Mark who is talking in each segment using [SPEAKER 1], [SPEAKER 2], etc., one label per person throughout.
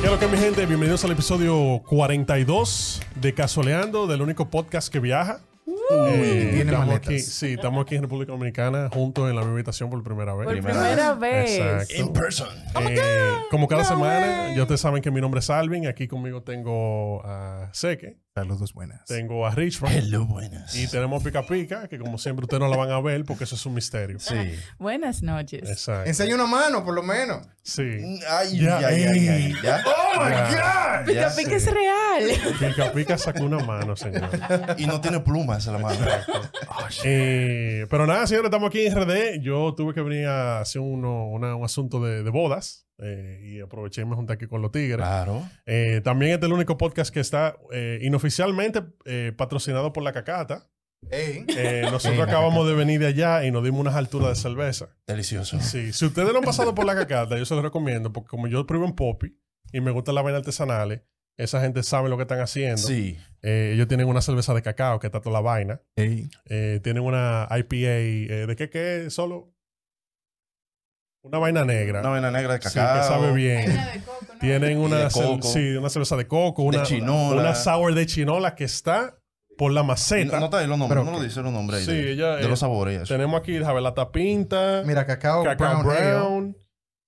[SPEAKER 1] ¿Qué es lo que mi gente? Bienvenidos al episodio 42 de Casoleando, del único podcast que viaja. Eh,
[SPEAKER 2] tiene
[SPEAKER 1] estamos
[SPEAKER 2] maletas.
[SPEAKER 1] aquí, sí, estamos aquí en República Dominicana juntos en la misma habitación por primera vez.
[SPEAKER 3] Por primera vez.
[SPEAKER 1] Exacto. Eh, como cada semana, ya ustedes saben que mi nombre es Alvin. Aquí conmigo tengo a Seque,
[SPEAKER 2] Saludos buenas.
[SPEAKER 1] tengo a Richman y tenemos a Pica Pica, que como siempre ustedes no la van a ver porque eso es un misterio.
[SPEAKER 4] Sí.
[SPEAKER 3] Buenas noches.
[SPEAKER 1] Exacto.
[SPEAKER 2] Enseña una mano, por lo menos.
[SPEAKER 1] Sí.
[SPEAKER 4] Mm, Ay,
[SPEAKER 1] Ya,
[SPEAKER 4] ay, ay,
[SPEAKER 1] ey.
[SPEAKER 4] ay, ya.
[SPEAKER 2] ¡Oh, my
[SPEAKER 3] Pica
[SPEAKER 4] Ya
[SPEAKER 3] pica es
[SPEAKER 1] sé.
[SPEAKER 3] real.
[SPEAKER 1] Pica Pica sacó una mano, señor.
[SPEAKER 4] Y no tiene plumas en la mano.
[SPEAKER 1] Eh, pero nada, señores, estamos aquí en RD. Yo tuve que venir a hacer uno- una- un asunto de, de bodas eh, y aproveché y me junté aquí con los tigres.
[SPEAKER 4] Claro.
[SPEAKER 1] Eh, también este es el único podcast que está eh, inoficialmente eh, patrocinado por La Cacata.
[SPEAKER 2] Ey.
[SPEAKER 1] Eh, nosotros
[SPEAKER 4] Sí, La
[SPEAKER 1] acabamos de venir de allá y nos dimos unas alturas de cerveza.
[SPEAKER 4] Delicioso.
[SPEAKER 1] Sí, si ustedes no han pasado por La Cacata, yo se los recomiendo porque como yo pruebo en Poppy y me gustan las vainas artesanales, esa gente sabe lo que están haciendo.
[SPEAKER 4] Sí.
[SPEAKER 1] Eh, ellos tienen una cerveza de cacao que está toda la vaina. Eh, tienen una IPA. eh, ¿De qué qué? es? Solo. Una vaina negra.
[SPEAKER 4] Una vena negra de
[SPEAKER 1] Sí,
[SPEAKER 4] cacao.
[SPEAKER 1] que sabe bien. Tienen
[SPEAKER 4] Y
[SPEAKER 1] una,
[SPEAKER 4] de
[SPEAKER 1] cel-
[SPEAKER 4] coco.
[SPEAKER 1] sí, una cerveza de coco, una,
[SPEAKER 4] chinola.
[SPEAKER 1] una sour de chinola que está por la maceta.
[SPEAKER 4] No, no trae los nombres,
[SPEAKER 2] Pero
[SPEAKER 4] no lo
[SPEAKER 2] que-
[SPEAKER 4] dice los nombres ahí.
[SPEAKER 1] Sí,
[SPEAKER 4] de,
[SPEAKER 1] ella,
[SPEAKER 4] de
[SPEAKER 1] eh,
[SPEAKER 4] los sabores. y eso.
[SPEAKER 1] Tenemos aquí Javelata Pinta,
[SPEAKER 2] Mira, cacao,
[SPEAKER 1] Cacao
[SPEAKER 2] brown, ale.
[SPEAKER 1] Brown.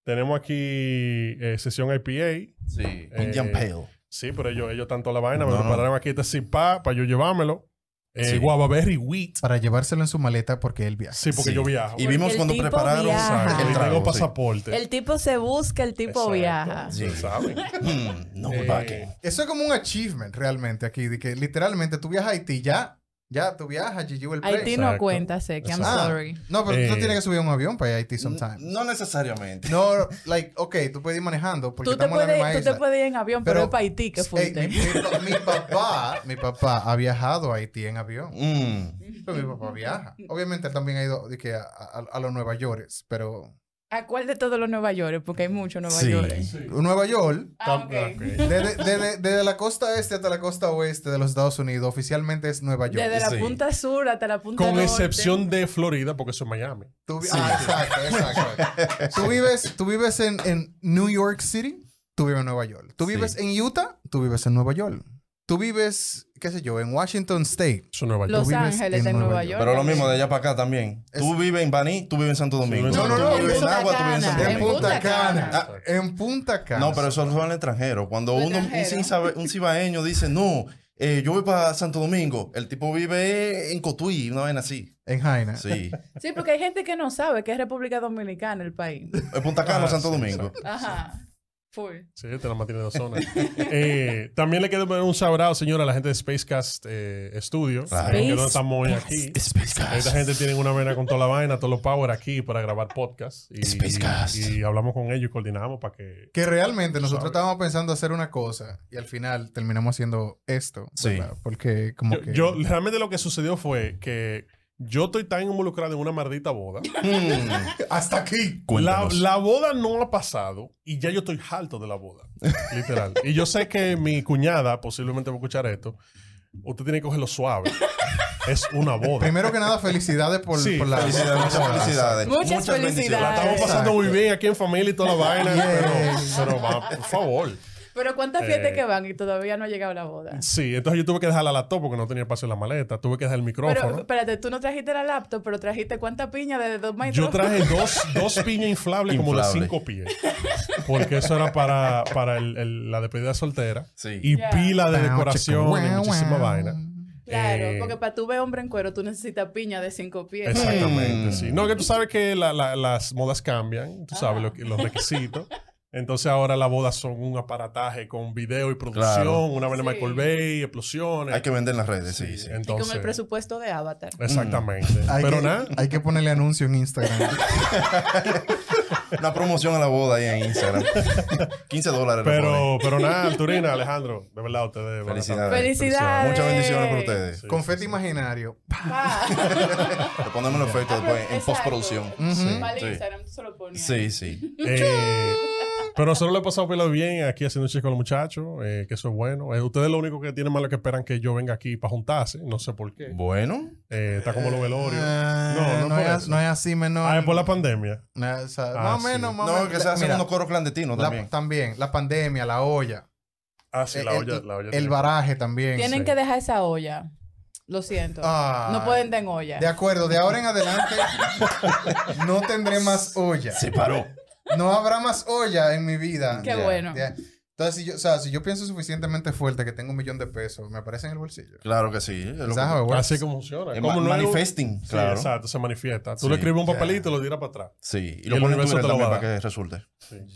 [SPEAKER 1] Tenemos aquí eh, sesión IPA.
[SPEAKER 4] Sí. Indian
[SPEAKER 1] Eh,
[SPEAKER 4] Pale.
[SPEAKER 1] Sí, pero ellos, ellos tanto la vaina. Me
[SPEAKER 4] No, no.
[SPEAKER 1] prepararon aquí este sipá para yo llevármelo. Eh,
[SPEAKER 4] Sí.
[SPEAKER 1] Guava Berry Wheat.
[SPEAKER 2] Para llevárselo en su maleta porque él viaja.
[SPEAKER 1] Sí, porque
[SPEAKER 4] Sí.
[SPEAKER 1] yo viajo.
[SPEAKER 4] Y
[SPEAKER 3] Porque
[SPEAKER 4] vimos
[SPEAKER 3] Ah, el
[SPEAKER 4] cuando
[SPEAKER 3] tipo
[SPEAKER 4] prepararon
[SPEAKER 3] viaja.
[SPEAKER 1] Exacto,
[SPEAKER 4] el
[SPEAKER 1] y
[SPEAKER 4] trago.
[SPEAKER 1] tengo
[SPEAKER 4] sí.
[SPEAKER 1] pasaporte.
[SPEAKER 3] El tipo se busca, el tipo
[SPEAKER 1] Exacto.
[SPEAKER 3] viaja.
[SPEAKER 1] Sí, saben.
[SPEAKER 4] Mm, no,
[SPEAKER 1] Eh,
[SPEAKER 4] ¿para qué?
[SPEAKER 2] Eso es como un achievement realmente aquí, de que literalmente tú viajas a Haití, ya, ya, tú viajas, GG el
[SPEAKER 3] Haití
[SPEAKER 2] play.
[SPEAKER 3] no
[SPEAKER 1] Exacto.
[SPEAKER 3] cuenta, sé que I'm
[SPEAKER 1] Exacto.
[SPEAKER 2] Ah,
[SPEAKER 3] sorry.
[SPEAKER 2] no, pero tú
[SPEAKER 1] Eh.
[SPEAKER 2] no tienes que subir a un avión para ir a Haití sometimes.
[SPEAKER 4] No necesariamente.
[SPEAKER 2] No, like, ok, tú puedes ir manejando porque
[SPEAKER 3] Tú te,
[SPEAKER 2] estamos en la misma
[SPEAKER 3] puedes, tú te
[SPEAKER 2] isla.
[SPEAKER 3] puedes ir en avión, pero,
[SPEAKER 2] Pero-
[SPEAKER 3] es para Haití que fuiste.
[SPEAKER 2] Ey, mi, mi pa- mi papá, mi papá ha viajado a Haití en avión.
[SPEAKER 4] Mm,
[SPEAKER 2] Pero mi papá viaja. Obviamente él también ha ido de que a, a- a los Nueva York, pero
[SPEAKER 3] ¿A cuál de todos los Nueva York? Porque hay muchos Nueva
[SPEAKER 4] Sí.
[SPEAKER 3] York.
[SPEAKER 2] Nueva York
[SPEAKER 3] Ah, ok.
[SPEAKER 1] Ah, ok.
[SPEAKER 2] desde, desde- desde la costa este hasta la costa oeste de los Estados Unidos oficialmente es Nueva York.
[SPEAKER 3] Desde la
[SPEAKER 4] Sí.
[SPEAKER 3] punta sur hasta la punta
[SPEAKER 1] Con
[SPEAKER 3] norte.
[SPEAKER 1] excepción de Florida, porque eso es Miami.
[SPEAKER 2] Tú, vi- ah, exacto, exacto. tú vives, tú vives en, en New York City, tú vives en Nueva York. Tú
[SPEAKER 4] Sí.
[SPEAKER 2] vives en Utah, tú vives en Nueva York. Tú vives, qué sé yo, en Washington State.
[SPEAKER 1] Eso es Nueva York.
[SPEAKER 3] Los
[SPEAKER 2] vives
[SPEAKER 3] Ángeles
[SPEAKER 2] en
[SPEAKER 3] en
[SPEAKER 2] Nueva
[SPEAKER 3] Nueva
[SPEAKER 2] York.
[SPEAKER 3] York.
[SPEAKER 4] Pero lo mismo de allá para acá también. Tú vives en Baní, tú vives en Santo Domingo.
[SPEAKER 1] No, no,
[SPEAKER 4] Tú
[SPEAKER 1] no,
[SPEAKER 2] en
[SPEAKER 4] vives en
[SPEAKER 3] Punta
[SPEAKER 4] Agua, tú vives en
[SPEAKER 3] Cana,
[SPEAKER 4] Santo
[SPEAKER 2] En
[SPEAKER 3] en
[SPEAKER 4] Domingo.
[SPEAKER 2] Punta
[SPEAKER 3] Punta
[SPEAKER 2] Cana.
[SPEAKER 3] Cana.
[SPEAKER 2] Ah, En Punta Cana.
[SPEAKER 4] No, pero eso son los extranjeros. Cuando
[SPEAKER 3] Los
[SPEAKER 4] uno, un,
[SPEAKER 3] extranjeros.
[SPEAKER 4] cinzabe- un cibaeño dice, no, eh, yo voy para Santo Domingo, el tipo vive en Cotuí, una vaina así.
[SPEAKER 2] En Jaina.
[SPEAKER 4] Sí.
[SPEAKER 3] Sí, porque hay gente que no sabe que es República Dominicana el país.
[SPEAKER 4] En Punta Cana,
[SPEAKER 1] Ah,
[SPEAKER 4] Santo
[SPEAKER 1] sí,
[SPEAKER 4] Domingo.
[SPEAKER 3] Ajá. Full.
[SPEAKER 1] Sí, este te la mantiene dos zonas. Eh, también le quiero poner un shout out, señora, a la gente de Spacecast eh, Studio.
[SPEAKER 4] Claro.
[SPEAKER 1] Que no estamos hoy aquí.
[SPEAKER 4] Spacecast.
[SPEAKER 1] Esta gente tiene una vena con toda la vaina, todos los power aquí para grabar podcast. Y,
[SPEAKER 4] Spacecast.
[SPEAKER 1] y hablamos con ellos y coordinamos para que.
[SPEAKER 2] Que realmente nosotros
[SPEAKER 1] Sabe.
[SPEAKER 2] estábamos pensando hacer una cosa y al final terminamos haciendo esto.
[SPEAKER 4] Sí.
[SPEAKER 2] ¿verdad? Porque como
[SPEAKER 1] Yo,
[SPEAKER 2] que...
[SPEAKER 1] yo- realmente lo que sucedió fue que yo estoy tan involucrado en una maldita boda.
[SPEAKER 4] Mm.
[SPEAKER 2] ¡Hasta aquí!
[SPEAKER 1] La,
[SPEAKER 4] Cuéntanos.
[SPEAKER 1] la boda no ha pasado y ya yo estoy harto de la boda. literal. Y yo sé que mi cuñada posiblemente va a escuchar esto. Usted tiene que cogerlo suave. Es una boda.
[SPEAKER 2] Primero que nada, felicidades por,
[SPEAKER 1] Sí,
[SPEAKER 2] por la...
[SPEAKER 4] Felicidades, muchas felicidades.
[SPEAKER 3] Muchas
[SPEAKER 1] La
[SPEAKER 3] felicidades.
[SPEAKER 1] estamos pasando muy bien aquí en familia y toda la vaina.
[SPEAKER 2] Yes.
[SPEAKER 1] Pero, pero va, por favor.
[SPEAKER 3] Pero ¿cuántas fiestas
[SPEAKER 1] Eh,
[SPEAKER 3] que van y todavía no ha llegado la boda?
[SPEAKER 1] Sí, entonces yo tuve que dejar la laptop porque no tenía espacio en la maleta. Tuve que dejar el
[SPEAKER 3] Pero
[SPEAKER 1] micrófono.
[SPEAKER 3] espérate, tú no trajiste la laptop, pero trajiste cuánta piña de dos metros.
[SPEAKER 1] yo traje dos, dos piñas inflables como de
[SPEAKER 4] Inflable.
[SPEAKER 1] cinco pies. Porque eso era para, para el- el- la despedida soltera.
[SPEAKER 4] Sí.
[SPEAKER 1] Y
[SPEAKER 3] Ya.
[SPEAKER 1] pila de
[SPEAKER 2] Wow,
[SPEAKER 1] decoración
[SPEAKER 2] chica,
[SPEAKER 1] y
[SPEAKER 2] wow,
[SPEAKER 1] muchísima
[SPEAKER 2] wow.
[SPEAKER 1] vaina.
[SPEAKER 3] Claro,
[SPEAKER 1] Eh,
[SPEAKER 3] porque para tú ver hombre en cuero, tú necesitas piña de cinco pies.
[SPEAKER 1] Exactamente,
[SPEAKER 4] Mm.
[SPEAKER 1] sí. No, que tú sabes que la- la- las modas cambian, tú sabes lo que- los requisitos. Entonces ahora las bodas son un aparataje con video y producción,
[SPEAKER 4] Claro.
[SPEAKER 1] una vaina de
[SPEAKER 3] Sí.
[SPEAKER 1] Michael Bay, explosiones.
[SPEAKER 4] Hay que vender en las redes, sí, Mm. sí.
[SPEAKER 3] Y con el
[SPEAKER 1] Entonces,
[SPEAKER 3] presupuesto de Avatar.
[SPEAKER 1] exactamente.
[SPEAKER 2] Hay
[SPEAKER 1] Pero
[SPEAKER 2] que,
[SPEAKER 1] nada,
[SPEAKER 2] Hay que ponerle anuncio en Instagram.
[SPEAKER 4] Una promoción a la boda ahí en Instagram. 15 dólares. le ponen.
[SPEAKER 1] Pero, pero nada, Turina, Alejandro, de verdad, ustedes. van a estar-
[SPEAKER 4] Felicidades.
[SPEAKER 3] Felicidades.
[SPEAKER 4] Muchas bendiciones para ustedes.
[SPEAKER 1] Sí,
[SPEAKER 2] Confeti
[SPEAKER 1] sí, sí.
[SPEAKER 2] imaginario.
[SPEAKER 3] Pa.
[SPEAKER 4] Le ponemos los efectos después en
[SPEAKER 3] Exacto.
[SPEAKER 4] postproducción.
[SPEAKER 2] Ujú.
[SPEAKER 4] Sí,
[SPEAKER 3] Vale,
[SPEAKER 4] sí.
[SPEAKER 3] Instagram, tú se lo pones.
[SPEAKER 4] Sí, sí.
[SPEAKER 1] Eh, pero nosotros le pasamos pila de bien aquí haciendo un chico con los muchachos, eh, que eso es bueno. Eh, ustedes lo único que tienen malo es que esperan que yo venga aquí para juntarse, no sé por qué.
[SPEAKER 4] Bueno,
[SPEAKER 1] Eh, está como los velorios.
[SPEAKER 2] Ah,
[SPEAKER 1] No, no
[SPEAKER 2] no,
[SPEAKER 1] por
[SPEAKER 2] es,
[SPEAKER 1] eso.
[SPEAKER 2] no es así, menos.
[SPEAKER 1] Ah, es por la pandemia.
[SPEAKER 2] No, o sea,
[SPEAKER 1] Ah,
[SPEAKER 2] más o
[SPEAKER 1] sí.
[SPEAKER 2] menos, más o
[SPEAKER 4] no,
[SPEAKER 2] menos.
[SPEAKER 4] que se hacen
[SPEAKER 2] Mira,
[SPEAKER 4] unos coros clandestinos
[SPEAKER 2] la-
[SPEAKER 4] también.
[SPEAKER 2] también. La pandemia, la olla.
[SPEAKER 1] Ah, sí, la
[SPEAKER 2] el,
[SPEAKER 1] olla. La olla
[SPEAKER 2] el
[SPEAKER 1] tiene-
[SPEAKER 2] baraje también.
[SPEAKER 3] Tienen
[SPEAKER 1] Sí.
[SPEAKER 3] que dejar esa olla. Lo siento.
[SPEAKER 2] Ah,
[SPEAKER 3] no pueden tener olla.
[SPEAKER 2] De acuerdo, de ahora en adelante no tendré más olla.
[SPEAKER 4] Se paró.
[SPEAKER 2] No habrá más olla en mi vida.
[SPEAKER 3] Qué
[SPEAKER 4] Ya,
[SPEAKER 3] bueno.
[SPEAKER 2] Ya. Entonces, si yo, o sea, si yo pienso suficientemente fuerte que tengo un millón de pesos, me aparece en el bolsillo.
[SPEAKER 4] Claro que sí. es lo que-
[SPEAKER 2] ¿Sabes, güey?
[SPEAKER 1] Así como funciona.
[SPEAKER 4] es
[SPEAKER 1] Como
[SPEAKER 4] ma-
[SPEAKER 1] no es un-
[SPEAKER 4] manifesting.
[SPEAKER 1] Sí,
[SPEAKER 4] claro.
[SPEAKER 1] exacto, se manifiesta. Tú
[SPEAKER 4] Sí,
[SPEAKER 1] le escribes un
[SPEAKER 2] ya.
[SPEAKER 1] papelito y lo tiras para atrás.
[SPEAKER 4] Sí. Y
[SPEAKER 1] Y
[SPEAKER 4] lo
[SPEAKER 1] el
[SPEAKER 4] ponen en
[SPEAKER 1] universo
[SPEAKER 4] Twitter
[SPEAKER 1] te lo va
[SPEAKER 4] también
[SPEAKER 1] a
[SPEAKER 4] para
[SPEAKER 1] dar.
[SPEAKER 4] que resulte.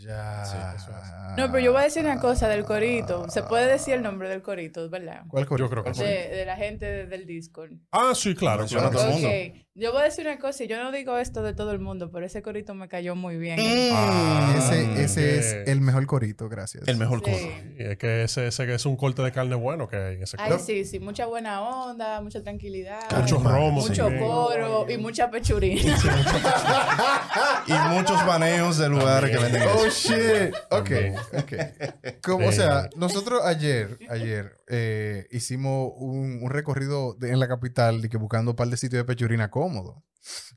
[SPEAKER 2] Ya.
[SPEAKER 1] Sí, eso es.
[SPEAKER 3] No, pero yo voy a decir una cosa del corito. Se puede decir el nombre del corito, ¿verdad?
[SPEAKER 2] ¿Cuál corito?
[SPEAKER 1] Yo creo que sí.
[SPEAKER 3] De, de la gente de- del Discord.
[SPEAKER 1] Ah, sí, claro.
[SPEAKER 4] Menciona
[SPEAKER 1] claro.
[SPEAKER 4] todo el mundo.
[SPEAKER 3] Ok, yo voy a decir una cosa y yo no digo esto de todo el mundo, pero ese corito me cayó muy bien.
[SPEAKER 4] Mm.
[SPEAKER 1] Ah,
[SPEAKER 2] Ese, ese
[SPEAKER 1] ok.
[SPEAKER 2] es el mejor corito, gracias.
[SPEAKER 4] El mejor
[SPEAKER 3] Sí.
[SPEAKER 4] coro.
[SPEAKER 1] Y es que ese, ese es un corte de carne bueno que hay en ese
[SPEAKER 3] Ay,
[SPEAKER 1] corte.
[SPEAKER 3] sí, sí, mucha buena onda, mucha tranquilidad,
[SPEAKER 1] Muchos
[SPEAKER 4] Ay,
[SPEAKER 1] romos.
[SPEAKER 3] mucho
[SPEAKER 1] también.
[SPEAKER 3] coro y mucha pechurina.
[SPEAKER 4] Y muchos baneos de lugares que
[SPEAKER 1] También.
[SPEAKER 4] venden
[SPEAKER 2] Oh
[SPEAKER 4] eso.
[SPEAKER 2] shit. Ok,
[SPEAKER 1] También.
[SPEAKER 2] ok. Como, o sea, nosotros ayer, ayer eh, hicimos un, un recorrido de- en la capital de que buscando un par de sitios de pechurina cómodo.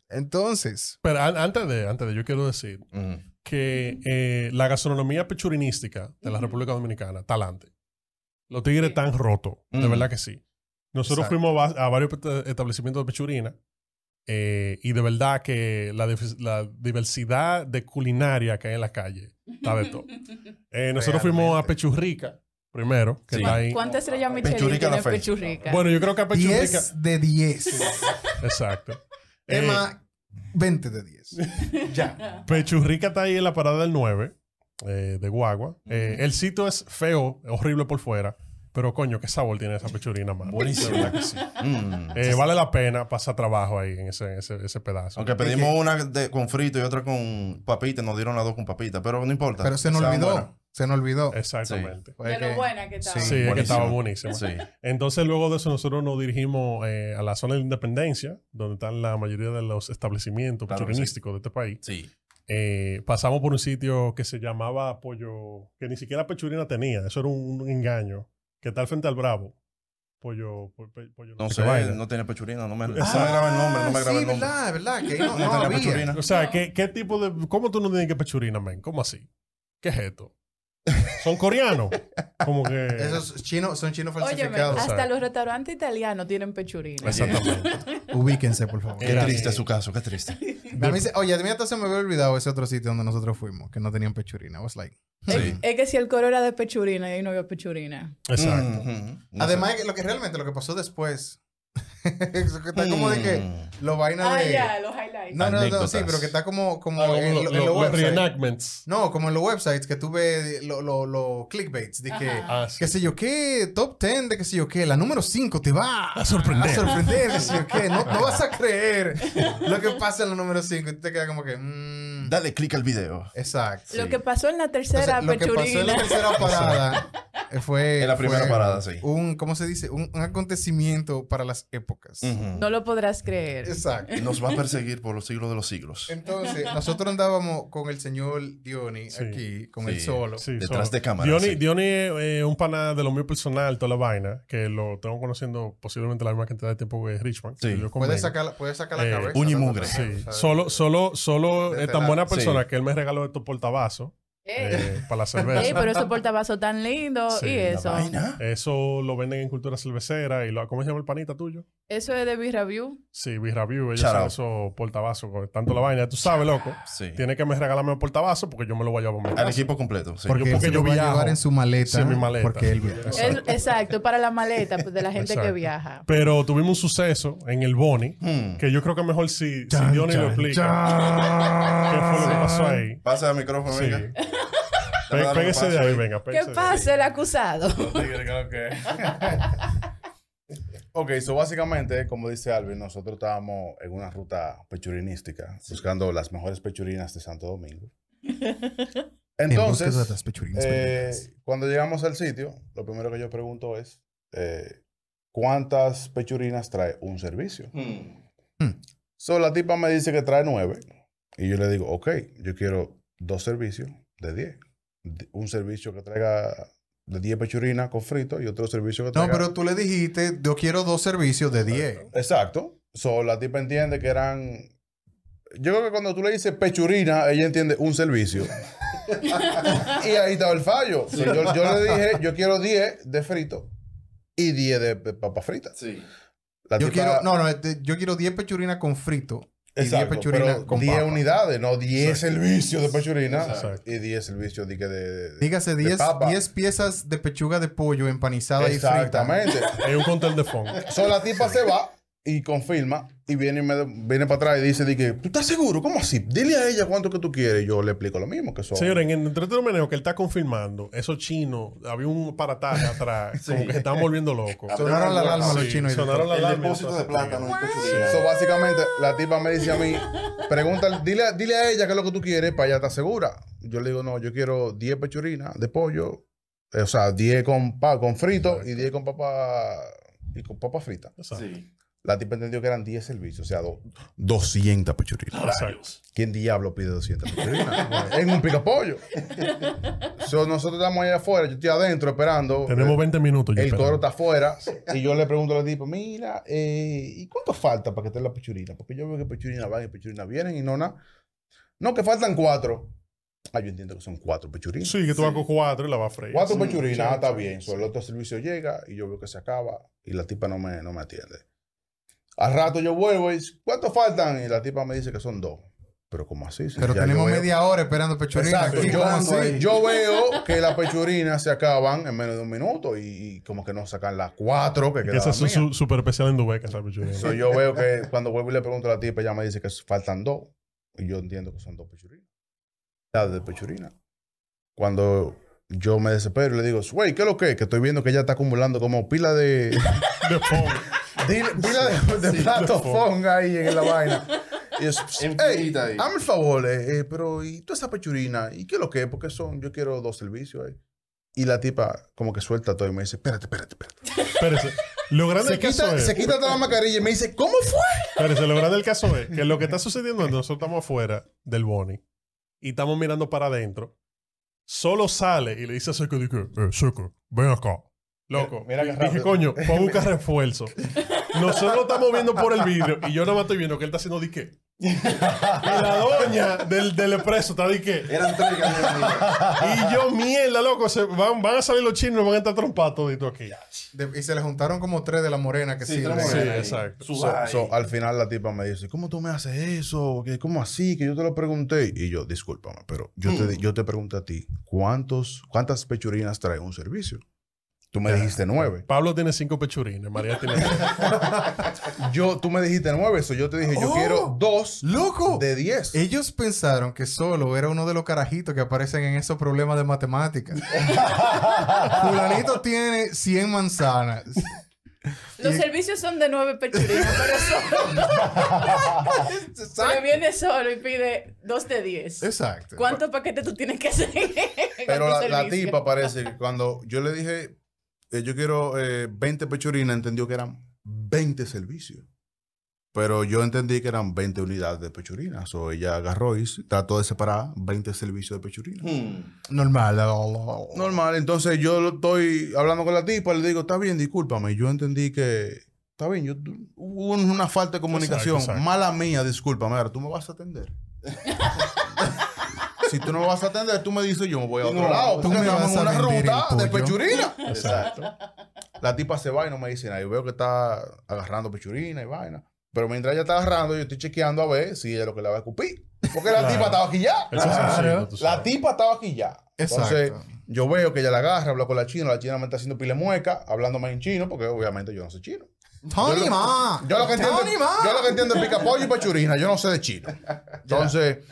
[SPEAKER 2] Entonces,
[SPEAKER 1] Pero an- antes de, antes de, yo quiero decir
[SPEAKER 4] Mm.
[SPEAKER 1] que eh, la gastronomía pechurinística de la República Dominicana está adelante. Los tigres
[SPEAKER 3] Sí.
[SPEAKER 1] están rotos, de
[SPEAKER 4] Mm.
[SPEAKER 1] verdad que sí. Nosotros
[SPEAKER 2] Exacto.
[SPEAKER 1] fuimos va- a, varios pet- establecimientos de pechurina eh, y de verdad que la, dif- la diversidad de culinaria que hay en la calle está de todo. Eh, nosotros fuimos a
[SPEAKER 2] Realmente.
[SPEAKER 1] Pechurrica primero, que
[SPEAKER 4] Sí.
[SPEAKER 1] está ahí.
[SPEAKER 3] ¿Cuántas estrellas Michelin
[SPEAKER 4] Pechurrica
[SPEAKER 3] tiene
[SPEAKER 4] la fe.
[SPEAKER 3] Pechurrica?
[SPEAKER 1] Bueno, yo creo que a Pechurrica.
[SPEAKER 2] 10 de 10.
[SPEAKER 1] Exacto. Eh,
[SPEAKER 2] Emma, 20 de 10.
[SPEAKER 3] Ah,
[SPEAKER 1] Pechurrica está ahí en la parada del 9 eh, de Guagua. Eh, El sitio es feo, horrible por fuera, pero coño, qué sabor tiene esa pechurina, mano.
[SPEAKER 4] Buenísimo.
[SPEAKER 1] De verdad que sí.
[SPEAKER 4] Mm.
[SPEAKER 1] Eh, vale la pena pasar trabajo ahí en ese, ese, ese pedazo.
[SPEAKER 4] Aunque pedimos una de- con frito y otra con papita, nos dieron las dos con papita, pero no importa.
[SPEAKER 2] Pero se nos
[SPEAKER 4] Estaban
[SPEAKER 2] olvidó.
[SPEAKER 4] buenas.
[SPEAKER 2] Se nos olvidó.
[SPEAKER 1] Exactamente.
[SPEAKER 2] Fue
[SPEAKER 3] de
[SPEAKER 2] Pues que-
[SPEAKER 3] lo buena que estaba.
[SPEAKER 1] Sí, es que
[SPEAKER 4] buenísimo.
[SPEAKER 1] estaba buenísimo.
[SPEAKER 4] Sí.
[SPEAKER 1] Entonces, luego de eso, nosotros nos dirigimos eh, a la zona de la Independencia, donde están la mayoría de los establecimientos
[SPEAKER 4] Claro que
[SPEAKER 1] pechurinísticos de este país.
[SPEAKER 4] Sí.
[SPEAKER 1] Eh, pasamos por un sitio que se llamaba Pollo, que ni siquiera Pechurina tenía, eso era un, un engaño, que está al frente al Bravo. Pollo, po- pe- pollo
[SPEAKER 4] No
[SPEAKER 1] qué
[SPEAKER 4] sé,
[SPEAKER 1] vaina.
[SPEAKER 4] no tiene pechurina, no me, no me
[SPEAKER 1] Exacto.
[SPEAKER 4] graba el nombre, no me
[SPEAKER 2] Ah,
[SPEAKER 4] graba el
[SPEAKER 2] sí,
[SPEAKER 4] nombre.
[SPEAKER 2] verdad, verdad. Que ahí
[SPEAKER 4] No
[SPEAKER 2] no, no
[SPEAKER 4] tenía
[SPEAKER 2] había.
[SPEAKER 4] pechurina.
[SPEAKER 1] O sea,
[SPEAKER 3] No.
[SPEAKER 1] ¿qué, qué tipo de... ¿Cómo tú no tienes que Pechurina, man? ¿Cómo así? ¿Qué es esto? ¿Son coreanos? Como que...
[SPEAKER 2] Esos chinos son chinos
[SPEAKER 3] Óyeme,
[SPEAKER 2] falsificados.
[SPEAKER 3] hasta
[SPEAKER 1] ¿sabes?
[SPEAKER 3] los restaurantes italianos tienen pechurina.
[SPEAKER 1] Exactamente.
[SPEAKER 2] Ubíquense, por favor.
[SPEAKER 4] Qué
[SPEAKER 1] Era-
[SPEAKER 4] triste su caso, qué triste.
[SPEAKER 2] A mí se- oye, a mí hasta se me había olvidado ese otro sitio donde nosotros fuimos, que no tenían pechurina. I was like.
[SPEAKER 4] Sí.
[SPEAKER 3] Es que si el coro era de pechurina y ahí no había pechurina.
[SPEAKER 1] Exacto.
[SPEAKER 4] Mm, mm, no
[SPEAKER 2] Además,
[SPEAKER 4] sé.
[SPEAKER 2] lo que realmente lo que pasó después. eso que está como de que
[SPEAKER 4] Mm.
[SPEAKER 2] lo vaina
[SPEAKER 3] Ah,
[SPEAKER 2] de.
[SPEAKER 3] ya, los highlights.
[SPEAKER 2] No, no, no,
[SPEAKER 4] Anécdotas.
[SPEAKER 2] sí, pero que está como, como
[SPEAKER 1] Ah, como
[SPEAKER 2] en,
[SPEAKER 1] lo-
[SPEAKER 2] lo- en
[SPEAKER 1] lo-
[SPEAKER 2] los
[SPEAKER 1] los
[SPEAKER 2] websites.
[SPEAKER 1] reenactments.
[SPEAKER 2] No, como en los websites que tuve los lo, lo clickbaits de que.
[SPEAKER 3] Ajá.
[SPEAKER 1] Ah, sí.
[SPEAKER 2] qué sé yo qué, top 10 de qué sé yo qué, la número 5 te va
[SPEAKER 1] A sorprender.
[SPEAKER 2] a sorprender, qué sé yo qué, no, no vas a creer lo que pasa en la número 5 y tú te quedas como que, mmm,
[SPEAKER 4] Dale clic al video.
[SPEAKER 2] exacto.
[SPEAKER 3] Lo
[SPEAKER 4] Sí.
[SPEAKER 3] que pasó en la
[SPEAKER 2] Entonces,
[SPEAKER 3] tercera
[SPEAKER 2] lo que pasó en la
[SPEAKER 3] pechurina.
[SPEAKER 2] tercera parada eh, fue...
[SPEAKER 4] En la primera
[SPEAKER 2] fue
[SPEAKER 4] parada, sí.
[SPEAKER 2] Un, ¿cómo se dice? Un, un acontecimiento para las épocas.
[SPEAKER 4] Ujú.
[SPEAKER 3] No lo podrás creer.
[SPEAKER 2] Exacto.
[SPEAKER 4] Y Nos va a perseguir por los siglos de los siglos.
[SPEAKER 2] Entonces, nosotros andábamos con el señor Diony
[SPEAKER 1] Sí.
[SPEAKER 2] aquí, con
[SPEAKER 4] Sí.
[SPEAKER 2] el solo.
[SPEAKER 1] Sí,
[SPEAKER 4] Detrás
[SPEAKER 1] so-
[SPEAKER 4] de cámara.
[SPEAKER 1] Diony,
[SPEAKER 4] sí.
[SPEAKER 1] Diony es eh, un pana de lo mío personal, toda la vaina, que lo tengo conociendo posiblemente la misma cantidad de tiempo que Richman.
[SPEAKER 4] Sí.
[SPEAKER 1] que yo con
[SPEAKER 2] Puedes
[SPEAKER 1] Ben.
[SPEAKER 2] sacar, la- puedes sacar la
[SPEAKER 1] Eh,
[SPEAKER 2] cabeza.
[SPEAKER 4] uña y
[SPEAKER 2] ¿no?
[SPEAKER 4] mugre.
[SPEAKER 1] Sí.
[SPEAKER 2] O sea,
[SPEAKER 1] Solo, solo, solo
[SPEAKER 2] De
[SPEAKER 1] es tan
[SPEAKER 2] este
[SPEAKER 1] buena
[SPEAKER 2] lado,
[SPEAKER 1] persona
[SPEAKER 4] sí.
[SPEAKER 1] que él me regaló estos portavasos
[SPEAKER 3] Ey,
[SPEAKER 1] eh, para la
[SPEAKER 3] ey,
[SPEAKER 1] cerveza.
[SPEAKER 3] pero ese portavasos tan lindo
[SPEAKER 1] Sí,
[SPEAKER 3] y
[SPEAKER 1] la
[SPEAKER 3] eso.
[SPEAKER 4] Vaina.
[SPEAKER 1] Eso lo venden en Cultura Cervecera y lo, ¿cómo se llama el panita tuyo?
[SPEAKER 3] Eso es de Birra View.
[SPEAKER 1] Sí, Birra View, ellos
[SPEAKER 4] Shout
[SPEAKER 1] hacen
[SPEAKER 4] out.
[SPEAKER 1] esos portavasos con tanto la vaina. Tú sabes, loco.
[SPEAKER 4] Sí.
[SPEAKER 1] Tiene que me regalarme un portavazo porque yo me lo voy a llevar. para mi
[SPEAKER 4] Al
[SPEAKER 1] casa.
[SPEAKER 4] equipo completo. Sí.
[SPEAKER 1] Por-
[SPEAKER 2] Porque,
[SPEAKER 1] Yo- porque
[SPEAKER 2] él se
[SPEAKER 1] yo
[SPEAKER 2] lo va a
[SPEAKER 1] viajo.
[SPEAKER 2] llevar en su maleta.
[SPEAKER 1] Sí, mi maleta.
[SPEAKER 2] Porque él viaja.
[SPEAKER 3] Es- Exacto, para la maleta pues, de la gente
[SPEAKER 1] Exacto.
[SPEAKER 3] que viaja.
[SPEAKER 1] Pero tuvimos un suceso en el Boni
[SPEAKER 4] Mm.
[SPEAKER 1] que yo creo que mejor si, si
[SPEAKER 2] Chan,
[SPEAKER 1] Diony lo
[SPEAKER 2] chan,
[SPEAKER 1] explica
[SPEAKER 2] chan.
[SPEAKER 1] qué fue lo que pasó ahí.
[SPEAKER 4] Pasa el micrófono,
[SPEAKER 1] Sí.
[SPEAKER 4] Ah, Pues venga.
[SPEAKER 1] Pe-
[SPEAKER 4] Dame, dame,
[SPEAKER 1] Pégase de
[SPEAKER 4] pasa.
[SPEAKER 1] ahí, venga.
[SPEAKER 3] ¿Qué
[SPEAKER 1] pégase de ahí.
[SPEAKER 3] pasa el acusado?
[SPEAKER 5] Ok, so básicamente, como dice Alvin, nosotros estábamos en una ruta pechurinística, buscando las mejores pechurinas de Santo Domingo.
[SPEAKER 4] Entonces,
[SPEAKER 2] busca de las pechurinas
[SPEAKER 4] eh,
[SPEAKER 2] verdaderas.
[SPEAKER 4] cuando llegamos al sitio, lo primero que yo pregunto es, eh, ¿cuántas pechurinas trae un servicio? So, la tipa me dice que trae nueve. Y yo le digo, ok, yo quiero dos servicios de diez. D- Un servicio que traiga de diez pechurinas con frito y otro servicio que
[SPEAKER 2] No,
[SPEAKER 4] traiga...
[SPEAKER 2] pero tú le dijiste, yo quiero dos servicios de 10.
[SPEAKER 4] Exacto. So, la tipa entiende que eran... Yo creo que cuando tú le dices pechurina, ella entiende un servicio. y ahí estaba el fallo. So, yo, yo le dije, yo quiero 10 de frito y 10 de pe- papas fritas.
[SPEAKER 6] Sí.
[SPEAKER 4] La
[SPEAKER 2] Yo
[SPEAKER 4] tipa-
[SPEAKER 2] quiero, no, no, este, yo quiero 10 pechurinas con frito y 10
[SPEAKER 4] Exacto,
[SPEAKER 2] pechurinas
[SPEAKER 4] pero
[SPEAKER 2] con
[SPEAKER 4] 10
[SPEAKER 2] papa.
[SPEAKER 4] unidades, no 10 servicios de pechurina
[SPEAKER 1] Exacto.
[SPEAKER 4] y 10 servicios de, que de, de-
[SPEAKER 2] Dígase
[SPEAKER 4] de
[SPEAKER 2] 10,
[SPEAKER 4] papa.
[SPEAKER 2] 10 piezas de pechuga de pollo empanizada y frita.
[SPEAKER 4] Exactamente.
[SPEAKER 1] Hay un control de fondo.
[SPEAKER 4] so, la tipa se va y confirma y viene, y me, viene para atrás y dice, di que, ¿tú estás seguro? ¿Cómo así? Dile a ella cuánto que tú quieres. Y Yo le explico lo mismo que son.
[SPEAKER 1] Señores, en el entretenimiento que él está confirmando, esos chinos, había un aparataje atrás,
[SPEAKER 6] Sí.
[SPEAKER 1] como que se estaban volviendo locos.
[SPEAKER 2] Sonaron la alarma
[SPEAKER 1] Sí,
[SPEAKER 2] los chinos. y de
[SPEAKER 1] sonaron
[SPEAKER 2] todo.
[SPEAKER 1] la
[SPEAKER 6] El
[SPEAKER 1] alarma. y
[SPEAKER 6] depósito de
[SPEAKER 1] entonces-
[SPEAKER 6] plátano y pechurinas.
[SPEAKER 4] So, básicamente, la tipa me dice a mí, pregunta, dile, a- dile a ella qué es lo que tú quieres para ella estar segura. Yo le digo, no, yo quiero 10 pechurinas de pollo, eh, o sea, 10 con, pa- con frito y 10 con papa y con papa frita.
[SPEAKER 1] Exacto.
[SPEAKER 6] Sí.
[SPEAKER 4] La tipa entendió que eran 10 servicios, o sea, do- 200 pechurinas.
[SPEAKER 1] Exacto.
[SPEAKER 4] ¿Quién diablo pide 200 pechurinas? en un picapollo. So, nosotros estamos allá afuera, yo estoy adentro esperando.
[SPEAKER 1] Tenemos 20 minutos. yo
[SPEAKER 4] El
[SPEAKER 1] espero.
[SPEAKER 4] coro está afuera y yo le pregunto a la tipa, mira, eh, ¿y cuánto falta para que esté la pechurina? Porque yo veo que pechurina van y pechurina vienen y no nada. No, que faltan cuatro. Ah, yo entiendo que son cuatro pechurinas.
[SPEAKER 1] Sí, que tú vas con cuatro y la vas a freír.
[SPEAKER 4] cuatro
[SPEAKER 1] Sí.
[SPEAKER 4] pechurinas, ah, está
[SPEAKER 1] sí,
[SPEAKER 4] bien.
[SPEAKER 1] sí.
[SPEAKER 4] So, el otro servicio llega y yo veo que se acaba y la tipa no me, no me atiende. Al rato yo vuelvo y ¿cuánto faltan? Y la tipa me dice que son dos. Pero ¿cómo así? Si
[SPEAKER 2] Pero
[SPEAKER 4] ya
[SPEAKER 2] tenemos
[SPEAKER 4] yo veo-
[SPEAKER 2] media hora esperando pechurinas.
[SPEAKER 4] Exacto.
[SPEAKER 2] Sí,
[SPEAKER 4] Yo,
[SPEAKER 2] ¿cómo así?
[SPEAKER 4] sí, yo veo que las pechurinas se acaban en menos de un minuto y, y como que no sacan las cuatro que
[SPEAKER 1] Que
[SPEAKER 4] quedaban
[SPEAKER 1] ese es su,
[SPEAKER 4] mías.
[SPEAKER 1] su- super especial en Dubai, que es la pechurina.
[SPEAKER 4] So, yo veo que cuando vuelvo y le pregunto a la tipa, ella me dice que faltan dos. Y yo entiendo que son dos pechurinas. Las de pechurina. Cuando yo me desespero y le digo, wey, ¿qué es lo que es? Que estoy viendo que ella está acumulando como pila de...
[SPEAKER 1] De fondo.
[SPEAKER 4] Dile- Pila de, de plato fong ahí en la vaina. Y es, hey,
[SPEAKER 6] Infinita ahí.
[SPEAKER 4] hazme el favor, eh, eh, pero ¿y toda esa pechurina? ¿Y qué es lo que es? Porque son, yo quiero dos servicios ahí. Y la tipa como que suelta todo y me dice, espérate, espérate, espérate.
[SPEAKER 1] Espérese. Lo grande
[SPEAKER 4] Se
[SPEAKER 1] del caso
[SPEAKER 4] quita,
[SPEAKER 1] es.
[SPEAKER 4] se quita toda la mascarilla y me dice, ¿cómo fue?
[SPEAKER 1] Espérese, lo grande del caso es que lo que está sucediendo es que nosotros estamos afuera del Boni y estamos mirando para adentro. Solo sale y le dice a Seco, dice, eh, Seco, ven acá. Loco.
[SPEAKER 4] Mira- mira que
[SPEAKER 1] Y dije,
[SPEAKER 4] rápido.
[SPEAKER 1] coño, fue a buscar refuerzo. Nosotros lo estamos viendo por el vidrio y yo nada más estoy viendo que él está haciendo dique. Y la doña del, del expreso está dique.
[SPEAKER 6] Eran tres que habían venido.
[SPEAKER 1] Y yo, mierda, loco, se van, van a salir los chinos y van a estar trompados todito aquí.
[SPEAKER 2] De- y se le juntaron como tres de la morena que
[SPEAKER 6] Sí,
[SPEAKER 2] sí.
[SPEAKER 6] tres
[SPEAKER 2] le-
[SPEAKER 1] Sí,
[SPEAKER 6] morenas. Ahí.
[SPEAKER 1] exacto.
[SPEAKER 4] So-
[SPEAKER 6] Suba
[SPEAKER 4] so,
[SPEAKER 6] ahí.
[SPEAKER 4] al final la tipa me dice, ¿cómo tú me haces eso? ¿Qué- ¿Cómo así? Que yo te lo pregunté. Y yo, discúlpame, pero yo, te, di- yo te pregunto a ti, ¿cuántos, ¿cuántas pechurinas trae un servicio? Tú me dijiste nueve.
[SPEAKER 1] Pablo tiene cinco pechurines, María tiene tres.
[SPEAKER 4] Yo, tú me dijiste nueve, eso yo te dije, yo
[SPEAKER 2] Oh.
[SPEAKER 4] quiero dos
[SPEAKER 2] ¡Loco!
[SPEAKER 4] de diez.
[SPEAKER 2] Ellos pensaron que solo era uno de los carajitos que aparecen en esos problemas de matemáticas. Fulanito tiene 100 manzanas.
[SPEAKER 3] Los servicios son de nueve pechurinas, pero solo. pero viene solo y pide dos de diez.
[SPEAKER 2] Exacto.
[SPEAKER 3] ¿Cuántos paquetes tú tienes que hacer? con
[SPEAKER 4] Pero
[SPEAKER 3] tu
[SPEAKER 4] la, la
[SPEAKER 3] servicio?
[SPEAKER 4] tipa parece que cuando yo le dije, eh, yo quiero eh, 20 pechurinas, entendió que eran 20 servicios. Pero yo entendí que eran 20 unidades de pechurinas. O ella agarró y s- trató de separar 20 servicios de pechurinas.
[SPEAKER 6] Hmm.
[SPEAKER 2] Normal.
[SPEAKER 4] Normal, entonces yo lo estoy hablando con la tipa, le digo, está bien, discúlpame. Yo entendí que, está bien, yo, hubo un- una falta de comunicación.
[SPEAKER 1] Exacto, exacto.
[SPEAKER 4] Mala mía, discúlpame. Ahora, tú me vas a atender. si tú no me vas a atender, tú me dices, yo me voy a otro
[SPEAKER 6] No,
[SPEAKER 4] lado.
[SPEAKER 6] tú
[SPEAKER 4] porque
[SPEAKER 2] me
[SPEAKER 4] estamos
[SPEAKER 2] vas
[SPEAKER 4] en
[SPEAKER 2] a
[SPEAKER 4] una
[SPEAKER 2] vender el
[SPEAKER 4] ruta de
[SPEAKER 2] pollo.
[SPEAKER 4] pechurina.
[SPEAKER 6] Exacto.
[SPEAKER 4] La tipa se va y no me dice nada. Yo veo que está agarrando pechurina y vaina. Pero mientras ella está agarrando, yo estoy chequeando a ver si ella es lo que la va a escupir. Porque la
[SPEAKER 1] Claro.
[SPEAKER 4] tipa estaba aquí ya.
[SPEAKER 1] Eso es sencillo, tú
[SPEAKER 4] La
[SPEAKER 1] sabes.
[SPEAKER 4] tipa estaba aquí ya.
[SPEAKER 2] Exacto.
[SPEAKER 4] Entonces, yo veo que ella la agarra, habla con la china. La china me está haciendo pile mueca, hablándome en chino, porque obviamente yo no sé chino.
[SPEAKER 2] Tony Ma.
[SPEAKER 4] Yo lo que entiendo,
[SPEAKER 2] Tony Ma.
[SPEAKER 4] yo lo que entiendo es picapollo y pechurina. Yo no sé de chino. Entonces,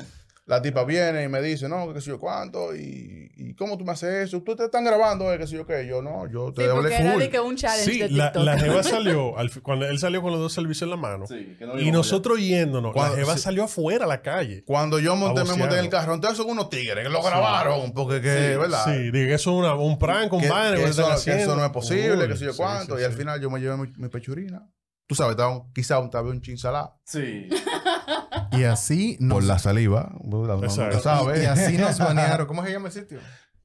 [SPEAKER 4] la tipa viene y me dice, no, qué sé yo cuánto. Y ¿y cómo tú me haces eso? ¿Tú te están grabando? eh, ¿Qué sé yo qué? Yo no, yo pues, te
[SPEAKER 3] Sí,
[SPEAKER 4] hablé
[SPEAKER 3] porque era
[SPEAKER 4] full.
[SPEAKER 3] de que un challenge
[SPEAKER 1] Sí,
[SPEAKER 3] de
[SPEAKER 1] la,
[SPEAKER 3] este TikTok.
[SPEAKER 1] la jeva salió, al fi- cuando él salió con los dos servicios en la mano.
[SPEAKER 6] Sí, que no
[SPEAKER 1] y
[SPEAKER 6] íbamos
[SPEAKER 1] nosotros yéndonos,
[SPEAKER 4] Cuando-
[SPEAKER 1] la jeva
[SPEAKER 4] sí.
[SPEAKER 1] salió afuera a la calle.
[SPEAKER 4] Cuando yo monté, me
[SPEAKER 1] Baboseado.
[SPEAKER 4] monté en el carro. Entonces son unos tigres que lo grabaron porque que,
[SPEAKER 6] Sí,
[SPEAKER 4] ¿verdad?
[SPEAKER 1] Sí, dije que eso es una- un prank, un
[SPEAKER 4] que,
[SPEAKER 1] banner.
[SPEAKER 4] que
[SPEAKER 1] que
[SPEAKER 4] eso,
[SPEAKER 1] están
[SPEAKER 4] que
[SPEAKER 1] haciendo.
[SPEAKER 4] eso no es posible,
[SPEAKER 1] Uy,
[SPEAKER 4] que sé yo
[SPEAKER 1] sí,
[SPEAKER 4] cuánto.
[SPEAKER 1] sí,
[SPEAKER 4] y al
[SPEAKER 1] sí.
[SPEAKER 4] final yo me llevé mi, mi pechurina. Tú sabes, estaba un- quizá un, tal vez un chinsalá.
[SPEAKER 6] allá. Sí.
[SPEAKER 2] Y así nos,
[SPEAKER 4] Por la saliva. ¿verdad? No,
[SPEAKER 1] Exacto.
[SPEAKER 4] no sabes.
[SPEAKER 2] y así nos banearon. ¿Cómo se llama el sitio?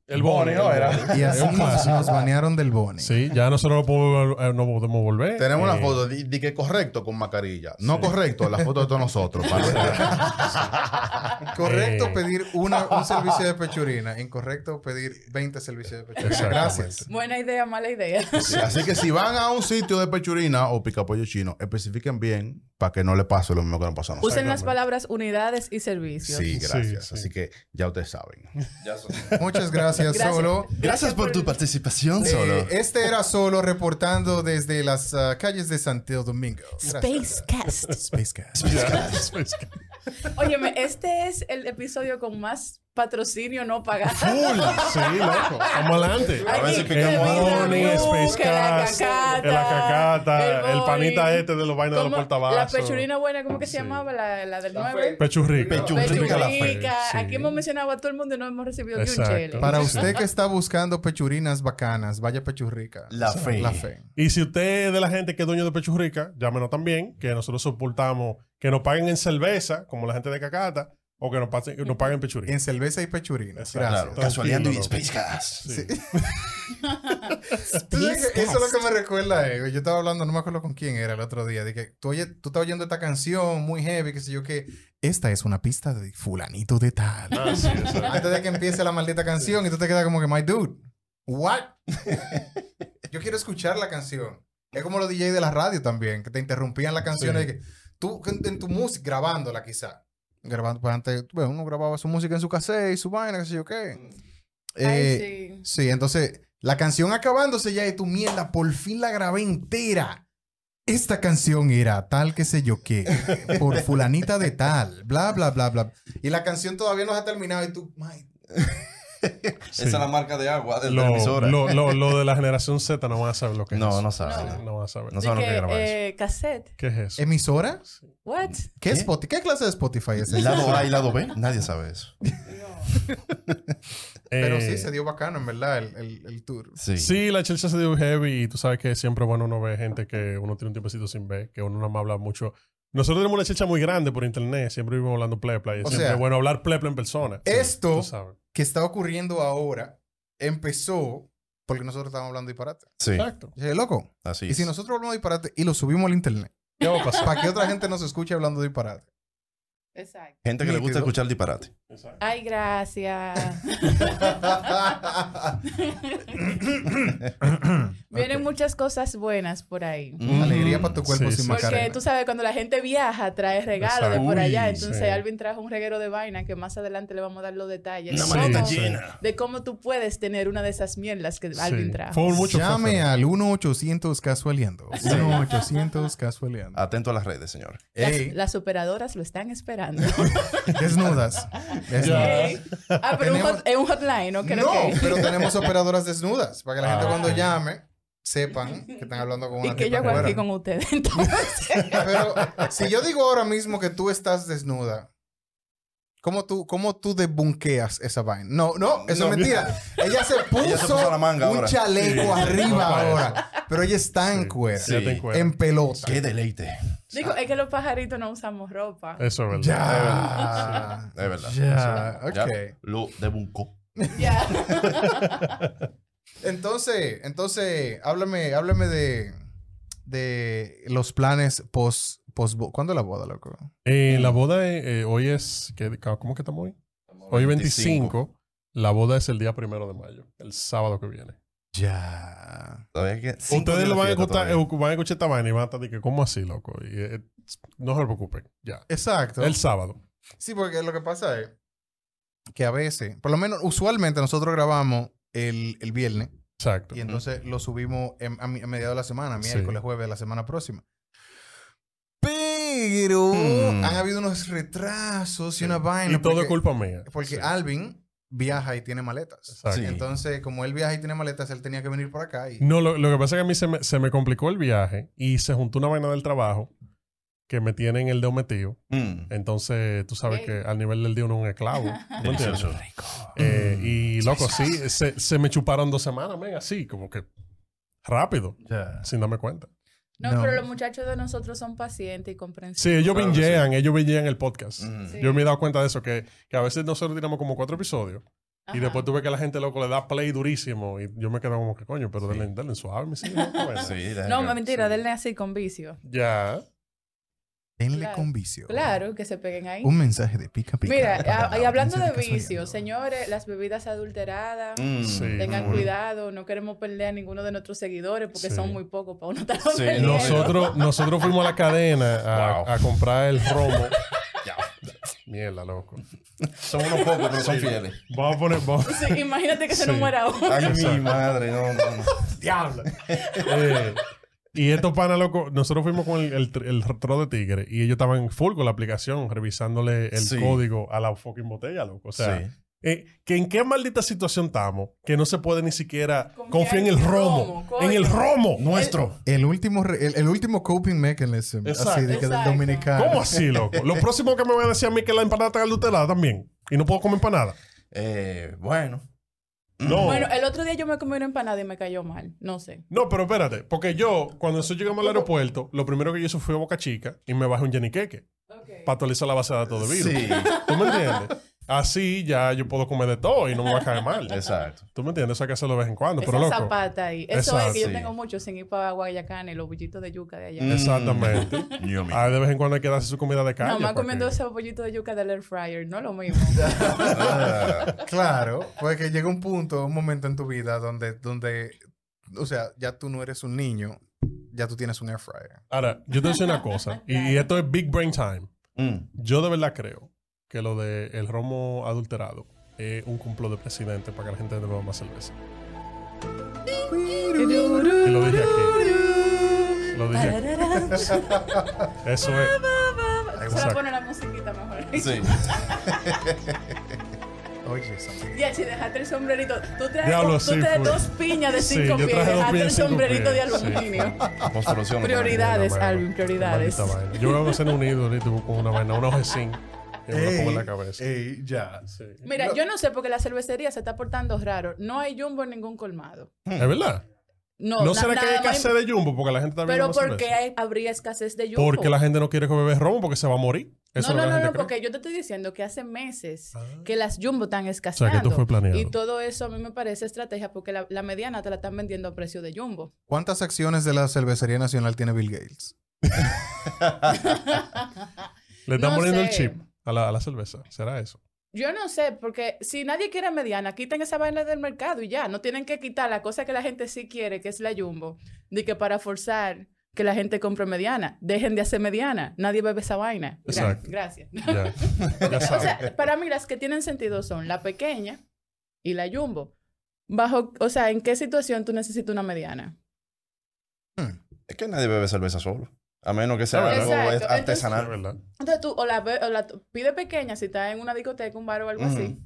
[SPEAKER 1] El boni, ¿no? Era.
[SPEAKER 2] Y
[SPEAKER 1] Es
[SPEAKER 2] así
[SPEAKER 1] un
[SPEAKER 2] nos,
[SPEAKER 1] clásico.
[SPEAKER 2] nos banearon del boni.
[SPEAKER 1] Sí, ya nosotros no podemos, eh, no podemos volver.
[SPEAKER 4] Tenemos
[SPEAKER 1] Eh,
[SPEAKER 4] la foto de, de que correcto con mascarilla. No
[SPEAKER 1] Sí.
[SPEAKER 4] correcto, la foto de todos nosotros. para-
[SPEAKER 2] Correcto
[SPEAKER 1] Eh.
[SPEAKER 2] pedir una, un servicio de pechurina. Incorrecto pedir 20 servicios de pechurina.
[SPEAKER 1] Exactamente.
[SPEAKER 2] Gracias.
[SPEAKER 3] Buena idea, mala idea.
[SPEAKER 4] Sí, Así que si van a un sitio de pechurina o picapollo chino, especifiquen bien para que no le pase lo mismo que nos pasó a nosotros.
[SPEAKER 3] Usen las palabras unidades y servicios.
[SPEAKER 4] Sí, gracias.
[SPEAKER 1] Sí, sí.
[SPEAKER 4] Así que ya ustedes saben.
[SPEAKER 6] Ya son.
[SPEAKER 2] Muchas gracias,
[SPEAKER 3] Gracias.
[SPEAKER 2] Solo.
[SPEAKER 6] Gracias por tu participación,
[SPEAKER 2] Eh,
[SPEAKER 6] Solo.
[SPEAKER 2] este era Solo reportando desde las ah, calles de Santo Domingo. Gracias.
[SPEAKER 3] Spacecast.
[SPEAKER 2] Spacecast.
[SPEAKER 1] pues,
[SPEAKER 3] Óyeme, este es el episodio con más patrocinio no pagado.
[SPEAKER 1] Full. Sí, loco. Vamos adelante.
[SPEAKER 3] Aquí,
[SPEAKER 6] A ver si
[SPEAKER 1] El
[SPEAKER 6] picamos
[SPEAKER 3] que
[SPEAKER 6] algo.
[SPEAKER 3] mira,
[SPEAKER 1] Bonnie,
[SPEAKER 3] Blue, uh, que la
[SPEAKER 1] Spacecast,
[SPEAKER 3] cacata,
[SPEAKER 1] el acacata,
[SPEAKER 3] el
[SPEAKER 1] el, panita
[SPEAKER 3] Bonnie.
[SPEAKER 1] este de los vainas de los
[SPEAKER 3] ¿Cómo? La
[SPEAKER 1] portavasos.
[SPEAKER 3] pechurina buena, ¿cómo que se
[SPEAKER 1] Sí.
[SPEAKER 3] llamaba? La, la del 9.
[SPEAKER 6] fe.
[SPEAKER 1] Pechurrica.
[SPEAKER 6] Pechurrica. Pechurrica la fe,
[SPEAKER 3] Pechurrica.
[SPEAKER 1] sí.
[SPEAKER 3] Aquí hemos mencionado a todo el mundo y no hemos recibido ni un
[SPEAKER 1] Exacto.
[SPEAKER 3] chele.
[SPEAKER 2] Para usted que está buscando pechurinas bacanas, vaya pechurrica.
[SPEAKER 6] La fe.
[SPEAKER 2] La fe.
[SPEAKER 1] Y si usted es de la gente que es dueño de Pechurrica, llámenos también, que nosotros soportamos que nos paguen en cerveza, como la gente de Cacata, o que nos, pasen- nos paguen Pechurrica.
[SPEAKER 2] En cerveza y pechurinas.
[SPEAKER 1] Exacto.
[SPEAKER 2] Gracias.
[SPEAKER 6] Claro,
[SPEAKER 1] Tranquilo,
[SPEAKER 6] casualeando y
[SPEAKER 1] loco.
[SPEAKER 6] Space Gas.
[SPEAKER 1] Sí.
[SPEAKER 2] ¿Tú sabes que Eso es lo que me recuerda a Yo estaba hablando, no me acuerdo con quién era el otro día. De que tú, oye, tú estás oyendo esta canción muy heavy, qué sé yo qué. Esta es una pista de fulanito de tal.
[SPEAKER 1] Ah, sí, exacto.
[SPEAKER 2] Antes de que empiece la maldita canción y tú te quedas como que, my dude, what? yo quiero escuchar la canción. Es como los DJ de la radio también, que te interrumpían las canciones.
[SPEAKER 1] Sí.
[SPEAKER 2] y que tú en, en tu música, grabándola quizá. Grabando para antes, bueno, uno grababa su música en su cassette y su vaina, qué sé yo qué. Eh,
[SPEAKER 3] Ay, sí.
[SPEAKER 2] Sí, entonces la canción acabándose ya de tu mierda, por fin la grabé entera. Esta canción era tal que sé yo qué, por fulanita de tal, bla, bla, bla, bla. Y la canción todavía no se ha terminado y tú, "Ay,
[SPEAKER 6] Esa es la marca de agua de la
[SPEAKER 1] Lo,
[SPEAKER 6] televisora.
[SPEAKER 1] lo, lo, lo de la generación Z no van a saber lo que es.
[SPEAKER 6] No, no
[SPEAKER 1] Sí,
[SPEAKER 6] saben.
[SPEAKER 1] no van a saber.
[SPEAKER 6] No
[SPEAKER 3] De
[SPEAKER 6] saben lo
[SPEAKER 3] que,
[SPEAKER 6] que graba eso.
[SPEAKER 3] eh, cassette.
[SPEAKER 1] ¿Qué es eso?
[SPEAKER 2] ¿emisora?
[SPEAKER 3] What?
[SPEAKER 2] ¿Qué,
[SPEAKER 6] ¿Qué?
[SPEAKER 2] Spotify? ¿Qué clase de Spotify es esa?
[SPEAKER 6] Lado A y lado B, nadie sabe eso.
[SPEAKER 2] Pero
[SPEAKER 1] Eh,
[SPEAKER 2] sí, se dio bacano, en verdad, el, el- el tour.
[SPEAKER 6] Sí.
[SPEAKER 1] Sí, la Chelsea se dio heavy y tú sabes que siempre, bueno, uno ve gente que uno tiene un tiempecito sin ver, que uno no más habla mucho. Nosotros tenemos una chelcha muy grande por internet, siempre vivimos hablando plepla y
[SPEAKER 2] O
[SPEAKER 1] es siempre
[SPEAKER 2] sea,
[SPEAKER 1] bueno hablar plepla en persona.
[SPEAKER 2] esto-
[SPEAKER 1] Tú sabes.
[SPEAKER 2] Que está ocurriendo ahora empezó porque nosotros estábamos hablando disparate.
[SPEAKER 6] Sí,
[SPEAKER 1] Exacto.
[SPEAKER 2] Yo dije, loco,
[SPEAKER 6] así
[SPEAKER 2] y
[SPEAKER 6] es.
[SPEAKER 2] si nosotros hablamos disparate y lo subimos al internet,
[SPEAKER 1] ¿Qué va a pasar?
[SPEAKER 2] para que otra gente nos escuche hablando disparate.
[SPEAKER 3] Exacto.
[SPEAKER 6] Gente que le
[SPEAKER 2] Nítido.
[SPEAKER 6] gusta escuchar disparate.
[SPEAKER 1] Exacto.
[SPEAKER 3] Ay, gracias. Vienen
[SPEAKER 2] Ok.
[SPEAKER 3] muchas cosas buenas por ahí.
[SPEAKER 2] mm,
[SPEAKER 6] Mm.
[SPEAKER 2] Alegría para tu cuerpo
[SPEAKER 1] Mm, Sí,
[SPEAKER 2] sin
[SPEAKER 1] sí.
[SPEAKER 3] Porque
[SPEAKER 2] Macarena.
[SPEAKER 3] tú sabes, cuando la gente viaja, trae regalos de
[SPEAKER 1] Exacto.
[SPEAKER 3] por allá.
[SPEAKER 6] Uy,
[SPEAKER 1] sí.
[SPEAKER 3] Entonces, Alvin trajo un reguero de vaina que más adelante le vamos a dar los detalles.
[SPEAKER 1] Una
[SPEAKER 3] de
[SPEAKER 1] maleta
[SPEAKER 3] cómo-
[SPEAKER 1] llena.
[SPEAKER 3] De cómo tú puedes tener una de esas mierdas que Alvin
[SPEAKER 1] Sí.
[SPEAKER 3] trajo.
[SPEAKER 1] Fue un mucho
[SPEAKER 2] Llame
[SPEAKER 1] fue-
[SPEAKER 2] al 1-800 casualeando. 1-800 casualeando.
[SPEAKER 6] Atento a las redes, señor.
[SPEAKER 3] Las,
[SPEAKER 2] Ey,
[SPEAKER 3] las operadoras lo están esperando.
[SPEAKER 2] desnudas. Desnudas.
[SPEAKER 3] Ey. Ah, pero un
[SPEAKER 2] Tenemos-
[SPEAKER 3] hot- es un hotline, ¿no? Creo
[SPEAKER 2] No,
[SPEAKER 3] que-
[SPEAKER 2] pero tenemos operadoras desnudas para que la gente
[SPEAKER 1] Ah.
[SPEAKER 2] cuando llame sepan que están hablando con una
[SPEAKER 3] Y que yo
[SPEAKER 2] tipa
[SPEAKER 3] hago aquí
[SPEAKER 2] fuera.
[SPEAKER 3] con ustedes. Entonces,
[SPEAKER 2] Pero si yo digo ahora mismo que tú estás desnuda, ¿cómo tú, cómo tú debunqueas esa vaina? No, no, eso
[SPEAKER 6] No.
[SPEAKER 2] es mentira. Ella se puso,
[SPEAKER 6] Ella se puso la manga
[SPEAKER 2] un
[SPEAKER 6] ahora.
[SPEAKER 2] chaleco
[SPEAKER 1] Sí.
[SPEAKER 2] arriba
[SPEAKER 1] Bueno.
[SPEAKER 2] ahora. Pero ella está en cuera,
[SPEAKER 1] Ya te encuentro.
[SPEAKER 2] en pelota.
[SPEAKER 6] Qué deleite.
[SPEAKER 3] digo, es que los pajaritos no usamos ropa.
[SPEAKER 1] Eso es verdad.
[SPEAKER 2] Ya.
[SPEAKER 6] Es verdad.
[SPEAKER 2] Ya,
[SPEAKER 6] Ya
[SPEAKER 2] ok.
[SPEAKER 6] Lo debuncó.
[SPEAKER 3] Ya.
[SPEAKER 2] Entonces, entonces, háblame, háblame de, de los planes post, post... ¿Cuándo es la boda, loco?
[SPEAKER 1] Eh, la boda eh, eh, hoy es. ¿qué- ¿Cómo que estamos hoy? Hoy 25. La boda es el día primero de mayo, el sábado que viene.
[SPEAKER 2] Ya.
[SPEAKER 6] Todavía que
[SPEAKER 1] Ustedes lo van a, escuchar, eh, van a escuchar esta vaina y van a estar de que, ¿cómo así, loco? Y, eh, no se preocupen, ya.
[SPEAKER 2] Exacto.
[SPEAKER 1] El sábado.
[SPEAKER 2] Sí, porque lo que pasa es que a veces, por lo menos usualmente nosotros grabamos el, el viernes
[SPEAKER 1] Exacto.
[SPEAKER 2] y entonces lo subimos en- a, mi- a mediados de la semana,
[SPEAKER 1] Sí.
[SPEAKER 2] miércoles, jueves de la semana próxima. Pero
[SPEAKER 6] Hmm.
[SPEAKER 2] han habido unos retrasos y una
[SPEAKER 1] Y
[SPEAKER 2] vaina.
[SPEAKER 1] todo
[SPEAKER 2] porque-
[SPEAKER 1] es culpa mía.
[SPEAKER 2] Porque
[SPEAKER 1] Sí.
[SPEAKER 2] Alvin viaja y tiene maletas.
[SPEAKER 1] Exacto.
[SPEAKER 6] Sí.
[SPEAKER 2] Entonces, como él viaja y tiene maletas, él tenía que venir por acá. Y...
[SPEAKER 1] No, lo, lo que pasa es que a mí se me, se me complicó el viaje y se juntó una vaina del trabajo que me tiene en el dedo metido.
[SPEAKER 6] Mm.
[SPEAKER 1] Entonces, tú sabes
[SPEAKER 3] Ey.
[SPEAKER 1] que al nivel del dedo uno es un esclavo. ¿No entiendes?
[SPEAKER 6] Delicioso.
[SPEAKER 1] Eh,
[SPEAKER 6] Mm.
[SPEAKER 1] y loco, sí, se, se me chuparon dos semanas, men, así, como que rápido,
[SPEAKER 6] Mm.
[SPEAKER 1] sin darme cuenta.
[SPEAKER 3] No,
[SPEAKER 2] No.
[SPEAKER 3] pero los muchachos de nosotros son pacientes y comprensivos.
[SPEAKER 1] Sí, ellos
[SPEAKER 6] Claro que
[SPEAKER 1] bingean, ellos bingean el podcast.
[SPEAKER 6] Mm.
[SPEAKER 3] Sí.
[SPEAKER 1] Yo me he dado cuenta de eso, que, que a veces nosotros tiramos como cuatro episodios y
[SPEAKER 3] Ajá.
[SPEAKER 1] después tú ves que la gente, loco, le da play durísimo y yo me quedo como que coño, pero denle, denle suave, me sigue. ¿no?
[SPEAKER 2] Ah,
[SPEAKER 1] Bueno,
[SPEAKER 6] Sí, deja
[SPEAKER 3] No,
[SPEAKER 6] que-
[SPEAKER 3] mentira,
[SPEAKER 6] sí.
[SPEAKER 3] denle así con vicio.
[SPEAKER 1] Ya.
[SPEAKER 2] Denle
[SPEAKER 3] Claro.
[SPEAKER 2] con vicio.
[SPEAKER 3] Claro, que se peguen ahí.
[SPEAKER 2] Un mensaje de pica pica.
[SPEAKER 3] Mira,
[SPEAKER 2] para
[SPEAKER 3] a-
[SPEAKER 2] la
[SPEAKER 3] y hablando de
[SPEAKER 2] audiencia Casualidad.
[SPEAKER 3] vicios, señores, las bebidas adulteradas,
[SPEAKER 6] Mm.
[SPEAKER 1] Sí.
[SPEAKER 3] tengan
[SPEAKER 1] Mm.
[SPEAKER 3] cuidado, no queremos perder a ninguno de nuestros seguidores porque
[SPEAKER 1] Sí.
[SPEAKER 3] son muy pocos para uno estar
[SPEAKER 6] Sí,
[SPEAKER 3] perdiendo.
[SPEAKER 1] Nosotros, nosotros fuimos a la cadena a,
[SPEAKER 6] Wow.
[SPEAKER 1] a comprar el romo.
[SPEAKER 6] Ya.
[SPEAKER 1] Mierda, loco.
[SPEAKER 6] Son unos pocos, pero son fieles.
[SPEAKER 1] Vamos a poner. vamos-
[SPEAKER 3] Sí, imagínate que se nos
[SPEAKER 1] Sí.
[SPEAKER 3] muera uno.
[SPEAKER 6] Ay, mi madre, no, no, no.
[SPEAKER 1] Eh, y estos panas, loco, nosotros fuimos con el, el, tr- el tro de tigre y ellos estaban full con la aplicación, revisándole el
[SPEAKER 6] Sí.
[SPEAKER 1] código a la fucking botella, loco. O sea,
[SPEAKER 6] Sí.
[SPEAKER 1] eh, que en qué maldita situación estamos, que no se puede ni siquiera
[SPEAKER 3] Confiar
[SPEAKER 1] confiar en
[SPEAKER 3] en
[SPEAKER 1] el
[SPEAKER 3] el
[SPEAKER 1] romo.
[SPEAKER 3] romo,
[SPEAKER 1] en el
[SPEAKER 3] coño.
[SPEAKER 1] romo.
[SPEAKER 6] Nuestro.
[SPEAKER 2] El último, re- el, el último coping mechanism
[SPEAKER 1] Exacto.
[SPEAKER 2] así de que del
[SPEAKER 3] Exacto.
[SPEAKER 2] dominicano.
[SPEAKER 1] Eh, ¿Cómo así, loco? Lo próximo que me van a decir a mí es que la empanada está adulterada también. Y no puedo comer empanada.
[SPEAKER 6] Eh, bueno. Mm.
[SPEAKER 1] No.
[SPEAKER 3] Bueno, eh, el otro día yo me comí una empanada y me cayó mal. No sé.
[SPEAKER 1] No, pero espérate, porque yo, cuando nosotros llegamos al aeropuerto, lo primero que yo hice fue a Boca Chica y me bajé un yeniqueque para actualizar la base de datos de virus.
[SPEAKER 6] Sí,
[SPEAKER 1] ¿Tú me entiendes? Así ya yo puedo comer de todo y no me va a caer mal.
[SPEAKER 6] exacto.
[SPEAKER 1] ¿Tú me entiendes? Eso hay que hacerlo de vez en cuando,
[SPEAKER 3] Esa
[SPEAKER 1] pero loco.
[SPEAKER 3] zapata ahí. Eso
[SPEAKER 1] Exacto.
[SPEAKER 3] es que yo
[SPEAKER 6] Sí.
[SPEAKER 3] tengo mucho sin ir para Guayacán y los bullitos de yuca de allá.
[SPEAKER 6] Mm.
[SPEAKER 1] Exactamente.
[SPEAKER 6] Yummy.
[SPEAKER 1] Ah, de vez en cuando hay que darse su comida de calle.
[SPEAKER 3] Nada más
[SPEAKER 1] porque-
[SPEAKER 3] comiendo ese bollito de yuca del air fryer, no lo mismo.
[SPEAKER 6] Ah,
[SPEAKER 2] Claro, porque llega un punto, un momento en tu vida donde, donde, o sea, ya tú no eres un niño, ya tú tienes un air fryer.
[SPEAKER 1] Ahora, yo te voy a decir una cosa, y, y esto es Big Brain Time.
[SPEAKER 6] mm.
[SPEAKER 1] Yo de verdad creo que lo del el romo adulterado es un cumplo de presidente para que la gente beba más cerveza. Y lo dije aquí. Lo dije aquí.
[SPEAKER 3] Tararara.
[SPEAKER 1] Eso es.
[SPEAKER 3] Se
[SPEAKER 1] Exacto.
[SPEAKER 3] la pone la musiquita mejor.
[SPEAKER 6] Sí.
[SPEAKER 2] Oye, esa p-
[SPEAKER 3] Ya, si dejaste el sombrerito. Tú traes,
[SPEAKER 1] Diablo,
[SPEAKER 3] tú
[SPEAKER 1] sí,
[SPEAKER 3] traes
[SPEAKER 1] fue.
[SPEAKER 3] dos piñas de
[SPEAKER 1] pues. Sí,
[SPEAKER 3] cinco
[SPEAKER 1] yo
[SPEAKER 3] pies.
[SPEAKER 1] traje dos
[SPEAKER 3] Dejaste
[SPEAKER 1] piñas
[SPEAKER 3] el
[SPEAKER 1] de cinco
[SPEAKER 3] sombrerito de
[SPEAKER 1] pies, sí.
[SPEAKER 3] aluminio.
[SPEAKER 6] Construcción.
[SPEAKER 3] Prioridades,
[SPEAKER 1] Mira,
[SPEAKER 3] Alvin,
[SPEAKER 1] mano,
[SPEAKER 3] prioridades.
[SPEAKER 1] qué maldita vaina. Yo voy a hacer un nido ahorita con una vaina, un ojecín. Y me lo pongo en la
[SPEAKER 2] Ey,
[SPEAKER 1] cabeza.
[SPEAKER 2] ey, ya.
[SPEAKER 1] Sí.
[SPEAKER 3] Mira, yo no sé porque la cervecería se está portando raro. No hay jumbo en ningún colmado.
[SPEAKER 1] Es verdad.
[SPEAKER 3] Mm. No,
[SPEAKER 1] No,
[SPEAKER 3] na-
[SPEAKER 1] será que
[SPEAKER 3] nada
[SPEAKER 1] hay
[SPEAKER 3] más-
[SPEAKER 1] escasez de jumbo porque la gente está
[SPEAKER 3] Pero
[SPEAKER 1] bebiendo
[SPEAKER 3] ¿por
[SPEAKER 1] más
[SPEAKER 3] qué
[SPEAKER 1] cerveza?
[SPEAKER 3] hay- habría escasez de jumbo?
[SPEAKER 1] Porque la gente no quiere que bebe romo porque se va a morir. Eso es lo
[SPEAKER 3] no, no,
[SPEAKER 1] que la
[SPEAKER 3] no,
[SPEAKER 1] gente
[SPEAKER 3] no,
[SPEAKER 1] cree.
[SPEAKER 3] porque yo te estoy diciendo que hace meses
[SPEAKER 1] Ah.
[SPEAKER 3] que las jumbo están
[SPEAKER 1] O sea,
[SPEAKER 3] escaseando.
[SPEAKER 1] que esto fue planeado.
[SPEAKER 3] Y todo eso a mí me parece estrategia porque la, la mediana te la están vendiendo a precio de jumbo.
[SPEAKER 2] ¿Cuántas acciones de la cervecería nacional tiene Bill Gates?
[SPEAKER 1] Le están
[SPEAKER 3] no
[SPEAKER 1] poniendo el
[SPEAKER 3] sé.
[SPEAKER 1] chip a la, a la cerveza. ¿Será eso?
[SPEAKER 3] Yo no sé, porque si nadie quiere mediana, quiten esa vaina del mercado y ya. No tienen que quitar la cosa que la gente sí quiere, que es la jumbo. De que para forzar que la gente compre mediana, dejen de hacer mediana. Nadie bebe esa vaina. Gra-
[SPEAKER 1] Exacto.
[SPEAKER 3] Gracias.
[SPEAKER 1] Ya.
[SPEAKER 3] O
[SPEAKER 1] ya sabes.
[SPEAKER 3] sea, para mí las que tienen sentido son la pequeña y la jumbo. Bajo, o sea, ¿en qué situación tú necesitas una mediana?
[SPEAKER 6] Es que nadie bebe cerveza solo. A menos que sea
[SPEAKER 1] Exacto.
[SPEAKER 6] algo
[SPEAKER 3] Entonces-
[SPEAKER 1] Es
[SPEAKER 6] artesanal.
[SPEAKER 1] verdad.
[SPEAKER 3] Entonces tú o la, be- o la t- pide pequeña si estás en una discoteca, un bar o algo así.
[SPEAKER 6] Ujú.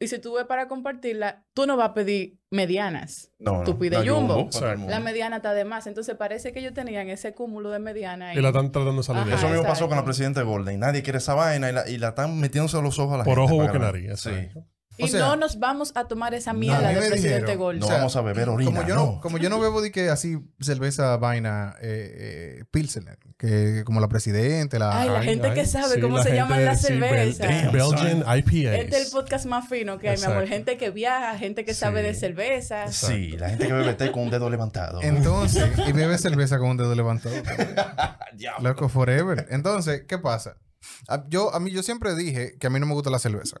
[SPEAKER 3] Y si tú ves para compartirla, tú no vas a pedir medianas.
[SPEAKER 6] No, no.
[SPEAKER 3] Tú pides
[SPEAKER 6] La
[SPEAKER 3] jumbo.
[SPEAKER 6] para todo el mundo.
[SPEAKER 3] La mediana está de más. Entonces parece que ellos tenían ese cúmulo de mediana. ahí.
[SPEAKER 1] Y la están tratando de salir de
[SPEAKER 3] Ajá.
[SPEAKER 1] eso.
[SPEAKER 6] Eso mismo
[SPEAKER 3] exacto.
[SPEAKER 6] pasó con la presidenta Golden. Nadie quiere esa vaina y la, y la están metiéndose a los ojos a la
[SPEAKER 1] Por
[SPEAKER 6] gente.
[SPEAKER 1] ojo,
[SPEAKER 6] para
[SPEAKER 1] boca y
[SPEAKER 6] la-
[SPEAKER 1] nariz.
[SPEAKER 6] Sí.
[SPEAKER 1] exacto.
[SPEAKER 3] y
[SPEAKER 2] o sea,
[SPEAKER 3] no nos vamos a tomar esa
[SPEAKER 2] a
[SPEAKER 3] mierda
[SPEAKER 2] mí
[SPEAKER 3] de
[SPEAKER 2] me
[SPEAKER 3] presidente
[SPEAKER 2] dijeron,
[SPEAKER 3] Gold.
[SPEAKER 6] No vamos a beber orina.
[SPEAKER 2] como yo no,
[SPEAKER 6] no,
[SPEAKER 2] como yo no bebo de que así cerveza vaina eh, eh, pilsener, que como la presidente, la
[SPEAKER 3] Ay, la gente que sabe cómo
[SPEAKER 1] la
[SPEAKER 3] se llaman
[SPEAKER 1] gente-
[SPEAKER 3] las
[SPEAKER 1] sí, Bel-
[SPEAKER 3] cervezas.
[SPEAKER 1] Belgian IPA.
[SPEAKER 3] Este es el podcast más fino que hay, mi amor.
[SPEAKER 1] Exacto.
[SPEAKER 3] Gente que viaja, gente que sabe
[SPEAKER 1] Sí.
[SPEAKER 3] de cerveza.
[SPEAKER 6] Sí, la gente que bebe té con un dedo levantado.
[SPEAKER 2] Entonces, y bebe cerveza con un dedo levantado. Loco forever. Entonces, ¿qué pasa? A, yo, a mí, yo siempre dije que a mí no me gusta la cerveza.